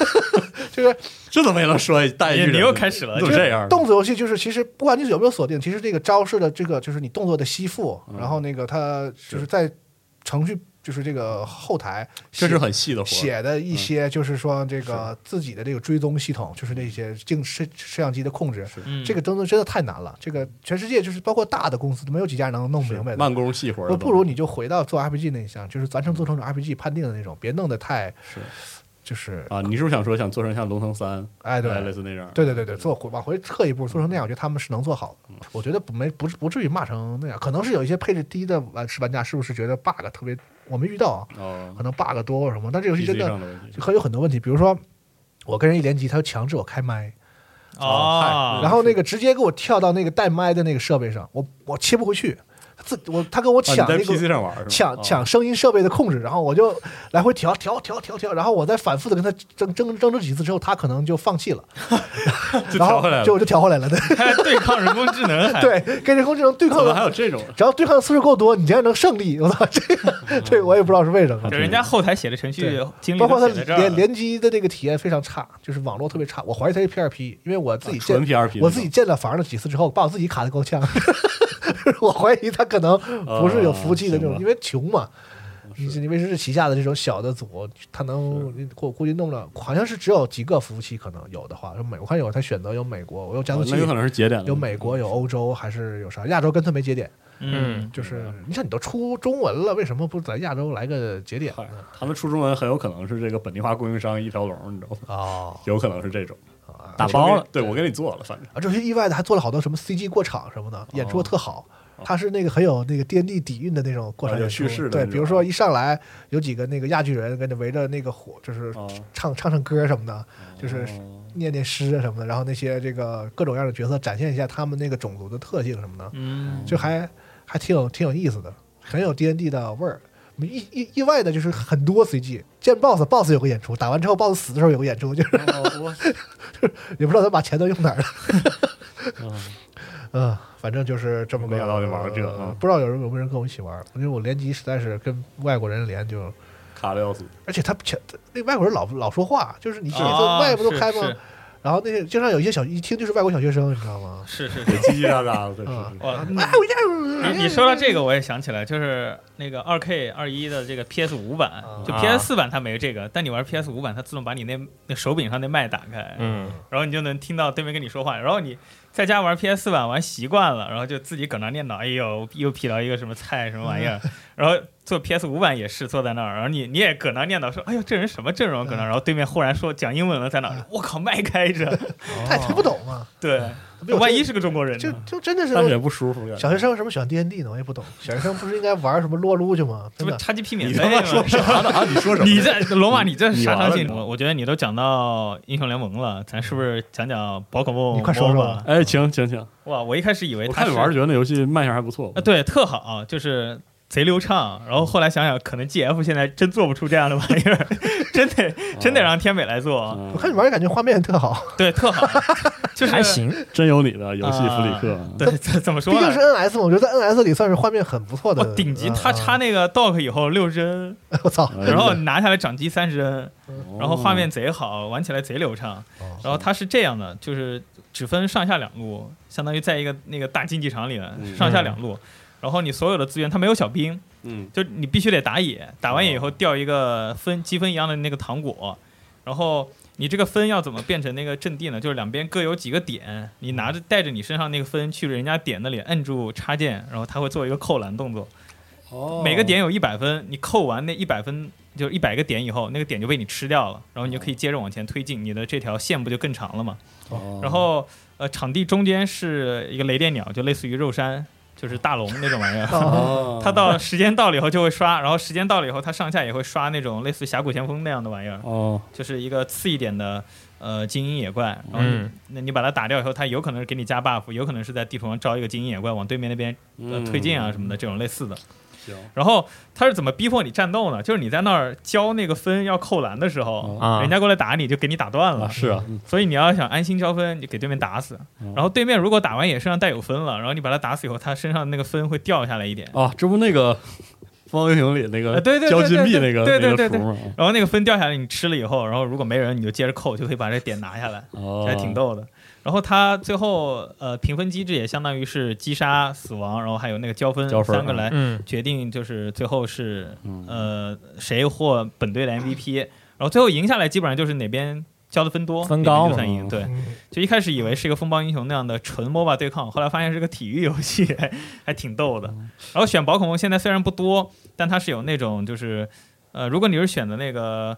[SPEAKER 2] 就是
[SPEAKER 3] 这怎么也能说带一句人？
[SPEAKER 4] 你又开始了
[SPEAKER 3] 你怎么这样？
[SPEAKER 2] 动作游戏就是，其实不管你有没有锁定，其实这个招式的这个就是你动作的吸附，
[SPEAKER 3] 嗯
[SPEAKER 2] 然后那个它就是在程序就是这个后台写，
[SPEAKER 3] 这是很细的活嗯儿，
[SPEAKER 2] 写的一些就是说这个自己的这个追踪系统，就是那些镜摄摄像机的控制，
[SPEAKER 4] 嗯
[SPEAKER 2] 这个真的真的太难了。这个全世界就是包括大的公司都没有几家能弄明白的。
[SPEAKER 3] 慢工细活儿
[SPEAKER 2] 不
[SPEAKER 3] 的
[SPEAKER 2] 不如你就回到做 RPG 那一项，就是完成做成种 RPG 判定的那种，别弄得太
[SPEAKER 3] 嗯是
[SPEAKER 2] 就是
[SPEAKER 3] 啊，你是不是想说想做成像《龙腾三》
[SPEAKER 2] 哎对
[SPEAKER 3] 类似那样？
[SPEAKER 2] 对对对对，做回往回撤一步，做成那样，我觉得他们是能做好
[SPEAKER 3] 嗯
[SPEAKER 2] 的。我觉得不没不是不至于骂成那样，可能是有一些配置低的玩玩家是不是觉得 bug 特别，我没遇到啊，
[SPEAKER 3] 哦
[SPEAKER 2] 可能 bug 多或什么，但这游戏真
[SPEAKER 3] ，PC
[SPEAKER 2] 的
[SPEAKER 3] 上的问题
[SPEAKER 2] 很有很多问题，比如说。我跟人一联机，他就强制我开麦，哎
[SPEAKER 3] 啊
[SPEAKER 4] 哦，
[SPEAKER 2] 然后那个直接给我跳到那个带麦的那个设备上，我我切不回去，他自我他跟我
[SPEAKER 3] 啊，
[SPEAKER 2] 抢
[SPEAKER 3] 你在
[SPEAKER 2] 那
[SPEAKER 3] PC
[SPEAKER 2] 个
[SPEAKER 3] 上玩是吗？
[SPEAKER 2] 抢
[SPEAKER 3] 哦
[SPEAKER 2] 抢声音设备的控制，然后我就来回调调调调调，然后我再反复的跟他争争争执几次之后，他可能就放弃了，
[SPEAKER 3] 就
[SPEAKER 2] 然
[SPEAKER 3] 调
[SPEAKER 2] 后
[SPEAKER 3] 回来了，
[SPEAKER 2] 就我就调回来 了，对。
[SPEAKER 4] 还对抗人工智能，还，
[SPEAKER 2] 对，跟人工智能对
[SPEAKER 3] 怎
[SPEAKER 2] 抗
[SPEAKER 3] 么还
[SPEAKER 2] 的，
[SPEAKER 3] 有这 种？
[SPEAKER 2] 只要对抗的次数够多，你竟然能胜利。我操，这
[SPEAKER 3] 嗯
[SPEAKER 2] 个 这个我也不知道是为什
[SPEAKER 3] 啊
[SPEAKER 2] 么
[SPEAKER 4] 就。人家后台写的程序
[SPEAKER 2] 对
[SPEAKER 4] 经历
[SPEAKER 2] 包括它
[SPEAKER 4] 都写在这儿
[SPEAKER 2] 联
[SPEAKER 4] 了，
[SPEAKER 2] 联机的这个体验非常差，就是网络特别差。我怀疑它是 P 二 P，因为我自己
[SPEAKER 3] 啊
[SPEAKER 2] 建、
[SPEAKER 3] 纯 PRP
[SPEAKER 2] 我自己建了房了几次之后，把我自己卡的够呛。 我怀疑它可能不是有服务器的这
[SPEAKER 3] 啊
[SPEAKER 2] 种，
[SPEAKER 3] 行吧啊
[SPEAKER 2] 因为穷嘛。你你威士忌旗下的这种小的组，它能我估计弄了，好像是只有几个服务器可能有的话，就美我看有它选择有美国，我有加速
[SPEAKER 3] 哦
[SPEAKER 2] 器，
[SPEAKER 3] 那有可能是节点了
[SPEAKER 2] 有美国有欧洲，还是有啥亚洲跟它没节点。
[SPEAKER 4] 嗯，
[SPEAKER 2] 就是你想，你都出中文了，为什么不在亚洲来个节点
[SPEAKER 3] 嗨
[SPEAKER 2] 呢？
[SPEAKER 3] 他们出中文很有可能是这个本地化供应商一条龙，你知道吗？
[SPEAKER 2] 哦，
[SPEAKER 3] 有可能是这种
[SPEAKER 2] 啊
[SPEAKER 5] 打包了，
[SPEAKER 3] 对我给你做了，反正
[SPEAKER 2] 啊，这些意外的还做了好多什么 CG 过场什么的，演
[SPEAKER 3] 哦
[SPEAKER 2] 出得特好。它是那个很有那个 D N D 底蕴的那种过场
[SPEAKER 3] 啊有
[SPEAKER 2] 演出
[SPEAKER 3] 叙事的，那
[SPEAKER 2] 对，
[SPEAKER 3] 种
[SPEAKER 2] 比如说一上来有几个那个亚巨人跟着围着那个火，就是
[SPEAKER 3] 哦
[SPEAKER 2] 唱唱唱歌什么的，就是
[SPEAKER 3] 哦
[SPEAKER 2] 念念诗啊什么的，然后那些这个各种各样的角色展现一下他们那个种族的特性什么的，
[SPEAKER 4] 嗯，
[SPEAKER 2] 就还还挺有挺有意思的，很有 D N D 的味儿。意意意外的就是很多 CG，见 BOSS，BOSS 有个演出，打完之后 BOSS 死的时候有个演出，就是
[SPEAKER 3] 我
[SPEAKER 2] 也不知道他把钱都用哪儿了。 嗯，反正就是这么个。呃
[SPEAKER 3] 没想到就玩了这个啊
[SPEAKER 2] 不知道有人有没有人跟我一起玩，因为我联机实在是跟外国人连就，
[SPEAKER 3] 卡的要死，
[SPEAKER 2] 而且他不前那外国人老老说话，就是你这
[SPEAKER 4] 啊
[SPEAKER 2] 外不都
[SPEAKER 4] 是
[SPEAKER 2] 开吗？
[SPEAKER 4] 是
[SPEAKER 2] 然后那些经常有一些小一听就是外国小学生，你知道吗？
[SPEAKER 4] 是是
[SPEAKER 3] 也
[SPEAKER 4] 是，
[SPEAKER 3] 叽叽喳喳的， 对
[SPEAKER 2] 啊
[SPEAKER 3] 是是，
[SPEAKER 4] 哇，
[SPEAKER 2] 哎嗯我这
[SPEAKER 4] 你你说到这个，我也想起来，就是那个二 K 二一的这个 PS 五版，就
[SPEAKER 5] 啊
[SPEAKER 4] PS 四版它没这个，但你玩 PS 五版，它自动把你那那手柄上那麦打开，
[SPEAKER 5] 嗯，
[SPEAKER 4] 然后你就能听到对面跟你说话。然后你在家玩 PS 四版玩习惯了，然后就自己搁那念叨，哎呦，又劈到一个什么菜什么玩 意儿。然后做 PS 五版也是坐在那儿，然后你你也搁那念叨说，哎呦，这人什么阵容搁那儿？
[SPEAKER 2] 嗯
[SPEAKER 4] 然后对面忽然说讲英文了，在 那儿，我靠，麦开着，
[SPEAKER 2] 他也听不懂嘛，
[SPEAKER 4] 对，
[SPEAKER 2] 没有
[SPEAKER 4] 万
[SPEAKER 2] 这
[SPEAKER 4] 一是个中国人
[SPEAKER 2] 就
[SPEAKER 4] 呢？
[SPEAKER 2] 就真的是
[SPEAKER 3] 但是也不舒服。
[SPEAKER 4] 嗯
[SPEAKER 3] 感觉
[SPEAKER 2] 小学生什么喜欢 D N D 呢？我也不 懂，小学生不是应该玩什么撸啊撸去吗？
[SPEAKER 4] 这
[SPEAKER 2] 真
[SPEAKER 4] 不
[SPEAKER 2] 的，
[SPEAKER 4] XGP 免
[SPEAKER 3] 你
[SPEAKER 4] 费
[SPEAKER 3] 他妈
[SPEAKER 4] 吗？
[SPEAKER 3] 说啥呢？啊，你说什么？
[SPEAKER 4] 你这罗马，你这
[SPEAKER 3] 你
[SPEAKER 4] 杀
[SPEAKER 3] 完
[SPEAKER 4] 伤
[SPEAKER 3] 了
[SPEAKER 4] 性，
[SPEAKER 3] 你
[SPEAKER 4] 我我觉得你都讲到英雄联盟了，咱是不是讲讲宝可梦？
[SPEAKER 2] 你快说说
[SPEAKER 4] 吧。
[SPEAKER 3] 哎，请请请，
[SPEAKER 4] 哇，我一开始以为
[SPEAKER 3] 我
[SPEAKER 4] 他
[SPEAKER 3] 看
[SPEAKER 4] 是
[SPEAKER 3] 你玩儿觉得那游戏卖相还不错
[SPEAKER 4] 啊，，对，特好，就是贼流畅。然后后来想想，可能 GF 现在真做不出这样的玩意儿，真得
[SPEAKER 3] 哦
[SPEAKER 4] 真得让天美来做，
[SPEAKER 3] 嗯
[SPEAKER 2] 我看你玩儿感觉画面特好，
[SPEAKER 4] 对，特 好，就是呃
[SPEAKER 5] 还。行，
[SPEAKER 3] 真有你的游戏弗里克，
[SPEAKER 4] 对，怎怎么
[SPEAKER 2] 毕
[SPEAKER 4] 说
[SPEAKER 2] 竟
[SPEAKER 4] 呢
[SPEAKER 2] 是？N S 嘛，我觉得在 N S 里算是画面很不错
[SPEAKER 4] 我
[SPEAKER 2] 的，
[SPEAKER 4] 顶级，
[SPEAKER 2] 嗯
[SPEAKER 4] 他插，那个 dock 以后六帧，
[SPEAKER 2] 嗯我操，
[SPEAKER 3] 嗯
[SPEAKER 4] 然后拿下来掌机三十帧，
[SPEAKER 3] 哦
[SPEAKER 4] 然后画面贼好，玩起来贼流畅
[SPEAKER 2] 哦。
[SPEAKER 4] 然后它是这样的，就是只分上下两路，相当于在一个那个大竞技场里呢
[SPEAKER 3] 嗯
[SPEAKER 4] 上下两路。然后你所有的资源，它没有小兵，
[SPEAKER 3] 嗯
[SPEAKER 4] 就你必须得打野，打完野以
[SPEAKER 3] 哦
[SPEAKER 4] 后掉一个分积分一样的那个糖果，然后你这个分要怎么变成那个阵地呢？就是两边各有几个点，你拿
[SPEAKER 3] 嗯
[SPEAKER 4] 着带着你身上那个分去人家点那里摁住插件，然后它会做一个扣篮动作。
[SPEAKER 3] 哦
[SPEAKER 4] 每个点有一百分，你扣完那一百分就是一百个点以后，那个点就被你吃掉了，然后你就可以接着往前推进，你的这条线不就更长了吗？
[SPEAKER 3] 哦，
[SPEAKER 4] 然后呃，场地中间是一个雷电鸟，就类似于肉山，就是大龙那种玩意儿。
[SPEAKER 3] 哦
[SPEAKER 4] 它到时间到了以后就会刷，然后时间到了以后，它上下也会刷那种类似于峡谷前锋那样的玩意儿，
[SPEAKER 3] 哦
[SPEAKER 4] 就是一个次一点的呃精英野怪。然后你、
[SPEAKER 5] 嗯
[SPEAKER 4] 那你把它打掉以后，它有可能是给你加 buff，有可能是在地图上招一个精英野怪往对面那边呃
[SPEAKER 3] 嗯
[SPEAKER 4] 推进啊什么的，这种类似的。
[SPEAKER 3] 行
[SPEAKER 4] 然后他是怎么逼迫你战斗呢？就是你在那儿交那个分要扣篮的时候，
[SPEAKER 5] 啊
[SPEAKER 4] 人家过来打你就给你打断了。
[SPEAKER 3] 啊是啊，哦嗯
[SPEAKER 4] 所以你要想安心交分，你给对面打死
[SPEAKER 3] 嗯。
[SPEAKER 4] 然后对面如果打完野身上带有分了，然后你把他打死以后，他身上那个分会掉下来一点。
[SPEAKER 3] 啊，这不那个《疯狂英雄》里那
[SPEAKER 4] 啊
[SPEAKER 3] 个
[SPEAKER 4] 对对对
[SPEAKER 3] 交
[SPEAKER 4] 对
[SPEAKER 3] 金币
[SPEAKER 4] 对
[SPEAKER 3] 那个
[SPEAKER 4] 对对
[SPEAKER 3] 那
[SPEAKER 4] 对
[SPEAKER 3] 个
[SPEAKER 4] 对
[SPEAKER 3] 图吗？
[SPEAKER 4] 然后那个分掉下来，你吃了以后，然后如果没人，你就接着扣，就可以把这点拿下来，
[SPEAKER 3] 哦
[SPEAKER 4] 这，还挺逗的。然后他最后呃评分机制也相当于是击杀、死亡，然后还有那个交分
[SPEAKER 3] 交分
[SPEAKER 4] 三个来
[SPEAKER 5] 嗯
[SPEAKER 4] 决定，就是最后是
[SPEAKER 3] 嗯
[SPEAKER 4] 呃谁获本队的 MVP。然后最后赢下来，基本上就是哪边交的分多，
[SPEAKER 5] 分高
[SPEAKER 4] 哪边就算
[SPEAKER 3] 嘛
[SPEAKER 4] 赢。对，
[SPEAKER 2] 嗯
[SPEAKER 4] 就一开始以为是一个风暴英雄那样的纯 MOBA 对抗，后来发现是个体育游戏， 还还挺逗的。
[SPEAKER 3] 嗯
[SPEAKER 4] 然后选宝可梦现在虽然不多，但它是有那种就是，呃，如果你是选的那个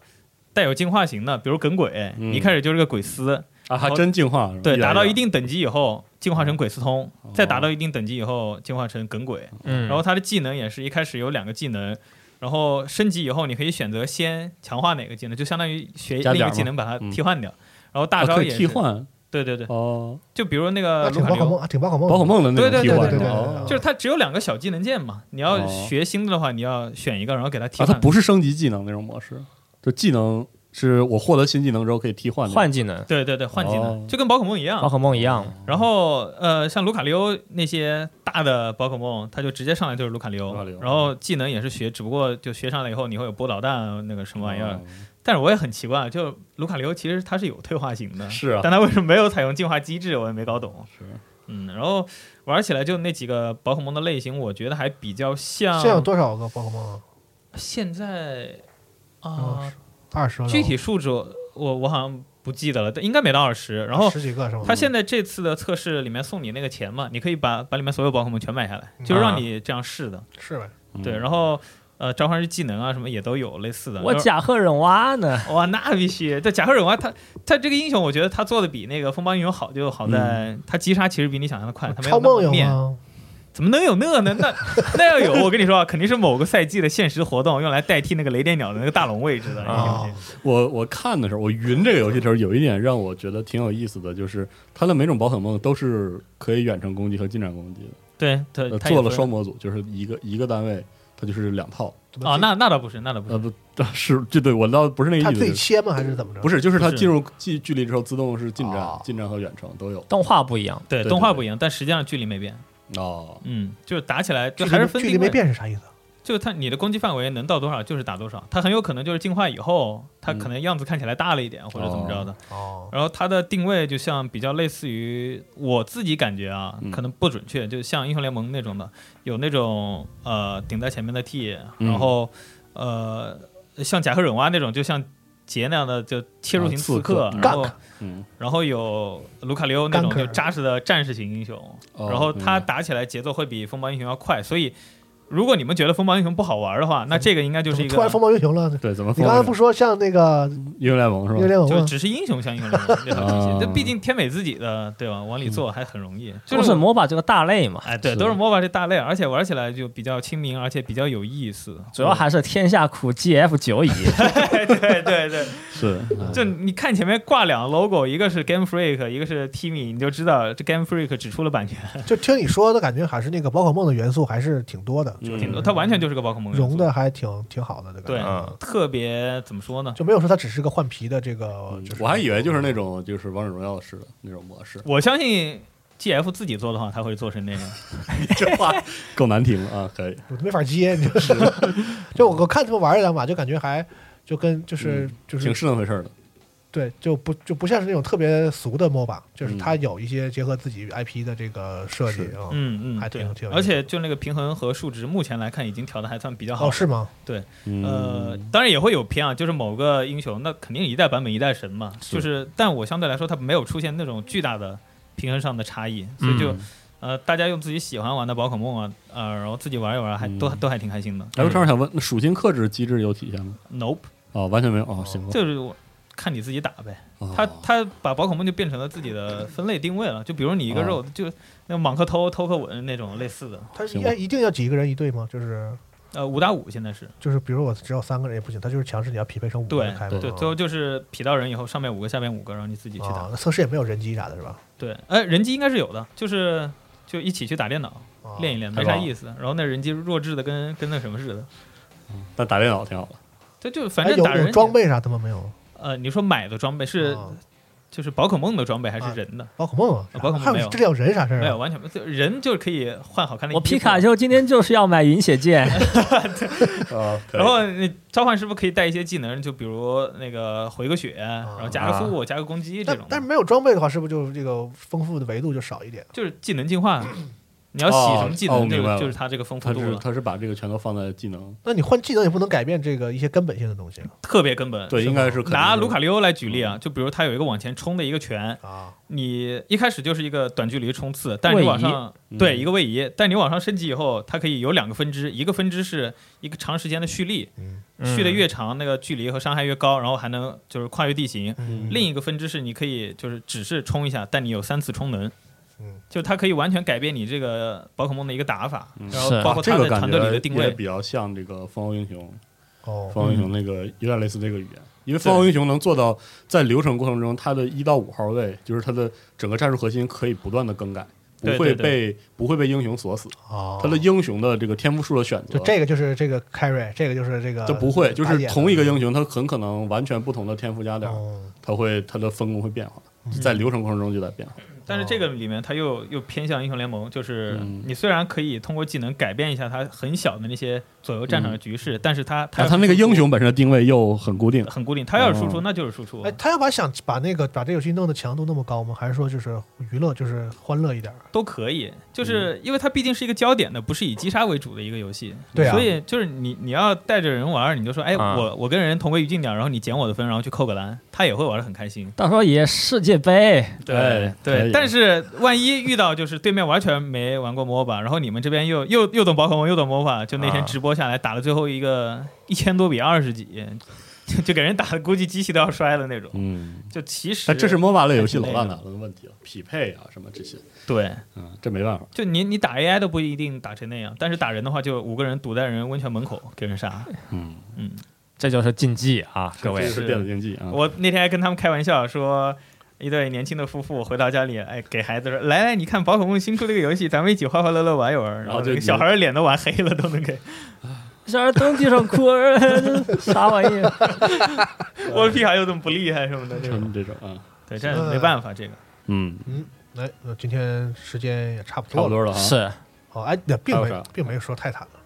[SPEAKER 4] 带有进化型的，比如耿鬼，
[SPEAKER 3] 嗯
[SPEAKER 4] 你一开始就是个鬼丝，
[SPEAKER 3] 啊，还真进化是吧
[SPEAKER 4] 对，
[SPEAKER 3] 来
[SPEAKER 4] 达到
[SPEAKER 3] 越
[SPEAKER 4] 一定等级以后进化成鬼丝通，
[SPEAKER 3] 哦
[SPEAKER 4] 再达到一定等级以后进化成耿鬼。
[SPEAKER 5] 嗯，
[SPEAKER 4] 然后它的技能也是一开始有两个技能。然后升级以后，你可以选择先强化哪个技能，就相当于学
[SPEAKER 3] 加
[SPEAKER 4] 另一
[SPEAKER 3] 点儿
[SPEAKER 4] 个
[SPEAKER 3] 嘛
[SPEAKER 4] 技能把它
[SPEAKER 3] 嗯
[SPEAKER 4] 替换掉。然后大
[SPEAKER 3] 啊
[SPEAKER 4] 招
[SPEAKER 3] 可以
[SPEAKER 4] 也是
[SPEAKER 3] 替换
[SPEAKER 4] 对对对，
[SPEAKER 3] 哦，
[SPEAKER 4] 就比如那个
[SPEAKER 2] 啊，
[SPEAKER 4] 卢
[SPEAKER 2] 挺
[SPEAKER 4] 卡
[SPEAKER 2] 宝可
[SPEAKER 4] 流
[SPEAKER 2] 梦，，啊挺宝可梦，
[SPEAKER 3] 宝可梦的那
[SPEAKER 4] 对对
[SPEAKER 3] 种替
[SPEAKER 4] 对
[SPEAKER 3] 换
[SPEAKER 4] 对
[SPEAKER 2] 对
[SPEAKER 4] 对
[SPEAKER 3] 哦
[SPEAKER 4] 就是它只有两个小技能键嘛，你要
[SPEAKER 3] 哦
[SPEAKER 4] 学新的的话，你要选一个，然后给它替
[SPEAKER 3] 啊，
[SPEAKER 4] 换。
[SPEAKER 3] 它不是升级技能那种模式，就技能是我获得新技能之后可以替换的
[SPEAKER 5] 换技能，
[SPEAKER 4] 对对对，换技能、
[SPEAKER 3] 哦
[SPEAKER 4] 就跟宝可梦一
[SPEAKER 5] 宝
[SPEAKER 4] 样。
[SPEAKER 5] 可梦一样，
[SPEAKER 4] 然后呃，像卢卡利欧那些大的宝可梦，它就直接上来就是卢卡利欧
[SPEAKER 3] 卢卡利，欧
[SPEAKER 4] 然后技能也是学，只不过就学上来以后你会有波导弹啊那个什么玩意儿。
[SPEAKER 3] 哦
[SPEAKER 4] 但是我也很奇怪，就卢卡利欧其实它是有退化型的，
[SPEAKER 3] 是啊，
[SPEAKER 4] 但它为什么没有采用进化机制，我也没搞懂。
[SPEAKER 3] 是
[SPEAKER 4] 嗯，然后玩起来就那几个宝可梦的类型，我觉得还比较
[SPEAKER 2] 现在有多少个宝可梦啊？
[SPEAKER 4] 现在啊
[SPEAKER 2] 哦，二十个，
[SPEAKER 4] 具体数值我我我好像不记得了，但应该没到二十。然后
[SPEAKER 2] 十几个
[SPEAKER 3] 嗯
[SPEAKER 2] 是吗？
[SPEAKER 4] 他现在这次的测试里面送你那个钱嘛，你可以把把里面所有宝可梦全买下来，就是让你这样试的。
[SPEAKER 2] 是呗？
[SPEAKER 4] 对，
[SPEAKER 3] 嗯
[SPEAKER 4] 然后呃，召唤师技能啊什么也都有类似的。
[SPEAKER 5] 我
[SPEAKER 4] 讲
[SPEAKER 5] 甲贺忍蛙呢，
[SPEAKER 4] 哇，那必须！这甲贺忍蛙啊他他这个英雄，我觉得他做的比那个风暴英雄好，就好在
[SPEAKER 3] 嗯
[SPEAKER 4] 他击杀其实比你想象的快，他没
[SPEAKER 2] 超梦
[SPEAKER 4] 有那
[SPEAKER 2] 有
[SPEAKER 4] 么面。
[SPEAKER 2] 吗？
[SPEAKER 4] 怎么能有那呢？那 那要有，我跟你说啊，肯定是某个赛季的限时活动用来代替那个雷电鸟的那个大龙位置的。
[SPEAKER 5] 啊
[SPEAKER 4] 你信不
[SPEAKER 3] 哦
[SPEAKER 4] 信
[SPEAKER 3] 我我看的时候，我云这个游戏的时候，有一点让我觉得挺有意思的，就是它的每种宝可梦都是可以远程攻击和近战攻击的，
[SPEAKER 4] 对对，
[SPEAKER 3] 呃
[SPEAKER 4] 它也
[SPEAKER 3] 做了
[SPEAKER 4] 分
[SPEAKER 3] 双模组，就是一个一个单位，它就是两套，
[SPEAKER 2] 怎么
[SPEAKER 4] 啊，
[SPEAKER 2] 自
[SPEAKER 4] 那那倒不是，那倒不
[SPEAKER 3] 呃
[SPEAKER 4] 是，
[SPEAKER 3] 不 是就对我倒不是那个
[SPEAKER 2] 他
[SPEAKER 3] 意思
[SPEAKER 2] 自己
[SPEAKER 3] 就是，
[SPEAKER 2] 切吗？还是怎么着？
[SPEAKER 3] 不是就是它
[SPEAKER 4] 不是
[SPEAKER 3] 进入距距离之后自动是近战
[SPEAKER 2] 哦，
[SPEAKER 3] 近战和远程都有
[SPEAKER 5] 动画不一样，
[SPEAKER 4] 对
[SPEAKER 3] 对
[SPEAKER 4] 动画
[SPEAKER 3] 对
[SPEAKER 4] 不一样，但实际上距离没变。
[SPEAKER 3] 哦，
[SPEAKER 4] 嗯，就是打起来
[SPEAKER 2] 距
[SPEAKER 4] 就
[SPEAKER 2] 离
[SPEAKER 4] 还是分
[SPEAKER 2] 距
[SPEAKER 4] 定
[SPEAKER 2] 离没
[SPEAKER 4] 位，
[SPEAKER 2] 变是啥意思？
[SPEAKER 4] 就是它你的攻击范围能到多少就是打多少，它很有可能就是进化以后，它可能样子看起来大了一点或者怎么着的。
[SPEAKER 2] 嗯哦，
[SPEAKER 4] 然后它的定位就像比较类似于我自己感觉啊
[SPEAKER 3] 嗯，
[SPEAKER 4] 可能不准确，就像英雄联盟那种的，有那种呃顶在前面的 T，
[SPEAKER 3] 嗯
[SPEAKER 4] 然后呃像甲贺忍蛙那种，就像杰那样的就切入型
[SPEAKER 3] 啊刺
[SPEAKER 4] 刺客
[SPEAKER 3] 客，
[SPEAKER 4] 然后
[SPEAKER 2] Gank
[SPEAKER 3] 嗯，
[SPEAKER 4] 然后有卢卡利欧那种
[SPEAKER 2] Ganker
[SPEAKER 4] 就扎实的战士型英雄，
[SPEAKER 3] 哦
[SPEAKER 4] 然后他
[SPEAKER 3] 嗯
[SPEAKER 4] 打起来节奏会比风暴英雄要快，所以如果你们觉得风暴英雄不好玩的话，
[SPEAKER 3] 嗯
[SPEAKER 4] 那这个应该就是一
[SPEAKER 2] 突然
[SPEAKER 4] 个
[SPEAKER 2] 风暴英雄了。
[SPEAKER 3] 对，怎么
[SPEAKER 2] 你刚才不说像那个
[SPEAKER 3] 英雄联盟是
[SPEAKER 2] 英雄啊
[SPEAKER 3] 吧？
[SPEAKER 2] 联盟
[SPEAKER 4] 就
[SPEAKER 2] 吗？
[SPEAKER 4] 只是英雄像英雄联盟这套游
[SPEAKER 3] 啊嗯
[SPEAKER 4] 戏，这毕竟天美自己的对吧？往里做还很容易，
[SPEAKER 5] 就
[SPEAKER 4] 就是是。
[SPEAKER 5] MOBA 这个大类嘛，
[SPEAKER 4] 哎，对，
[SPEAKER 3] 是
[SPEAKER 4] 都是 MOBA 这大类，而且玩起来就比较亲民，而且比较有意 思。
[SPEAKER 5] 主要还是天下苦 GF 久矣，
[SPEAKER 4] 对对对对，
[SPEAKER 3] 是，嗯
[SPEAKER 4] 就你看前面挂两个 logo，一个是 Game Freak，一个是 Timi，你就知道这 Game Freak 只出了版权，
[SPEAKER 2] 就听你说的感觉，还是那个宝可梦的元素还是挺多的，
[SPEAKER 3] 嗯
[SPEAKER 4] 挺多，它完全就是个宝可梦元素
[SPEAKER 2] 融的还挺挺好的。这个啊
[SPEAKER 4] 对
[SPEAKER 5] 嗯，
[SPEAKER 4] 特别怎么说呢？，
[SPEAKER 2] 就没有说它只是个换皮的这个，就是
[SPEAKER 3] 嗯我还以为就是那种就是王者荣耀式的那种模式
[SPEAKER 4] 我相信 G F 自己做的话，他会做成那样。
[SPEAKER 2] 哦
[SPEAKER 3] 这话够难听了啊！可以，
[SPEAKER 2] 我都没法接， 你知道吗就我我看他们玩儿两把，就感觉还就跟就是
[SPEAKER 3] 嗯
[SPEAKER 2] 就
[SPEAKER 3] 挺
[SPEAKER 2] 是
[SPEAKER 3] 是那回事儿的。
[SPEAKER 2] 对，就不就不像是那种特别俗的 MOBA，就是
[SPEAKER 3] 嗯
[SPEAKER 2] 它有一些结合自己 IP 的这个设计啊。
[SPEAKER 4] 嗯嗯，
[SPEAKER 2] 还挺
[SPEAKER 4] 对
[SPEAKER 2] 挺有
[SPEAKER 4] 而
[SPEAKER 2] 意思
[SPEAKER 4] 且就那个平衡和数值，目前来看已经调的还算比较好。
[SPEAKER 2] 哦，是吗？
[SPEAKER 3] 嗯
[SPEAKER 4] 呃，当然也会有偏啊，就是某个英雄，那肯定一代版本一代神嘛。
[SPEAKER 3] 是
[SPEAKER 4] 就是，但我相对来说，它没有出现那种巨大的平衡上的差异，所以就
[SPEAKER 3] 嗯
[SPEAKER 4] 呃，大家用自己喜欢玩的宝可梦啊，呃，然后自己玩一玩，还都
[SPEAKER 2] 嗯
[SPEAKER 4] 都还挺开心的。
[SPEAKER 3] 哎，我正好想问，那属性克制机制有体现吗？
[SPEAKER 4] Nope，
[SPEAKER 3] 哦，完全没有哦，行吧。
[SPEAKER 4] 就是我看你自己打呗。
[SPEAKER 3] 哦
[SPEAKER 4] 他他把宝可梦就变成了自己的分类定位了，就比如你一个肉，就那莽克偷偷克吻那种类似的。
[SPEAKER 2] 他
[SPEAKER 3] 行
[SPEAKER 2] 一
[SPEAKER 3] 吧
[SPEAKER 2] 一定要几个人一队吗？就是
[SPEAKER 4] 呃，五打五现在是
[SPEAKER 2] 就是，比如我只有三个人也不行，他就是强制你要匹配成五个
[SPEAKER 4] 对
[SPEAKER 2] 人开嘛。
[SPEAKER 4] 对，
[SPEAKER 2] 啊
[SPEAKER 4] 最后就是匹到人以后，上面五个，下面五个，然后你自己去
[SPEAKER 2] 啊
[SPEAKER 4] 打。
[SPEAKER 2] 那测试也没有人机啥的是吧？
[SPEAKER 4] 对，呃，人机应该是有的，就是就一起去打电脑
[SPEAKER 2] 啊
[SPEAKER 4] 练一练，没
[SPEAKER 3] 太
[SPEAKER 4] 啥
[SPEAKER 3] 棒了
[SPEAKER 4] 意思。然后那人机弱智的跟跟那什么似的，
[SPEAKER 3] 哦但打电脑挺好的，
[SPEAKER 4] 对，就
[SPEAKER 2] 哎
[SPEAKER 4] 反正
[SPEAKER 2] 有
[SPEAKER 4] 打人
[SPEAKER 2] 有
[SPEAKER 4] 也
[SPEAKER 2] 装。备啥他们没有？
[SPEAKER 4] 呃，你说买的装备是
[SPEAKER 2] 啊
[SPEAKER 4] 就是宝可梦的装备还是
[SPEAKER 2] 啊
[SPEAKER 4] 人的？
[SPEAKER 2] 宝可梦啊，
[SPEAKER 4] 啊宝可梦
[SPEAKER 2] 还
[SPEAKER 4] 没
[SPEAKER 2] 有
[SPEAKER 4] 有
[SPEAKER 2] 这里有人啥事儿
[SPEAKER 4] 没
[SPEAKER 2] 啊
[SPEAKER 4] 有，？完全没有就人就是可以换好看的衣
[SPEAKER 5] 我
[SPEAKER 4] 服。
[SPEAKER 5] 皮卡丘今天就是要买云血剑，
[SPEAKER 2] 啊
[SPEAKER 3] 呃，可以
[SPEAKER 4] 然后你召唤师傅可以带一些技能，就比如那个回个血，然后加个速加个攻击这
[SPEAKER 2] 但
[SPEAKER 4] 种的，
[SPEAKER 2] 啊但是没有装备的话，是不是就这个丰富的维度就少一点？
[SPEAKER 4] 就是技能进化。你要洗什么技
[SPEAKER 3] 哦哦
[SPEAKER 4] 能，
[SPEAKER 3] 明
[SPEAKER 4] 就
[SPEAKER 3] 白了
[SPEAKER 4] 是就是它这个丰富
[SPEAKER 3] 他
[SPEAKER 4] 度
[SPEAKER 3] 是
[SPEAKER 4] 了，
[SPEAKER 3] 他是把这个全都放在技能，
[SPEAKER 2] 那你换技能也不能改变这个一些根本性的东西啊
[SPEAKER 4] 特别根本。
[SPEAKER 3] 对，应该是可能
[SPEAKER 4] 拿
[SPEAKER 3] 是
[SPEAKER 4] 卢卡利欧来举例
[SPEAKER 3] 嗯
[SPEAKER 4] 啊，就比如他有一个往前冲的一个拳，
[SPEAKER 2] 啊。
[SPEAKER 4] 你一开始就是一个短距离冲刺，但是你往上
[SPEAKER 3] 嗯
[SPEAKER 4] 对一个位移，但你往上升级以后，它可以有两个分支，一个分支是一个长时间的蓄力，
[SPEAKER 2] 嗯
[SPEAKER 4] 蓄的越长，那个距离和伤害越高，然后还能就是跨越地形。
[SPEAKER 2] 嗯
[SPEAKER 4] 另一个分支是你可以就是只是冲一下，但你有三次充能
[SPEAKER 2] 嗯，
[SPEAKER 4] 就它可以完全改变你这个宝可梦的一个打法，
[SPEAKER 3] 嗯
[SPEAKER 4] 然后
[SPEAKER 5] 是
[SPEAKER 4] 包括
[SPEAKER 3] 这
[SPEAKER 4] 哦它
[SPEAKER 3] 个
[SPEAKER 4] 在
[SPEAKER 3] 感
[SPEAKER 4] 团队里
[SPEAKER 3] 觉
[SPEAKER 4] 的定
[SPEAKER 3] 也
[SPEAKER 4] 位。
[SPEAKER 3] 比较像这个《凤凰英雄》，《凤
[SPEAKER 2] 哦，
[SPEAKER 3] 凰英雄》那个有点类似这个语言，因为《凤凰英雄》能做到在流程过程中，它的一到五号位就是它的整个战术核心可以不断的更改，不
[SPEAKER 4] 对
[SPEAKER 3] 会
[SPEAKER 4] 对对
[SPEAKER 3] 被不会被英雄锁死，
[SPEAKER 2] 哦，
[SPEAKER 3] 它的英雄的这个天赋树的选择
[SPEAKER 2] 就这个就是这个 carry，这个就是这个
[SPEAKER 3] 就不会，就
[SPEAKER 2] 打
[SPEAKER 3] 是
[SPEAKER 2] 野的
[SPEAKER 3] 同一个英雄，它很可能完全不同的天赋加点儿，
[SPEAKER 2] 哦
[SPEAKER 3] 它会它的分工会变化，
[SPEAKER 2] 嗯
[SPEAKER 3] 在流程过程中就在变化。
[SPEAKER 4] 但是这个里面它又又偏向英雄联盟，就是
[SPEAKER 3] 嗯
[SPEAKER 4] 你虽然可以通过技能改变一下它很小的那些左右战场的局势，但是它它
[SPEAKER 3] 嗯啊但它那个英雄本身的定位又很固定，
[SPEAKER 4] 很固定，它要是输
[SPEAKER 3] 哦
[SPEAKER 4] 出那就是输出啊
[SPEAKER 2] 哎，，他要把想把那个把这游戏弄得强度那么高吗？还是说就是娱乐就是欢乐一点儿？
[SPEAKER 4] 都可以。就是因为它毕竟是一个焦点的，不是以击杀为主的一个游戏，
[SPEAKER 2] 对啊
[SPEAKER 4] 所以就是你你要带着人玩儿，你就说，哎，
[SPEAKER 5] 啊
[SPEAKER 4] 我我跟人同归于尽点儿，然后你捡我的分，然后去扣个篮，他也会玩的很开心。
[SPEAKER 5] 到时候也世界杯，
[SPEAKER 3] 哎可以
[SPEAKER 4] 对，但是万一遇到就是对面完全没玩过啊 MOBA，然后你们这边又又又懂宝可梦又懂 MOBA，就那天
[SPEAKER 5] 啊
[SPEAKER 4] 直播下来打了最后一个一千多比二十几，就就给人打的估计机器都要摔了那种。
[SPEAKER 3] 嗯，
[SPEAKER 4] 就其实
[SPEAKER 3] 但这是 MOBA 类游戏
[SPEAKER 4] 还
[SPEAKER 3] 老
[SPEAKER 4] 挺
[SPEAKER 3] 大
[SPEAKER 4] 累
[SPEAKER 3] 难了的问题了，匹配啊什么这些，
[SPEAKER 4] 对，
[SPEAKER 3] 嗯，这没办法。
[SPEAKER 4] 就你你打 AI 都不一定打成那样，但是打人的话，就五个人堵在人温泉门口给人杀。
[SPEAKER 3] 嗯，
[SPEAKER 4] 嗯，
[SPEAKER 5] 这就是竞技啊，各
[SPEAKER 3] 这
[SPEAKER 5] 位
[SPEAKER 3] 就。是
[SPEAKER 4] 是
[SPEAKER 3] 电子竞技啊。
[SPEAKER 4] 我那天还跟他们开玩笑说。一对年轻的夫妇回到家里，哎，给孩子说：“来来，你看宝可梦新出这个游戏，咱们一起欢欢乐乐玩一玩。”
[SPEAKER 3] 然
[SPEAKER 4] 然
[SPEAKER 3] 后
[SPEAKER 4] 后
[SPEAKER 3] 就
[SPEAKER 4] 这个小孩儿脸都玩黑了，都能给。
[SPEAKER 5] 小孩蹲地上哭， 啥玩意儿？
[SPEAKER 4] 我皮卡又怎么不厉害什么的这
[SPEAKER 3] 什
[SPEAKER 4] 种。
[SPEAKER 3] 么这种啊，
[SPEAKER 4] 对，这没办法，这个
[SPEAKER 3] 嗯，
[SPEAKER 2] 哎，那今天时间也差不
[SPEAKER 3] 差
[SPEAKER 2] 多
[SPEAKER 3] 不
[SPEAKER 2] 了。
[SPEAKER 3] 多了啊。
[SPEAKER 5] 是，
[SPEAKER 2] 哦，哎，那并
[SPEAKER 3] 还有
[SPEAKER 2] 没
[SPEAKER 3] 啥
[SPEAKER 2] 并没有说太惨了。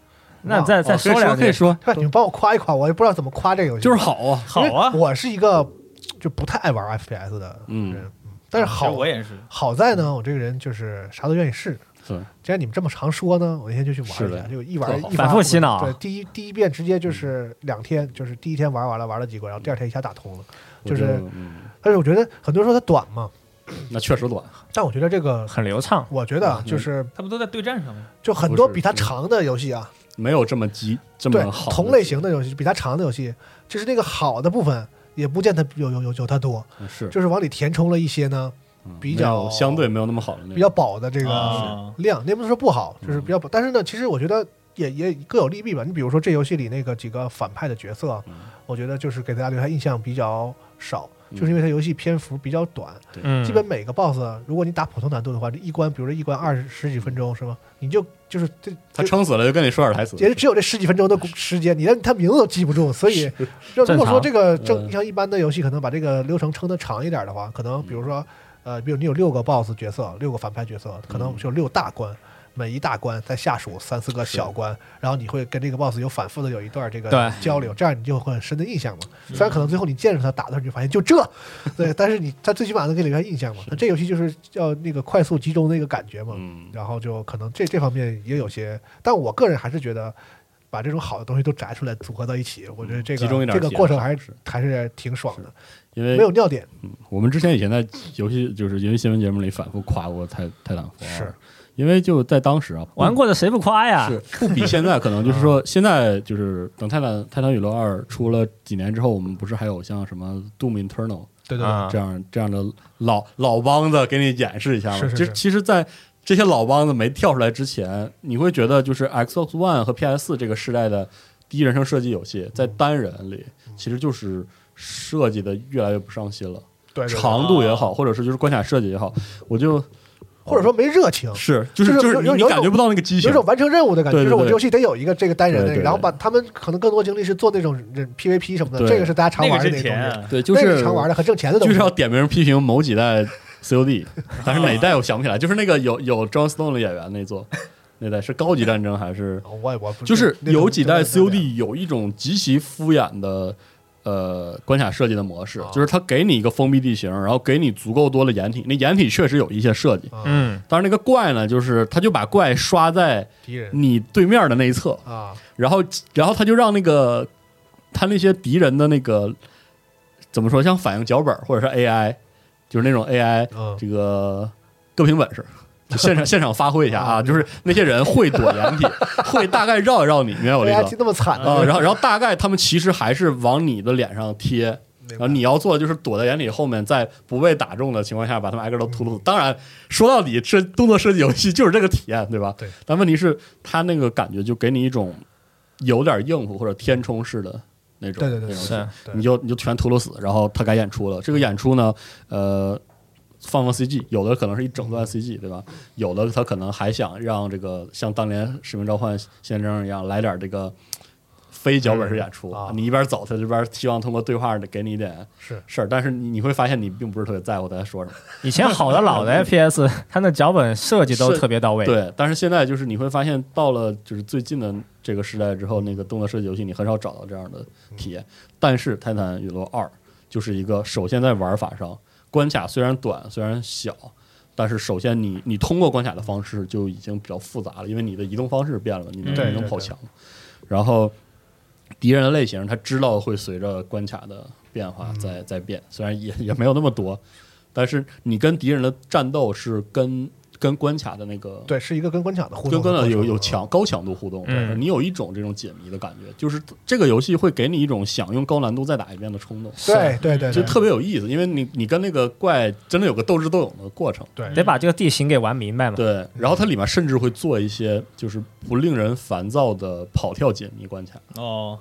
[SPEAKER 5] 那再再
[SPEAKER 3] 哦可以
[SPEAKER 5] 说两
[SPEAKER 3] 可以
[SPEAKER 5] 句。
[SPEAKER 3] 说，
[SPEAKER 2] 对，你们帮我夸一夸，我也不知道怎么夸这个游戏，
[SPEAKER 3] 就是好啊。
[SPEAKER 4] 好啊
[SPEAKER 2] 因为。我是一个就不太爱玩 FPS 的人，嗯但是好
[SPEAKER 4] 其实啊我也是，
[SPEAKER 2] 好在呢，我这个人就是啥都愿意试。
[SPEAKER 3] 是，
[SPEAKER 2] 既然你们这么常说呢，我那天就去玩
[SPEAKER 3] 是
[SPEAKER 2] 一
[SPEAKER 3] 的
[SPEAKER 2] 下，就一
[SPEAKER 3] 特
[SPEAKER 2] 玩
[SPEAKER 3] 好
[SPEAKER 2] 一发
[SPEAKER 5] 反复洗脑
[SPEAKER 2] 对，第一第一遍直接就是两天，就是第一天玩完了，玩了几关，然后第二天一下打通了。就
[SPEAKER 3] 我觉
[SPEAKER 2] 是
[SPEAKER 3] 得，嗯
[SPEAKER 2] 但是我觉得很多人说它短嘛，
[SPEAKER 3] 那确实短，
[SPEAKER 2] 但我觉得这个，
[SPEAKER 5] 很流畅，
[SPEAKER 2] 我觉得啊
[SPEAKER 3] 嗯
[SPEAKER 2] 就是
[SPEAKER 4] 他不都在对战上吗？
[SPEAKER 2] 就很多
[SPEAKER 3] 不是
[SPEAKER 2] 比它
[SPEAKER 3] 嗯
[SPEAKER 2] 长的游戏啊，
[SPEAKER 3] 没有这么急这
[SPEAKER 2] 对
[SPEAKER 3] 么好的
[SPEAKER 2] 同类型的游戏比它长的游戏，就是那个好的部分也不见它有有有有它多，
[SPEAKER 3] 嗯是
[SPEAKER 2] 就是往里填充了一些呢
[SPEAKER 3] 嗯
[SPEAKER 2] 比
[SPEAKER 3] 没
[SPEAKER 2] 较
[SPEAKER 3] 有相对没有那么好的那种
[SPEAKER 2] 比较饱的这个
[SPEAKER 4] 啊
[SPEAKER 2] 量，那不是说不好，就是
[SPEAKER 3] 嗯
[SPEAKER 2] 比较饱。但是呢，其实我觉得也也各有利弊吧。你比如说这游戏里那个几个反派的角色
[SPEAKER 3] 嗯，
[SPEAKER 2] 我觉得就是给大家留下印象比较少，就是因为它游戏篇幅比较短，
[SPEAKER 5] 嗯，
[SPEAKER 2] 基本每个 BOSS，如果你打普通难度的话，这一关，比如说一关二十十几分钟是吧？你就就是这
[SPEAKER 3] 他撑死了就跟你说点台词，
[SPEAKER 2] 也只有这十几分钟的时间，你连他名字都记不住，所以就如
[SPEAKER 5] 正
[SPEAKER 2] 果
[SPEAKER 5] 常
[SPEAKER 2] 说这个
[SPEAKER 3] 嗯
[SPEAKER 2] 正像一般的游戏，可能把这个流程撑得长一点的话，可能比如说呃，比如你有六个 BOSS 角色，六个反派角色，可能就六大关。每一大关再下属三四个小关，然后你会跟这个 boss 有反复的有一段这个
[SPEAKER 5] 对
[SPEAKER 2] 交流，这样你就会很深的印象嘛。虽然可能最后你见着他打的时候，你就发现就这，对，但是你他最起码能给你留下印象嘛。那这游戏就是要那个快速集中那个感觉嘛。
[SPEAKER 3] 嗯
[SPEAKER 2] 然后就可能这这方面也有些，但我个人还是觉得把这种好的东西都摘出来组合到一起，我觉得这
[SPEAKER 3] 嗯集中
[SPEAKER 2] 个
[SPEAKER 3] 一
[SPEAKER 2] 这
[SPEAKER 3] 点儿
[SPEAKER 2] 个
[SPEAKER 3] 写
[SPEAKER 2] 过程还
[SPEAKER 3] 是
[SPEAKER 2] 是还是挺爽的，
[SPEAKER 3] 因
[SPEAKER 2] 没
[SPEAKER 3] 为
[SPEAKER 2] 有尿点。
[SPEAKER 3] 我们之前以前在游戏就是游戏新闻节目里反复夸过泰泰坦 f
[SPEAKER 2] 是
[SPEAKER 3] 啊因为就在当时啊，不
[SPEAKER 5] 玩过的谁不夸呀？
[SPEAKER 3] 是不比现在可能就是说现在就是等泰坦泰坦陨落二出了几年之后，我们不是还有像什么 Doom Eternal
[SPEAKER 2] 对对对，
[SPEAKER 5] 啊
[SPEAKER 3] 这样、这样的老老帮子给你演示一下嘛？
[SPEAKER 2] 是是
[SPEAKER 3] 其
[SPEAKER 2] 是
[SPEAKER 3] 实其实，在这些老帮子没跳出来之前，你会觉得就是 Xbox One 和 PS 这个时代的第一人称射击游戏，在单人里其实就是设计的越来越不上心了，
[SPEAKER 2] 对对对
[SPEAKER 3] 长度也好，或者是就是关卡设计也好，我就
[SPEAKER 2] 或者说没热情，
[SPEAKER 3] 是就是
[SPEAKER 2] 就是
[SPEAKER 3] 就是
[SPEAKER 2] 有
[SPEAKER 3] 你
[SPEAKER 2] 有
[SPEAKER 3] 你
[SPEAKER 2] 有
[SPEAKER 3] 感觉不到那个激
[SPEAKER 2] 有
[SPEAKER 3] 情
[SPEAKER 2] 一。种完成任务的感觉，
[SPEAKER 3] 对对
[SPEAKER 2] 就是我
[SPEAKER 3] 对
[SPEAKER 2] 这游戏得有一个这个单人
[SPEAKER 3] 对
[SPEAKER 2] 的，
[SPEAKER 3] 对对
[SPEAKER 2] 然后把他们可能更多精力是做那种人 PVP 什么的，
[SPEAKER 3] 对
[SPEAKER 2] 这个是大家常
[SPEAKER 4] 那
[SPEAKER 2] 玩
[SPEAKER 4] 个
[SPEAKER 2] 的
[SPEAKER 4] 是
[SPEAKER 2] 那个
[SPEAKER 4] 甜
[SPEAKER 2] 东西，
[SPEAKER 4] 啊，
[SPEAKER 3] 对，就
[SPEAKER 2] 那
[SPEAKER 3] 是
[SPEAKER 2] 个常玩的和挣钱的东
[SPEAKER 3] 就是
[SPEAKER 2] 西
[SPEAKER 3] 要。点名批评某几代 COD，但是哪代我想不起来，就是那个有有 John Stone 的演员 那座，那代是高级战争还是？
[SPEAKER 2] 我也我不
[SPEAKER 3] 就是
[SPEAKER 2] 那个
[SPEAKER 3] 有几
[SPEAKER 2] 那
[SPEAKER 3] 代
[SPEAKER 2] 个
[SPEAKER 3] COD 有一种极其敷衍的呃关卡设计的模式
[SPEAKER 2] 啊，
[SPEAKER 3] 就是它给你一个封闭地形，然后给你足够多的掩体，那掩体确实有一些设计，
[SPEAKER 2] 啊
[SPEAKER 5] 嗯，
[SPEAKER 3] 但是那个怪呢，就是它就把怪刷在
[SPEAKER 2] 敌人
[SPEAKER 3] 你对面的那一侧，
[SPEAKER 2] 啊，
[SPEAKER 3] 然后然后他就让那个他那些敌人的那个怎么说，像反应脚本或者是 AI，就是那种 AI
[SPEAKER 2] 嗯
[SPEAKER 3] 这个各凭本事。就 现场现场发挥一下啊，就是那些人会躲掩体，会大概绕一绕你，明白我的意
[SPEAKER 2] ，AI
[SPEAKER 3] 思
[SPEAKER 2] 那么惨
[SPEAKER 3] 啊、
[SPEAKER 2] 的，
[SPEAKER 3] 然后然后大概他们其实还是往你的脸上贴，
[SPEAKER 2] 明
[SPEAKER 3] 然
[SPEAKER 2] 白
[SPEAKER 3] 后你要做的就是躲在掩体后面，在不被打中的情况下把他们挨个都突突。当然，说到底，这动作设计游戏就是这个体验，对吧？
[SPEAKER 2] 对。
[SPEAKER 3] 但问题是，他那个感觉就给你一种有点应付或者填充式的那种，
[SPEAKER 2] 对对对
[SPEAKER 3] 那种
[SPEAKER 5] 是
[SPEAKER 2] 对
[SPEAKER 3] 你就你就全吐了死，然后他该演出了。这个演出呢，呃，放放 CG，有的可能是一整段 CG，对吧？有的他可能还想让这个像当年《使命召唤：先征一样，来点这个非脚本式演出。
[SPEAKER 2] 嗯啊
[SPEAKER 3] 你一边走，他这边希望通过对话给你一点
[SPEAKER 2] 是
[SPEAKER 3] 事儿，但是你你会发现你并不是特别在乎他在说什么。
[SPEAKER 5] 以前好的 老的 FPS，它那脚本设计都特别到位。
[SPEAKER 3] 对，但是现在就是你会发现，到了就是最近的这个时代之后，那个动作设计游戏你很少找到这样的体验。但是《泰坦陨落二》就是一个，首先在玩法上，关卡虽然短，虽然小，但是首先你你通过关卡的方式就已经比较复杂了，因为你的移动方式变了，你能
[SPEAKER 4] 对
[SPEAKER 3] 你能
[SPEAKER 2] 对
[SPEAKER 3] 跑
[SPEAKER 2] 对
[SPEAKER 3] 墙，然后敌人的类型，他知道会随着关卡的变化
[SPEAKER 2] 嗯
[SPEAKER 3] 在在变，虽然也也没有那么多，但是你跟敌人的战斗是跟跟关卡的那个
[SPEAKER 2] 对，是一个跟关卡的互
[SPEAKER 3] 跟
[SPEAKER 2] 动的
[SPEAKER 3] 跟
[SPEAKER 2] 过
[SPEAKER 3] 了
[SPEAKER 2] 程，
[SPEAKER 3] 有有
[SPEAKER 2] 嗯
[SPEAKER 3] 强高强度互动，
[SPEAKER 5] 嗯
[SPEAKER 3] 你有一种这种解谜的感觉，就是这个游戏会给你一种想用高难度再打一遍的冲动，
[SPEAKER 2] 对对对，
[SPEAKER 3] 就
[SPEAKER 2] 对
[SPEAKER 3] 特别有意思，因为你你跟那个怪真的有个斗智斗勇的过程。
[SPEAKER 2] 对
[SPEAKER 5] 得把这个地形给玩明白
[SPEAKER 2] 嗯
[SPEAKER 5] 嘛。
[SPEAKER 3] 对，然后它里面甚至会做一些就是不令人烦躁的跑跳解谜关卡，
[SPEAKER 4] 哦，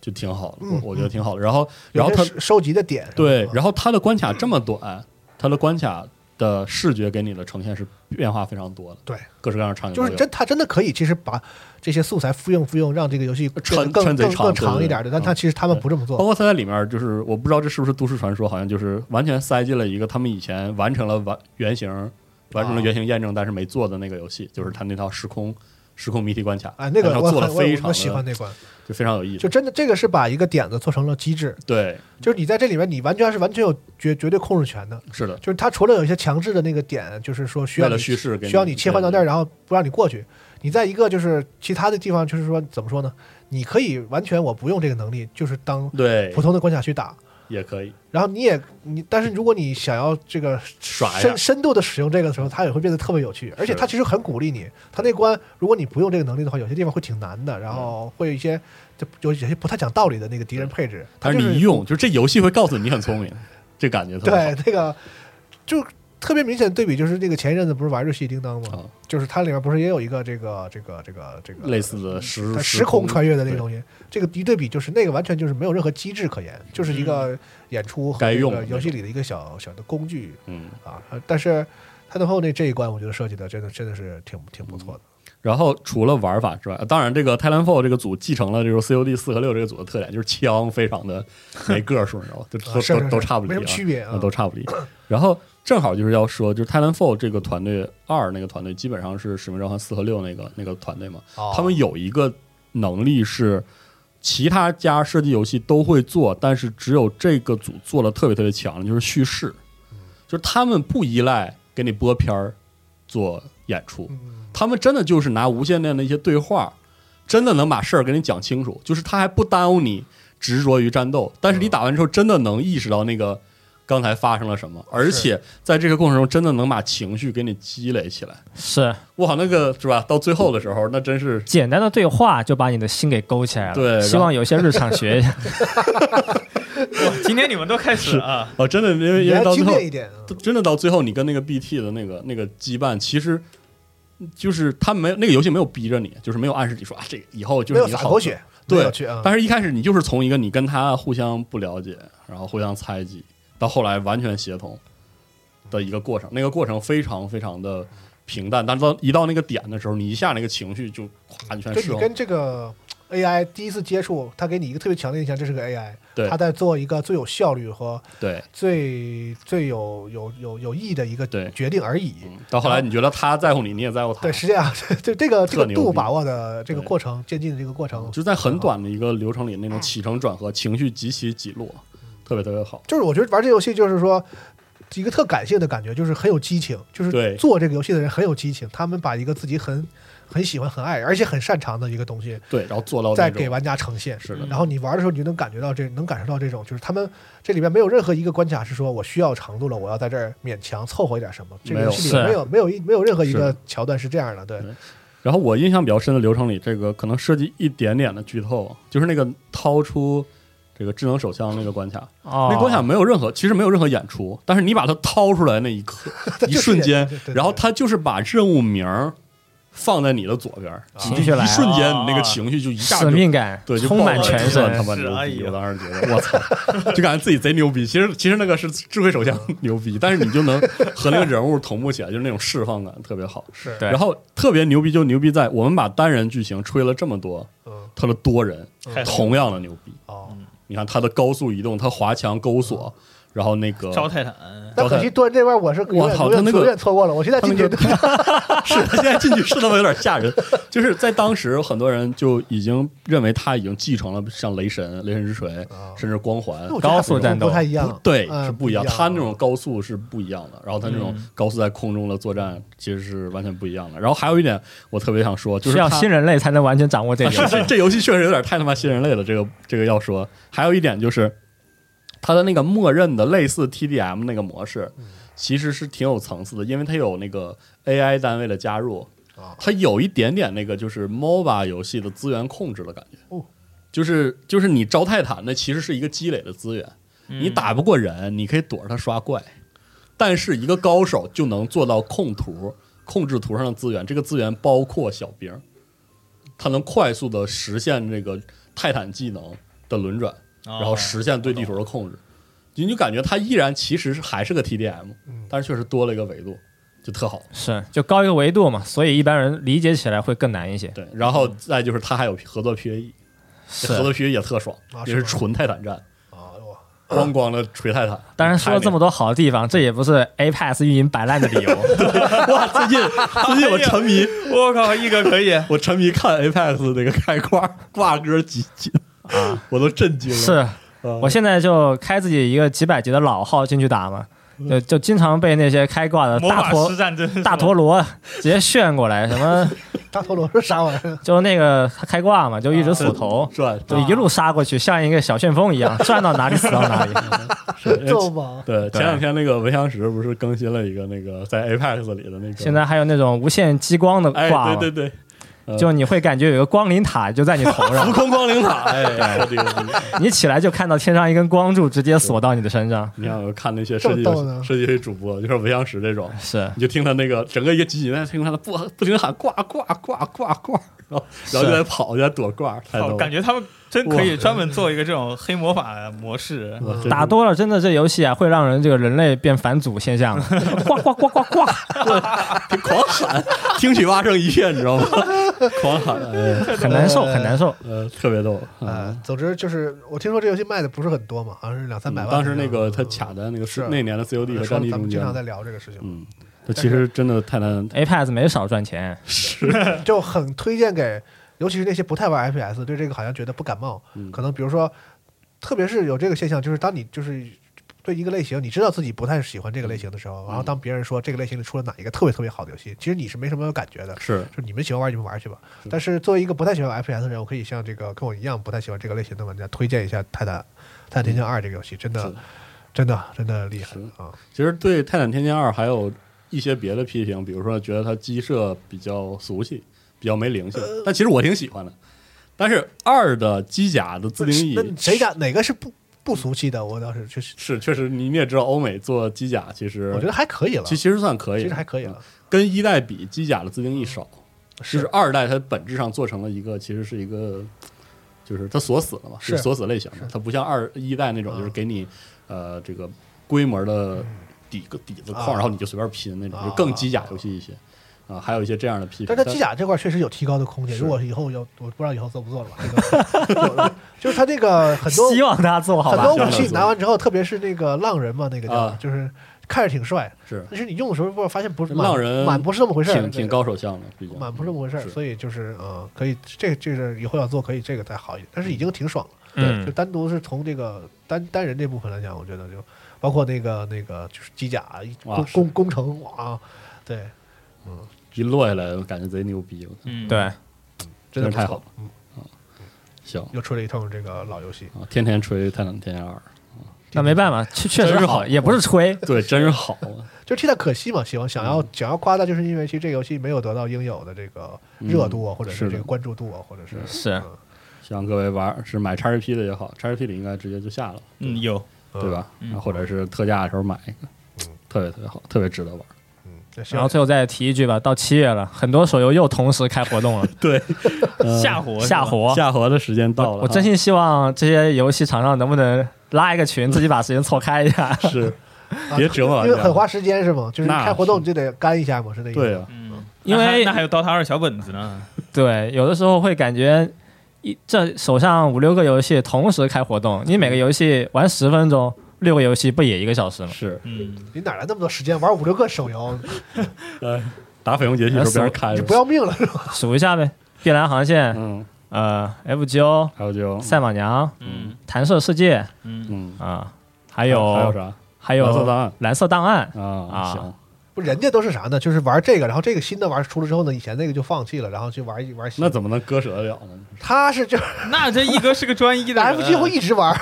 [SPEAKER 3] 就挺好的，
[SPEAKER 2] 嗯
[SPEAKER 3] 我我觉得挺好的。然后，然后它
[SPEAKER 2] 有些啊收集的点，
[SPEAKER 3] 对，然
[SPEAKER 2] 后
[SPEAKER 3] 后它的关卡这么短，它的关卡的视觉给你的呈现是变化非常多的，
[SPEAKER 2] 对，
[SPEAKER 3] 各式各样的场景
[SPEAKER 2] 就
[SPEAKER 3] 都
[SPEAKER 2] 是
[SPEAKER 3] 有。
[SPEAKER 2] 真他真的可以，其实把这些素材复用复用，让这个游戏变得
[SPEAKER 3] 抻
[SPEAKER 2] 更
[SPEAKER 3] 抻贼
[SPEAKER 2] 更
[SPEAKER 3] 长
[SPEAKER 2] 更长
[SPEAKER 3] 对对对哦
[SPEAKER 2] 一点的，但他其实他们不这么
[SPEAKER 3] 包
[SPEAKER 2] 做，
[SPEAKER 3] 括他在里面，就是我不知道这是不是都市传说，好像就是完全塞进了一个他们以前完成了完原型，完
[SPEAKER 2] 啊
[SPEAKER 3] 成了原型验证，但是没做的那个游戏，就是他那套时空时空谜题关卡，
[SPEAKER 2] 哎，那
[SPEAKER 3] 然
[SPEAKER 2] 个
[SPEAKER 3] 后
[SPEAKER 2] 我
[SPEAKER 3] 做的
[SPEAKER 2] 很我
[SPEAKER 3] 非
[SPEAKER 2] 我
[SPEAKER 3] 常
[SPEAKER 2] 我
[SPEAKER 3] 的
[SPEAKER 2] 喜欢那关，
[SPEAKER 3] 就非常有意思
[SPEAKER 2] 就。真的这个是把一个点子做成了机制，
[SPEAKER 3] 对，
[SPEAKER 2] 就是你在这里面你完全是完全有绝绝对控制权的，
[SPEAKER 3] 是的，
[SPEAKER 2] 就是它除了有一些强制的那个点，就是说需要
[SPEAKER 3] 为了
[SPEAKER 2] 你
[SPEAKER 3] 叙事给你
[SPEAKER 2] 需要你切换到那儿，
[SPEAKER 3] 对
[SPEAKER 2] 然后不让你过去。你在一个就是其他的地方，就是说怎么说呢？你可以完全我不用这个能力，就是当
[SPEAKER 3] 对
[SPEAKER 2] 普通的关卡去打。
[SPEAKER 3] 也可以
[SPEAKER 2] 然后你也你，但是如果你想要这个
[SPEAKER 3] 耍一下
[SPEAKER 2] 深，深度的使用这个的时候，它也会变得特别有趣。而且它其实很鼓励你。它那关如果你不用这个能力的话，有些地方会挺难的，然后会有一些就有有些不太讲道理的那个敌人配置。它
[SPEAKER 3] 但
[SPEAKER 2] 就是
[SPEAKER 3] 你
[SPEAKER 2] 是
[SPEAKER 3] 一用，就是这游戏会告诉你你很聪明， 这感觉特别好
[SPEAKER 2] 对，那个就特别明显对比，就是那个前一阵子不是玩《瑞奇叮当》吗？
[SPEAKER 3] 啊
[SPEAKER 2] 就是它里面不是也有一个这个这个这个这个
[SPEAKER 3] 类似的时
[SPEAKER 2] 它嗯时空穿越的那个
[SPEAKER 3] 对
[SPEAKER 2] 东西，这个一对比就是那个完全就是没有任何机制可言，就是一个演出和
[SPEAKER 3] 该
[SPEAKER 2] 这
[SPEAKER 3] 用
[SPEAKER 2] 个
[SPEAKER 3] 的
[SPEAKER 2] 游
[SPEAKER 3] 那
[SPEAKER 2] 戏
[SPEAKER 3] 种
[SPEAKER 2] 里的一个小小的工具
[SPEAKER 3] 嗯。
[SPEAKER 2] 啊。呃但是它的后那这一关，我觉得设计的真的真的是挺挺不错的。
[SPEAKER 3] 然后除了玩法之外，当然这个 Titanfall 这个组继承了这个 COD 四和六这个组的特点，就是枪非常的没个数，你知道吧？就都
[SPEAKER 2] 啊是是
[SPEAKER 3] 都
[SPEAKER 2] 是
[SPEAKER 3] 都差不离
[SPEAKER 2] 没
[SPEAKER 3] 啊，
[SPEAKER 2] 什么区别啊
[SPEAKER 3] 嗯都差不离。然后正好就是要说，就是 Titanfall 这个团队二那个团队基本上是《使命召唤四》和六那个那个团队嘛，
[SPEAKER 2] 哦
[SPEAKER 3] 他们有一个能力是。其他家射击游戏都会做，但是只有这个组做的特别特别强，就是叙事，
[SPEAKER 2] 嗯
[SPEAKER 3] 就是他们不依赖给你播片儿做演出，
[SPEAKER 2] 嗯，
[SPEAKER 3] 他们真的就是拿无线电的一些对话，真的能把事儿给你讲清楚，就是他还不耽误你执着于战斗，但是你打完之后真的能意识到那个刚才发生了什么，而且在这个过程中真的能把情绪给你积累起来。
[SPEAKER 5] 是
[SPEAKER 3] 哇，那个是吧？到最后的时候，那真是
[SPEAKER 5] 简单的对话就把你的心给勾起来了。
[SPEAKER 3] 对然后
[SPEAKER 5] 希望有些日常学 一下。
[SPEAKER 4] 哇，今天你们都开始 了啊！
[SPEAKER 3] 哦，真的，因为
[SPEAKER 2] 你
[SPEAKER 3] 因为
[SPEAKER 2] 要
[SPEAKER 3] 到最
[SPEAKER 2] 精
[SPEAKER 3] 后
[SPEAKER 2] 炼一点啊。
[SPEAKER 3] 真的到最后，你跟那个 BT 的那个那个羁绊，其实就是他没有那个游戏没有逼着你，就是没有暗示你说啊，这个以后就
[SPEAKER 2] 没
[SPEAKER 3] 是
[SPEAKER 2] 有
[SPEAKER 3] 你的
[SPEAKER 2] 洒
[SPEAKER 3] 好
[SPEAKER 2] 狗
[SPEAKER 3] 朋友
[SPEAKER 2] 血，没
[SPEAKER 3] 对
[SPEAKER 2] 有去啊，
[SPEAKER 3] 但是一开始你就是从一个你跟他互相不了解，然后互相猜忌，到后来完全协同的一个过程。那个过程非常非常的平淡，但是到一到那个点的时候，你一下那个情绪就咵就全
[SPEAKER 2] 就
[SPEAKER 3] 释
[SPEAKER 2] 你
[SPEAKER 3] 放。
[SPEAKER 2] 跟这个 AI 第一次接触，他给你一个特别强烈的印象，这是个 AI，
[SPEAKER 3] 对
[SPEAKER 2] 他在做一个最有效率和
[SPEAKER 3] 对，
[SPEAKER 2] 最最有有有有意义的一个
[SPEAKER 3] 对
[SPEAKER 2] 决定而已。
[SPEAKER 3] 嗯到后来你觉得他在乎你，你也在乎 他。
[SPEAKER 2] 对，实际上就这个这
[SPEAKER 3] 特
[SPEAKER 2] 个
[SPEAKER 3] 牛
[SPEAKER 2] 度
[SPEAKER 3] 逼
[SPEAKER 2] 把握的这个
[SPEAKER 3] 对嗯
[SPEAKER 2] 过程，渐进的这个过程，
[SPEAKER 3] 就在很短的一个流程里，
[SPEAKER 2] 嗯
[SPEAKER 3] 那种起承转合，情绪极其起落，特别特别好。
[SPEAKER 2] 就是我觉得玩这游戏就是说一个特感性的感觉，就是很有激情，就
[SPEAKER 3] 对
[SPEAKER 2] 是做这个游戏的人很有激情，他们把一个自己很很喜欢、很爱，而且很擅长的一个东西，
[SPEAKER 3] 对，然后做到
[SPEAKER 2] 再
[SPEAKER 3] 那种
[SPEAKER 2] 给玩家呈现。
[SPEAKER 3] 是的
[SPEAKER 2] 然后你玩的时候，你就能感觉到这，能感受到这种，就是他们这里边没有任何一个关卡是说我需要长度了，我要在这儿勉强凑合一点什么。这个
[SPEAKER 3] 没有
[SPEAKER 2] 游戏里
[SPEAKER 5] 是
[SPEAKER 2] 没有没有一没有任何一
[SPEAKER 3] 是嗯
[SPEAKER 2] 个桥段是这样的，对，
[SPEAKER 3] 对然后我印象比较深的流程里，这个可能涉及一点点的剧透，就是那个掏出这个智能手枪那个关卡，
[SPEAKER 5] 哦，
[SPEAKER 3] 那关卡没有任何，其实没有任何演出，但是你把它掏出来那一刻 一瞬间
[SPEAKER 2] 对对，对
[SPEAKER 3] 然后它就是把任务名儿放在你的左边儿，
[SPEAKER 2] 哦
[SPEAKER 5] 情绪来
[SPEAKER 3] 一
[SPEAKER 5] 了
[SPEAKER 3] 瞬间你那个情绪就一下
[SPEAKER 5] 使
[SPEAKER 3] 就。
[SPEAKER 5] 命感
[SPEAKER 3] 对，就
[SPEAKER 5] 充满
[SPEAKER 3] 爆了
[SPEAKER 5] 全
[SPEAKER 3] 这么他
[SPEAKER 5] 身。
[SPEAKER 3] 妈
[SPEAKER 4] 是
[SPEAKER 3] 牛
[SPEAKER 4] 哎
[SPEAKER 3] 逼！
[SPEAKER 4] 呦
[SPEAKER 3] 我当时觉得，我操，就感觉自己贼牛逼。其实，其实那个是智慧手枪 牛逼，但是你就能和那个人物同步起来，就是那种释放感特别好。
[SPEAKER 2] 是
[SPEAKER 5] 对
[SPEAKER 3] 然后特别牛逼就牛逼在我们把单人剧情吹了这么多，
[SPEAKER 2] 嗯
[SPEAKER 3] 它的多人
[SPEAKER 4] 太好了
[SPEAKER 3] 同样的牛逼。
[SPEAKER 2] 哦。
[SPEAKER 3] 你看它的高速移动，它滑墙钩锁，然后那个
[SPEAKER 4] 招泰坦，
[SPEAKER 2] 那可惜端这边我是永
[SPEAKER 3] 我
[SPEAKER 2] 远
[SPEAKER 3] 操
[SPEAKER 2] 永远
[SPEAKER 3] 他那个
[SPEAKER 2] 永远错过了，我现在
[SPEAKER 3] 他
[SPEAKER 2] 进
[SPEAKER 3] 们
[SPEAKER 2] 去
[SPEAKER 3] 就 是他现在进去是他妈有点吓人，就是在当时很多人就已经认为他已经继承了像雷神、雷神之锤，
[SPEAKER 2] 啊
[SPEAKER 3] 甚至光环
[SPEAKER 2] 那。我觉得
[SPEAKER 5] 高速
[SPEAKER 2] 还
[SPEAKER 5] 战
[SPEAKER 2] 不
[SPEAKER 5] 斗
[SPEAKER 2] 不太一样，
[SPEAKER 3] 对，
[SPEAKER 2] 嗯
[SPEAKER 3] 是
[SPEAKER 2] 不
[SPEAKER 3] 不
[SPEAKER 2] 一
[SPEAKER 3] 一样。
[SPEAKER 2] 样
[SPEAKER 3] 他那种高速是不一样的，然后他那种高速在空中的作战其实是完全不一样的。然后还有一点，我特别想说，就是
[SPEAKER 5] 需要
[SPEAKER 3] 他
[SPEAKER 5] 新人类才能完全掌握这个游
[SPEAKER 3] 这
[SPEAKER 5] 戏。
[SPEAKER 3] 啊这游戏确实有点太他妈新人类了，这个这个要说。还有一点就是，它的那个默认的类似 TDM 那个模式，其实是挺有层次的，因为它有那个 AI 单位的加入
[SPEAKER 2] 哦，
[SPEAKER 3] 它有一点点那个就是 MOBA 游戏的资源控制的感觉。
[SPEAKER 2] 哦
[SPEAKER 3] 就是就是你招泰坦，那其实是一个积累的资源，
[SPEAKER 5] 嗯
[SPEAKER 3] 你打不过人，你可以躲着他刷怪，但是一个高手就能做到控图、控制图上的资源，这个资源包括小兵儿，他能快速的实现这个泰坦技能的轮转，
[SPEAKER 4] 然
[SPEAKER 3] 然后实现对地图的控制。你就感觉他依然其实是还是个 TDM，但
[SPEAKER 2] 嗯
[SPEAKER 3] 是确实多了一个维度，就特 好。
[SPEAKER 5] 是，就高一个维度嘛，所以一般人理解起来会更难一些。
[SPEAKER 3] 对，然后再就是他还有合作 PVE，这合
[SPEAKER 5] 是，
[SPEAKER 3] 作 PVE E 也特爽
[SPEAKER 2] 啊，
[SPEAKER 3] 也
[SPEAKER 2] 是
[SPEAKER 3] 是
[SPEAKER 2] 吗
[SPEAKER 3] 纯泰坦战，
[SPEAKER 2] 啊！我
[SPEAKER 3] 咣咣的锤泰 坦。
[SPEAKER 5] 当然说了这么多好的地方，这也不是 Apex 运营摆烂的理由。
[SPEAKER 3] 哇，最 近最近我沉迷，
[SPEAKER 4] 啊我靠，一哥可以，
[SPEAKER 3] 我沉迷看 Apex 那个开挂挂歌集锦啊， 我都震惊了。
[SPEAKER 5] 是
[SPEAKER 3] 嗯
[SPEAKER 5] 我现在就开自己一个几百级的老号进去打嘛，
[SPEAKER 3] 嗯
[SPEAKER 5] 就就经常被那些开挂的
[SPEAKER 4] 魔
[SPEAKER 5] 大
[SPEAKER 4] 法
[SPEAKER 5] 陀
[SPEAKER 4] 师战争，
[SPEAKER 5] 大陀螺直接炫过来，什么
[SPEAKER 2] 大陀螺是啥玩意儿？
[SPEAKER 5] 就是那个他开挂嘛，就一直锁头，
[SPEAKER 3] 啊是吧？
[SPEAKER 5] 就一路杀过去，像一个小旋风 一样，转到哪里死到哪里。
[SPEAKER 3] 嗯
[SPEAKER 2] 这么猛！
[SPEAKER 3] 对，前两天那个文祥石不是更新了一个那个在 Apex 里的那个，
[SPEAKER 5] 现在还有那种无限激光的
[SPEAKER 3] 哎，
[SPEAKER 5] 挂嘛，
[SPEAKER 3] 对对对，对
[SPEAKER 5] 就你会感觉有一个光灵塔就在你头上
[SPEAKER 3] 浮， 空光灵塔，哎，好牛逼！
[SPEAKER 5] 你起来就看到天上一根光柱直接锁到你的 身上。
[SPEAKER 3] 你看我看那些设计
[SPEAKER 2] 这么逗呢
[SPEAKER 3] 游戏设计游戏主播，就是文祥石这种，
[SPEAKER 5] 是
[SPEAKER 3] 你就听他那个整个一个集锦，在听他的不不停地喊挂挂挂挂挂，然后然后就在跑，就在躲挂，太逗
[SPEAKER 4] 哦
[SPEAKER 3] 了，
[SPEAKER 4] 感觉他们真可以专门做一个这种黑魔法模式。
[SPEAKER 3] 哇真
[SPEAKER 5] 打多了，真的这游戏啊会让人这个人类变返祖 现象，呱呱呱呱呱。
[SPEAKER 3] 狂喊，听取蛙声一片，你知道吗？狂喊，哎，
[SPEAKER 5] 很难受，很难受。
[SPEAKER 3] 呃，特别逗。
[SPEAKER 2] 呃
[SPEAKER 3] 嗯，
[SPEAKER 2] 总之就是，我听说这游戏卖的不是很多嘛，好像是两三百万。
[SPEAKER 3] 当时那个他卡在那个
[SPEAKER 2] 是
[SPEAKER 3] 那年的 COD
[SPEAKER 2] 说
[SPEAKER 3] 和战地
[SPEAKER 2] 咱们
[SPEAKER 3] 中
[SPEAKER 2] 经常在
[SPEAKER 3] 间，
[SPEAKER 2] 聊这个事情，
[SPEAKER 3] 嗯，他其实真的太难。
[SPEAKER 5] Apex E 没少赚钱，
[SPEAKER 2] 就很推荐给，尤其是那些不太玩 FPS，对这个好像觉得不感冒，
[SPEAKER 3] 嗯
[SPEAKER 2] 可能比如说，特别是有这个现象，就是当你就是。对一个类型，你知道自己不太喜欢这个类型的时
[SPEAKER 3] 嗯
[SPEAKER 2] 候，然后当别人说这个类型里出了哪一个特别特别好的游戏，其实你是没什么感觉的，
[SPEAKER 3] 是
[SPEAKER 2] 就是你们喜欢玩你们玩去吧。但是作为一个不太喜欢 FPS 的人，我可以像这个跟我一样不太喜欢这个类型的玩家推荐一下《泰坦泰坦天降二》这个游戏，真
[SPEAKER 3] 嗯是
[SPEAKER 2] 的真的真的厉害
[SPEAKER 3] 是
[SPEAKER 2] 啊！
[SPEAKER 3] 其实对《泰坦天降二》还有一些别的批评，比如说觉得它鸡舍比较俗气，比较没灵性。
[SPEAKER 2] 呃
[SPEAKER 3] 但其实我挺喜欢的。但是二的机甲的自定义
[SPEAKER 2] 那你谁敢哪个是不不俗气的？我倒是就是
[SPEAKER 3] 是确实，你你也知道，欧美做机甲其实
[SPEAKER 2] 我觉得还可以了，
[SPEAKER 3] 其其实算可以，
[SPEAKER 2] 其实还可以了
[SPEAKER 3] 嗯。跟一代比，机甲的自定义少，
[SPEAKER 2] 嗯
[SPEAKER 3] 就是是二代它本质上做成了一个，其实是一个，就是它锁死了嘛，
[SPEAKER 2] 是
[SPEAKER 3] 锁死类型嘛，它不像二一代那种，
[SPEAKER 2] 嗯
[SPEAKER 3] 就是给你呃这个规模的底个底子框，
[SPEAKER 2] 啊
[SPEAKER 3] 然后你就随便拼那种，
[SPEAKER 2] 啊
[SPEAKER 3] 就更机甲游戏一些啊，还有一些这样的批评。
[SPEAKER 2] 但是它机甲这块确实有提高的空间。
[SPEAKER 3] 是
[SPEAKER 2] 如果以后要，我不知道以后做不做了吧。这 个就是它这个很多
[SPEAKER 5] 希望他做好
[SPEAKER 2] 很
[SPEAKER 5] 吧
[SPEAKER 2] 多。武
[SPEAKER 3] 希望
[SPEAKER 2] 器
[SPEAKER 3] 它
[SPEAKER 2] 拿完之后，特别是那个浪人嘛，那个叫、
[SPEAKER 3] 啊
[SPEAKER 2] 就是看着挺帅，
[SPEAKER 3] 是
[SPEAKER 2] 但是你用的时候不知道发现不是
[SPEAKER 3] 浪人
[SPEAKER 2] 满不是那么回事儿，
[SPEAKER 3] 挺挺高手相的，比较
[SPEAKER 2] 对，满不是那么回事儿。
[SPEAKER 3] 是
[SPEAKER 2] 所以就是呃，可以这这是以后要做可以这个再好一点，但是已经挺爽了。就
[SPEAKER 5] 嗯，
[SPEAKER 2] 单独是从这个单单人这部分来讲，我觉得就包括那个那个就是机甲
[SPEAKER 3] 哇
[SPEAKER 2] 工
[SPEAKER 3] 是
[SPEAKER 2] 工工程哇，对，
[SPEAKER 3] 一落下来，我感觉贼牛逼，我操
[SPEAKER 4] 嗯，
[SPEAKER 5] 对，
[SPEAKER 2] 真的
[SPEAKER 3] 真是太
[SPEAKER 2] 不错
[SPEAKER 3] 好了，行
[SPEAKER 2] 又吹了一通这个老游戏。
[SPEAKER 3] 啊，天天吹《泰坦天降二》，
[SPEAKER 5] 那没办法，确确实
[SPEAKER 3] 真
[SPEAKER 5] 是
[SPEAKER 3] 是
[SPEAKER 5] 好，
[SPEAKER 3] 好
[SPEAKER 5] 也不是吹。
[SPEAKER 3] 对，真是好，啊
[SPEAKER 2] 就替代可惜嘛，喜欢想
[SPEAKER 3] 嗯
[SPEAKER 2] 要想要夸他，就是因为其实这个游戏没有得到应有的这个
[SPEAKER 3] 嗯
[SPEAKER 2] 热度啊，或者
[SPEAKER 3] 是
[SPEAKER 2] 是
[SPEAKER 3] 的
[SPEAKER 2] 这个关注度啊，或者是
[SPEAKER 5] 是
[SPEAKER 2] 嗯
[SPEAKER 3] 希望各位玩儿是买 XGP 的也好，XGP 里应该直接就下了，
[SPEAKER 4] 嗯，有
[SPEAKER 3] 对吧？
[SPEAKER 4] 嗯
[SPEAKER 3] 然后或者是特价的时候买一个，特别特别好，特别值得玩儿。
[SPEAKER 2] 嗯，那希
[SPEAKER 5] 然后
[SPEAKER 2] 望
[SPEAKER 5] 最后再提一句吧，到七月了，很多手游又同时开活动了，
[SPEAKER 3] 对，呃
[SPEAKER 4] 下活是吧
[SPEAKER 5] 下活。
[SPEAKER 3] 下活的时间到了啊
[SPEAKER 5] 我真心希望这些游戏厂商能不能拉一个群，自己把时间错开一下。
[SPEAKER 3] 是别折磨
[SPEAKER 2] 因
[SPEAKER 3] 玩
[SPEAKER 2] 为
[SPEAKER 3] 家
[SPEAKER 2] 很花时间是吗？就是
[SPEAKER 3] 啊那
[SPEAKER 2] 开活动你就得干一下嘛，是那意思
[SPEAKER 3] 对
[SPEAKER 2] 吗？
[SPEAKER 3] 啊，
[SPEAKER 4] 嗯，
[SPEAKER 5] 因
[SPEAKER 4] 那还
[SPEAKER 5] 为
[SPEAKER 4] 那还有《DOTA 二》小本子呢，
[SPEAKER 5] 对，有的时候会感觉一这手上五六个游戏同时开活动，你每个游戏玩十分钟，六个游戏不也一个小时吗？
[SPEAKER 3] 是
[SPEAKER 4] 嗯，
[SPEAKER 2] 你哪来那么多时间玩五六个手 游？
[SPEAKER 3] 呃，打绯红节气的时候别人开
[SPEAKER 2] 你
[SPEAKER 3] 着，
[SPEAKER 2] 不要命了是吧？
[SPEAKER 5] 数一下呗，《碧蓝航线》
[SPEAKER 3] 嗯，
[SPEAKER 5] 呃，《FGO》、
[SPEAKER 3] 还有就
[SPEAKER 5] 《赛马娘》、
[SPEAKER 4] 嗯
[SPEAKER 5] 《弹射世界》
[SPEAKER 3] 嗯，
[SPEAKER 5] 啊，
[SPEAKER 3] 还
[SPEAKER 5] 还
[SPEAKER 3] 还有
[SPEAKER 5] 有
[SPEAKER 3] 啥？
[SPEAKER 5] 还有
[SPEAKER 3] 蓝色档案
[SPEAKER 5] 蓝色档案
[SPEAKER 3] 啊，
[SPEAKER 5] 啊
[SPEAKER 3] 行，
[SPEAKER 2] 不，人家都是啥呢？就是玩这个，然后这个新的玩出了之后呢，以前那个就放弃了，然后去玩一玩新
[SPEAKER 3] 那
[SPEAKER 2] 的。
[SPEAKER 3] 怎么能割舍得了呢？
[SPEAKER 2] 他是 就是
[SPEAKER 4] 嗯那这一哥是个专一的
[SPEAKER 2] F G 会
[SPEAKER 4] 人，啊
[SPEAKER 2] 一直玩，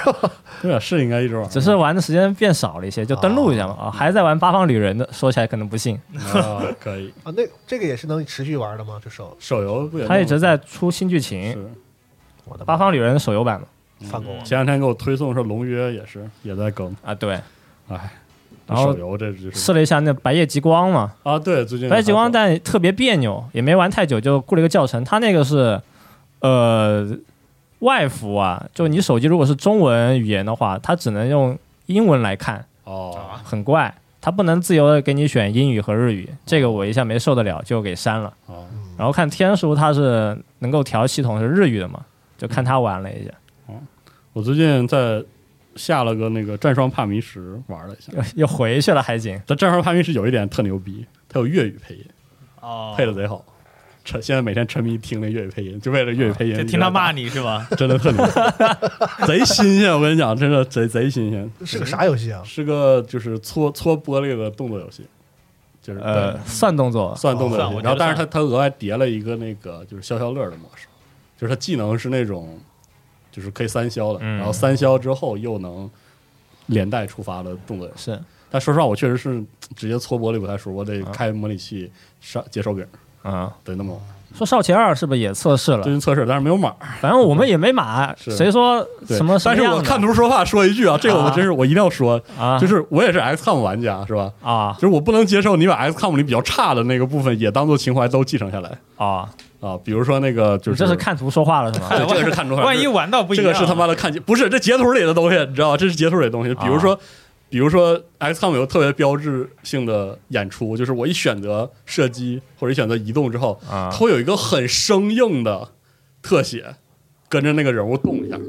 [SPEAKER 3] 对啊，是应该一直玩儿，
[SPEAKER 5] 只是玩的时间变少了一些，就登录一下嘛。
[SPEAKER 3] 哦
[SPEAKER 5] 啊，还在玩《八方旅人》的，说起来可能不信，
[SPEAKER 3] 啊，可以，
[SPEAKER 2] 啊，那这个也是能持续玩的吗？这手，
[SPEAKER 3] 手游不也
[SPEAKER 5] 他一直在出新剧
[SPEAKER 3] 是
[SPEAKER 5] 情，
[SPEAKER 2] 我的
[SPEAKER 5] 《八
[SPEAKER 2] 妈，
[SPEAKER 5] 方旅人》手游版嘛。
[SPEAKER 2] 放过我！
[SPEAKER 4] 嗯
[SPEAKER 3] 前两天给我推送说龙约也是也在更，
[SPEAKER 5] 啊，对，
[SPEAKER 3] 哎，
[SPEAKER 5] 然后
[SPEAKER 3] 手游这就是
[SPEAKER 5] 试了一下那《白夜极光》嘛，
[SPEAKER 3] 啊，对，最近
[SPEAKER 5] 《白夜极光》
[SPEAKER 3] 带
[SPEAKER 5] 但特别别扭，也没玩太久，就雇了一个教程。他那个是，呃，外服啊，就你手机如果是中文语言的话，它只能用英文来看，
[SPEAKER 3] 哦，
[SPEAKER 5] 很怪，它不能自由的给你选英语和日语。
[SPEAKER 3] 嗯
[SPEAKER 5] 这个我一下没受得了，就给删了。
[SPEAKER 3] 哦，
[SPEAKER 5] 然后看天书，它是能够调系统是日语的嘛，就看他玩了一下。
[SPEAKER 3] 嗯我最近在下了个那个《战双帕迷什》玩了一下，
[SPEAKER 5] 又 又回去了海景，
[SPEAKER 3] 但《战双帕迷什》有一点特牛逼，它有粤语配音，
[SPEAKER 4] 哦，
[SPEAKER 3] 配的贼好。沉现在每天沉迷听那粤语配音，就为了粤语配音，
[SPEAKER 4] 哦就听他骂，你是吧？
[SPEAKER 3] 真的特牛逼， 贼新鲜。我跟你讲，真的贼贼新鲜，
[SPEAKER 2] 是个啥游戏啊？
[SPEAKER 3] 是个就是搓搓玻璃的动作游戏，就是
[SPEAKER 5] 呃，算动作，
[SPEAKER 3] 算动作游
[SPEAKER 4] 哦算
[SPEAKER 3] 戏
[SPEAKER 4] 我。觉
[SPEAKER 3] 然后，
[SPEAKER 4] 得
[SPEAKER 3] 但是它
[SPEAKER 4] 算
[SPEAKER 3] 它额外叠了一个那个就是消消乐的模式，就是它技能是那种就是可以三消的，
[SPEAKER 5] 嗯
[SPEAKER 3] 然后三消之后又能连带触发的动作游戏。
[SPEAKER 5] 是
[SPEAKER 3] 但说实话，我确实是直接搓玻璃不太舒服，我得开模拟器上接手柄，
[SPEAKER 5] 嗯。
[SPEAKER 3] 得那么玩
[SPEAKER 5] 说少奇二是不是也测试了
[SPEAKER 3] 最？近测试，但是没有码。
[SPEAKER 5] 反正我们也没码，
[SPEAKER 3] 是
[SPEAKER 5] 谁说
[SPEAKER 3] 对，
[SPEAKER 5] 什么什
[SPEAKER 3] 但是
[SPEAKER 5] 么样
[SPEAKER 3] 我
[SPEAKER 5] 的
[SPEAKER 3] 看图说话说一句啊，这个我真是我一定要说，
[SPEAKER 5] 啊，
[SPEAKER 3] 就是我也是 XCOM 玩家是吧？
[SPEAKER 5] 啊
[SPEAKER 3] 就是我不能接受你把 XCOM 里比较差的那个部分也当做情怀都继承下来
[SPEAKER 5] 啊，
[SPEAKER 3] 啊，比如说那个就
[SPEAKER 5] 你
[SPEAKER 3] 是
[SPEAKER 5] 这是看图说话了是 吗？
[SPEAKER 3] 对这个是看出来 的，
[SPEAKER 4] 万一玩到不一
[SPEAKER 3] 这
[SPEAKER 4] 样，
[SPEAKER 5] 啊
[SPEAKER 3] 个是 他妈的看不是这截图里的东西，你知道吗？这是截图里的东西。比如
[SPEAKER 5] 啊
[SPEAKER 3] 说，比如说 XCOM 有特别标志性的演出，就是我一选择射击或者一选择移动之后，
[SPEAKER 5] 啊
[SPEAKER 3] 它会有一个很生硬的特写，跟着那个人物动一下。
[SPEAKER 4] 哎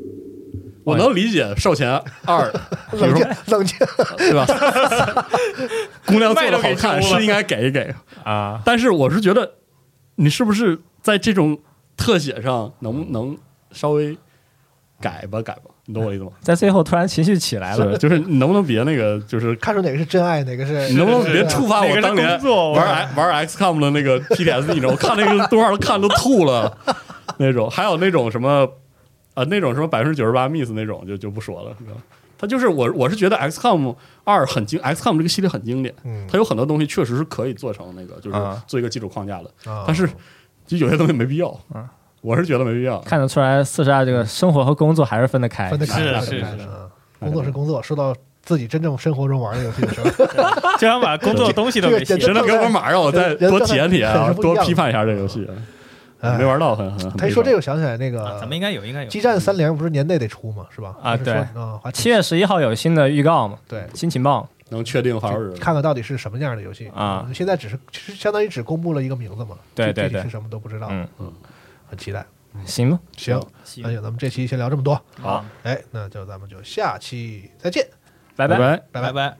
[SPEAKER 3] 我能理解《少钱 二》比如
[SPEAKER 2] 冷静
[SPEAKER 3] 说，
[SPEAKER 2] 冷静，
[SPEAKER 3] 对吧？姑娘做
[SPEAKER 4] 麦
[SPEAKER 3] 的
[SPEAKER 4] 都给
[SPEAKER 3] 好看
[SPEAKER 4] 揪了
[SPEAKER 3] 是应该给一给，
[SPEAKER 5] 啊，
[SPEAKER 3] 但是我是觉得，你是不是在这种特写上能能稍微改吧改吧？你懂我意思吗？
[SPEAKER 5] 在最后突然情绪起来了，
[SPEAKER 3] 是，就是你能不能别那个，就是
[SPEAKER 2] 看出哪个是真爱，哪个是
[SPEAKER 3] 你能不能别触发
[SPEAKER 4] 哪
[SPEAKER 3] 我
[SPEAKER 4] 个是
[SPEAKER 3] 当年
[SPEAKER 4] 工作
[SPEAKER 3] 玩 X- 玩 XCOM 的那个 PTSD？你知道，我看那个动画都看都吐了那种，还有那种什么啊、那种什么百分之九十八 miss 那种，就就不说了，你知道。他就是我，我是觉得 XCOM 二很经，XCOM 这个系列很经典，
[SPEAKER 2] 嗯
[SPEAKER 3] 它有很多东西确实是可以做成那个，就是
[SPEAKER 5] 啊
[SPEAKER 3] 做一个基础框架的，
[SPEAKER 2] 啊
[SPEAKER 3] 但是就有些东西没必要
[SPEAKER 5] 嗯。
[SPEAKER 3] 我是觉得没必要。
[SPEAKER 5] 看得出来四十二这个生活和工作还是分得开
[SPEAKER 2] 分得
[SPEAKER 4] 是
[SPEAKER 2] 开，分得
[SPEAKER 4] 是
[SPEAKER 2] 开
[SPEAKER 4] 是
[SPEAKER 2] 的啊工作是工作，说到自己真正生活中玩的游戏的时候，
[SPEAKER 4] 就想把工作的东西都给
[SPEAKER 2] 这
[SPEAKER 4] 卸
[SPEAKER 2] 个
[SPEAKER 4] 了
[SPEAKER 3] 谁能给我码让我再
[SPEAKER 2] 人
[SPEAKER 3] 多体验体验
[SPEAKER 2] 人
[SPEAKER 3] 啊，
[SPEAKER 2] 是不一样
[SPEAKER 3] 多
[SPEAKER 2] 的
[SPEAKER 3] 批判一下这个游戏？啊
[SPEAKER 2] 哎
[SPEAKER 3] 没玩到很很很悲伤。
[SPEAKER 2] 他一说这个，我想起来那
[SPEAKER 4] 啊咱
[SPEAKER 2] 个
[SPEAKER 4] 们应该有，应该有
[SPEAKER 2] 激战三零不是年内得出吗？是吧？
[SPEAKER 5] 啊
[SPEAKER 2] 还是说
[SPEAKER 5] 对
[SPEAKER 2] 啊，还挺
[SPEAKER 5] 七月十一号有新的预告嘛？
[SPEAKER 2] 对，
[SPEAKER 5] 新情报
[SPEAKER 3] 能确定发售日
[SPEAKER 2] 就，看看到底是什么样的游戏
[SPEAKER 5] 啊
[SPEAKER 2] 现在只是其实相当于只公布了一个名字嘛，
[SPEAKER 5] 对
[SPEAKER 2] 具
[SPEAKER 5] 对
[SPEAKER 2] 具体
[SPEAKER 5] 对
[SPEAKER 2] 是什么都不知道，
[SPEAKER 5] 嗯
[SPEAKER 3] 嗯
[SPEAKER 2] 很期待。
[SPEAKER 5] 行吗？
[SPEAKER 2] 行，
[SPEAKER 4] 行
[SPEAKER 2] 那就咱们这期先聊这么多，
[SPEAKER 4] 好，
[SPEAKER 2] 哎，那就咱们就下期再见。
[SPEAKER 5] 拜
[SPEAKER 3] 拜
[SPEAKER 5] 拜。
[SPEAKER 3] 拜。
[SPEAKER 2] 拜
[SPEAKER 4] 拜拜。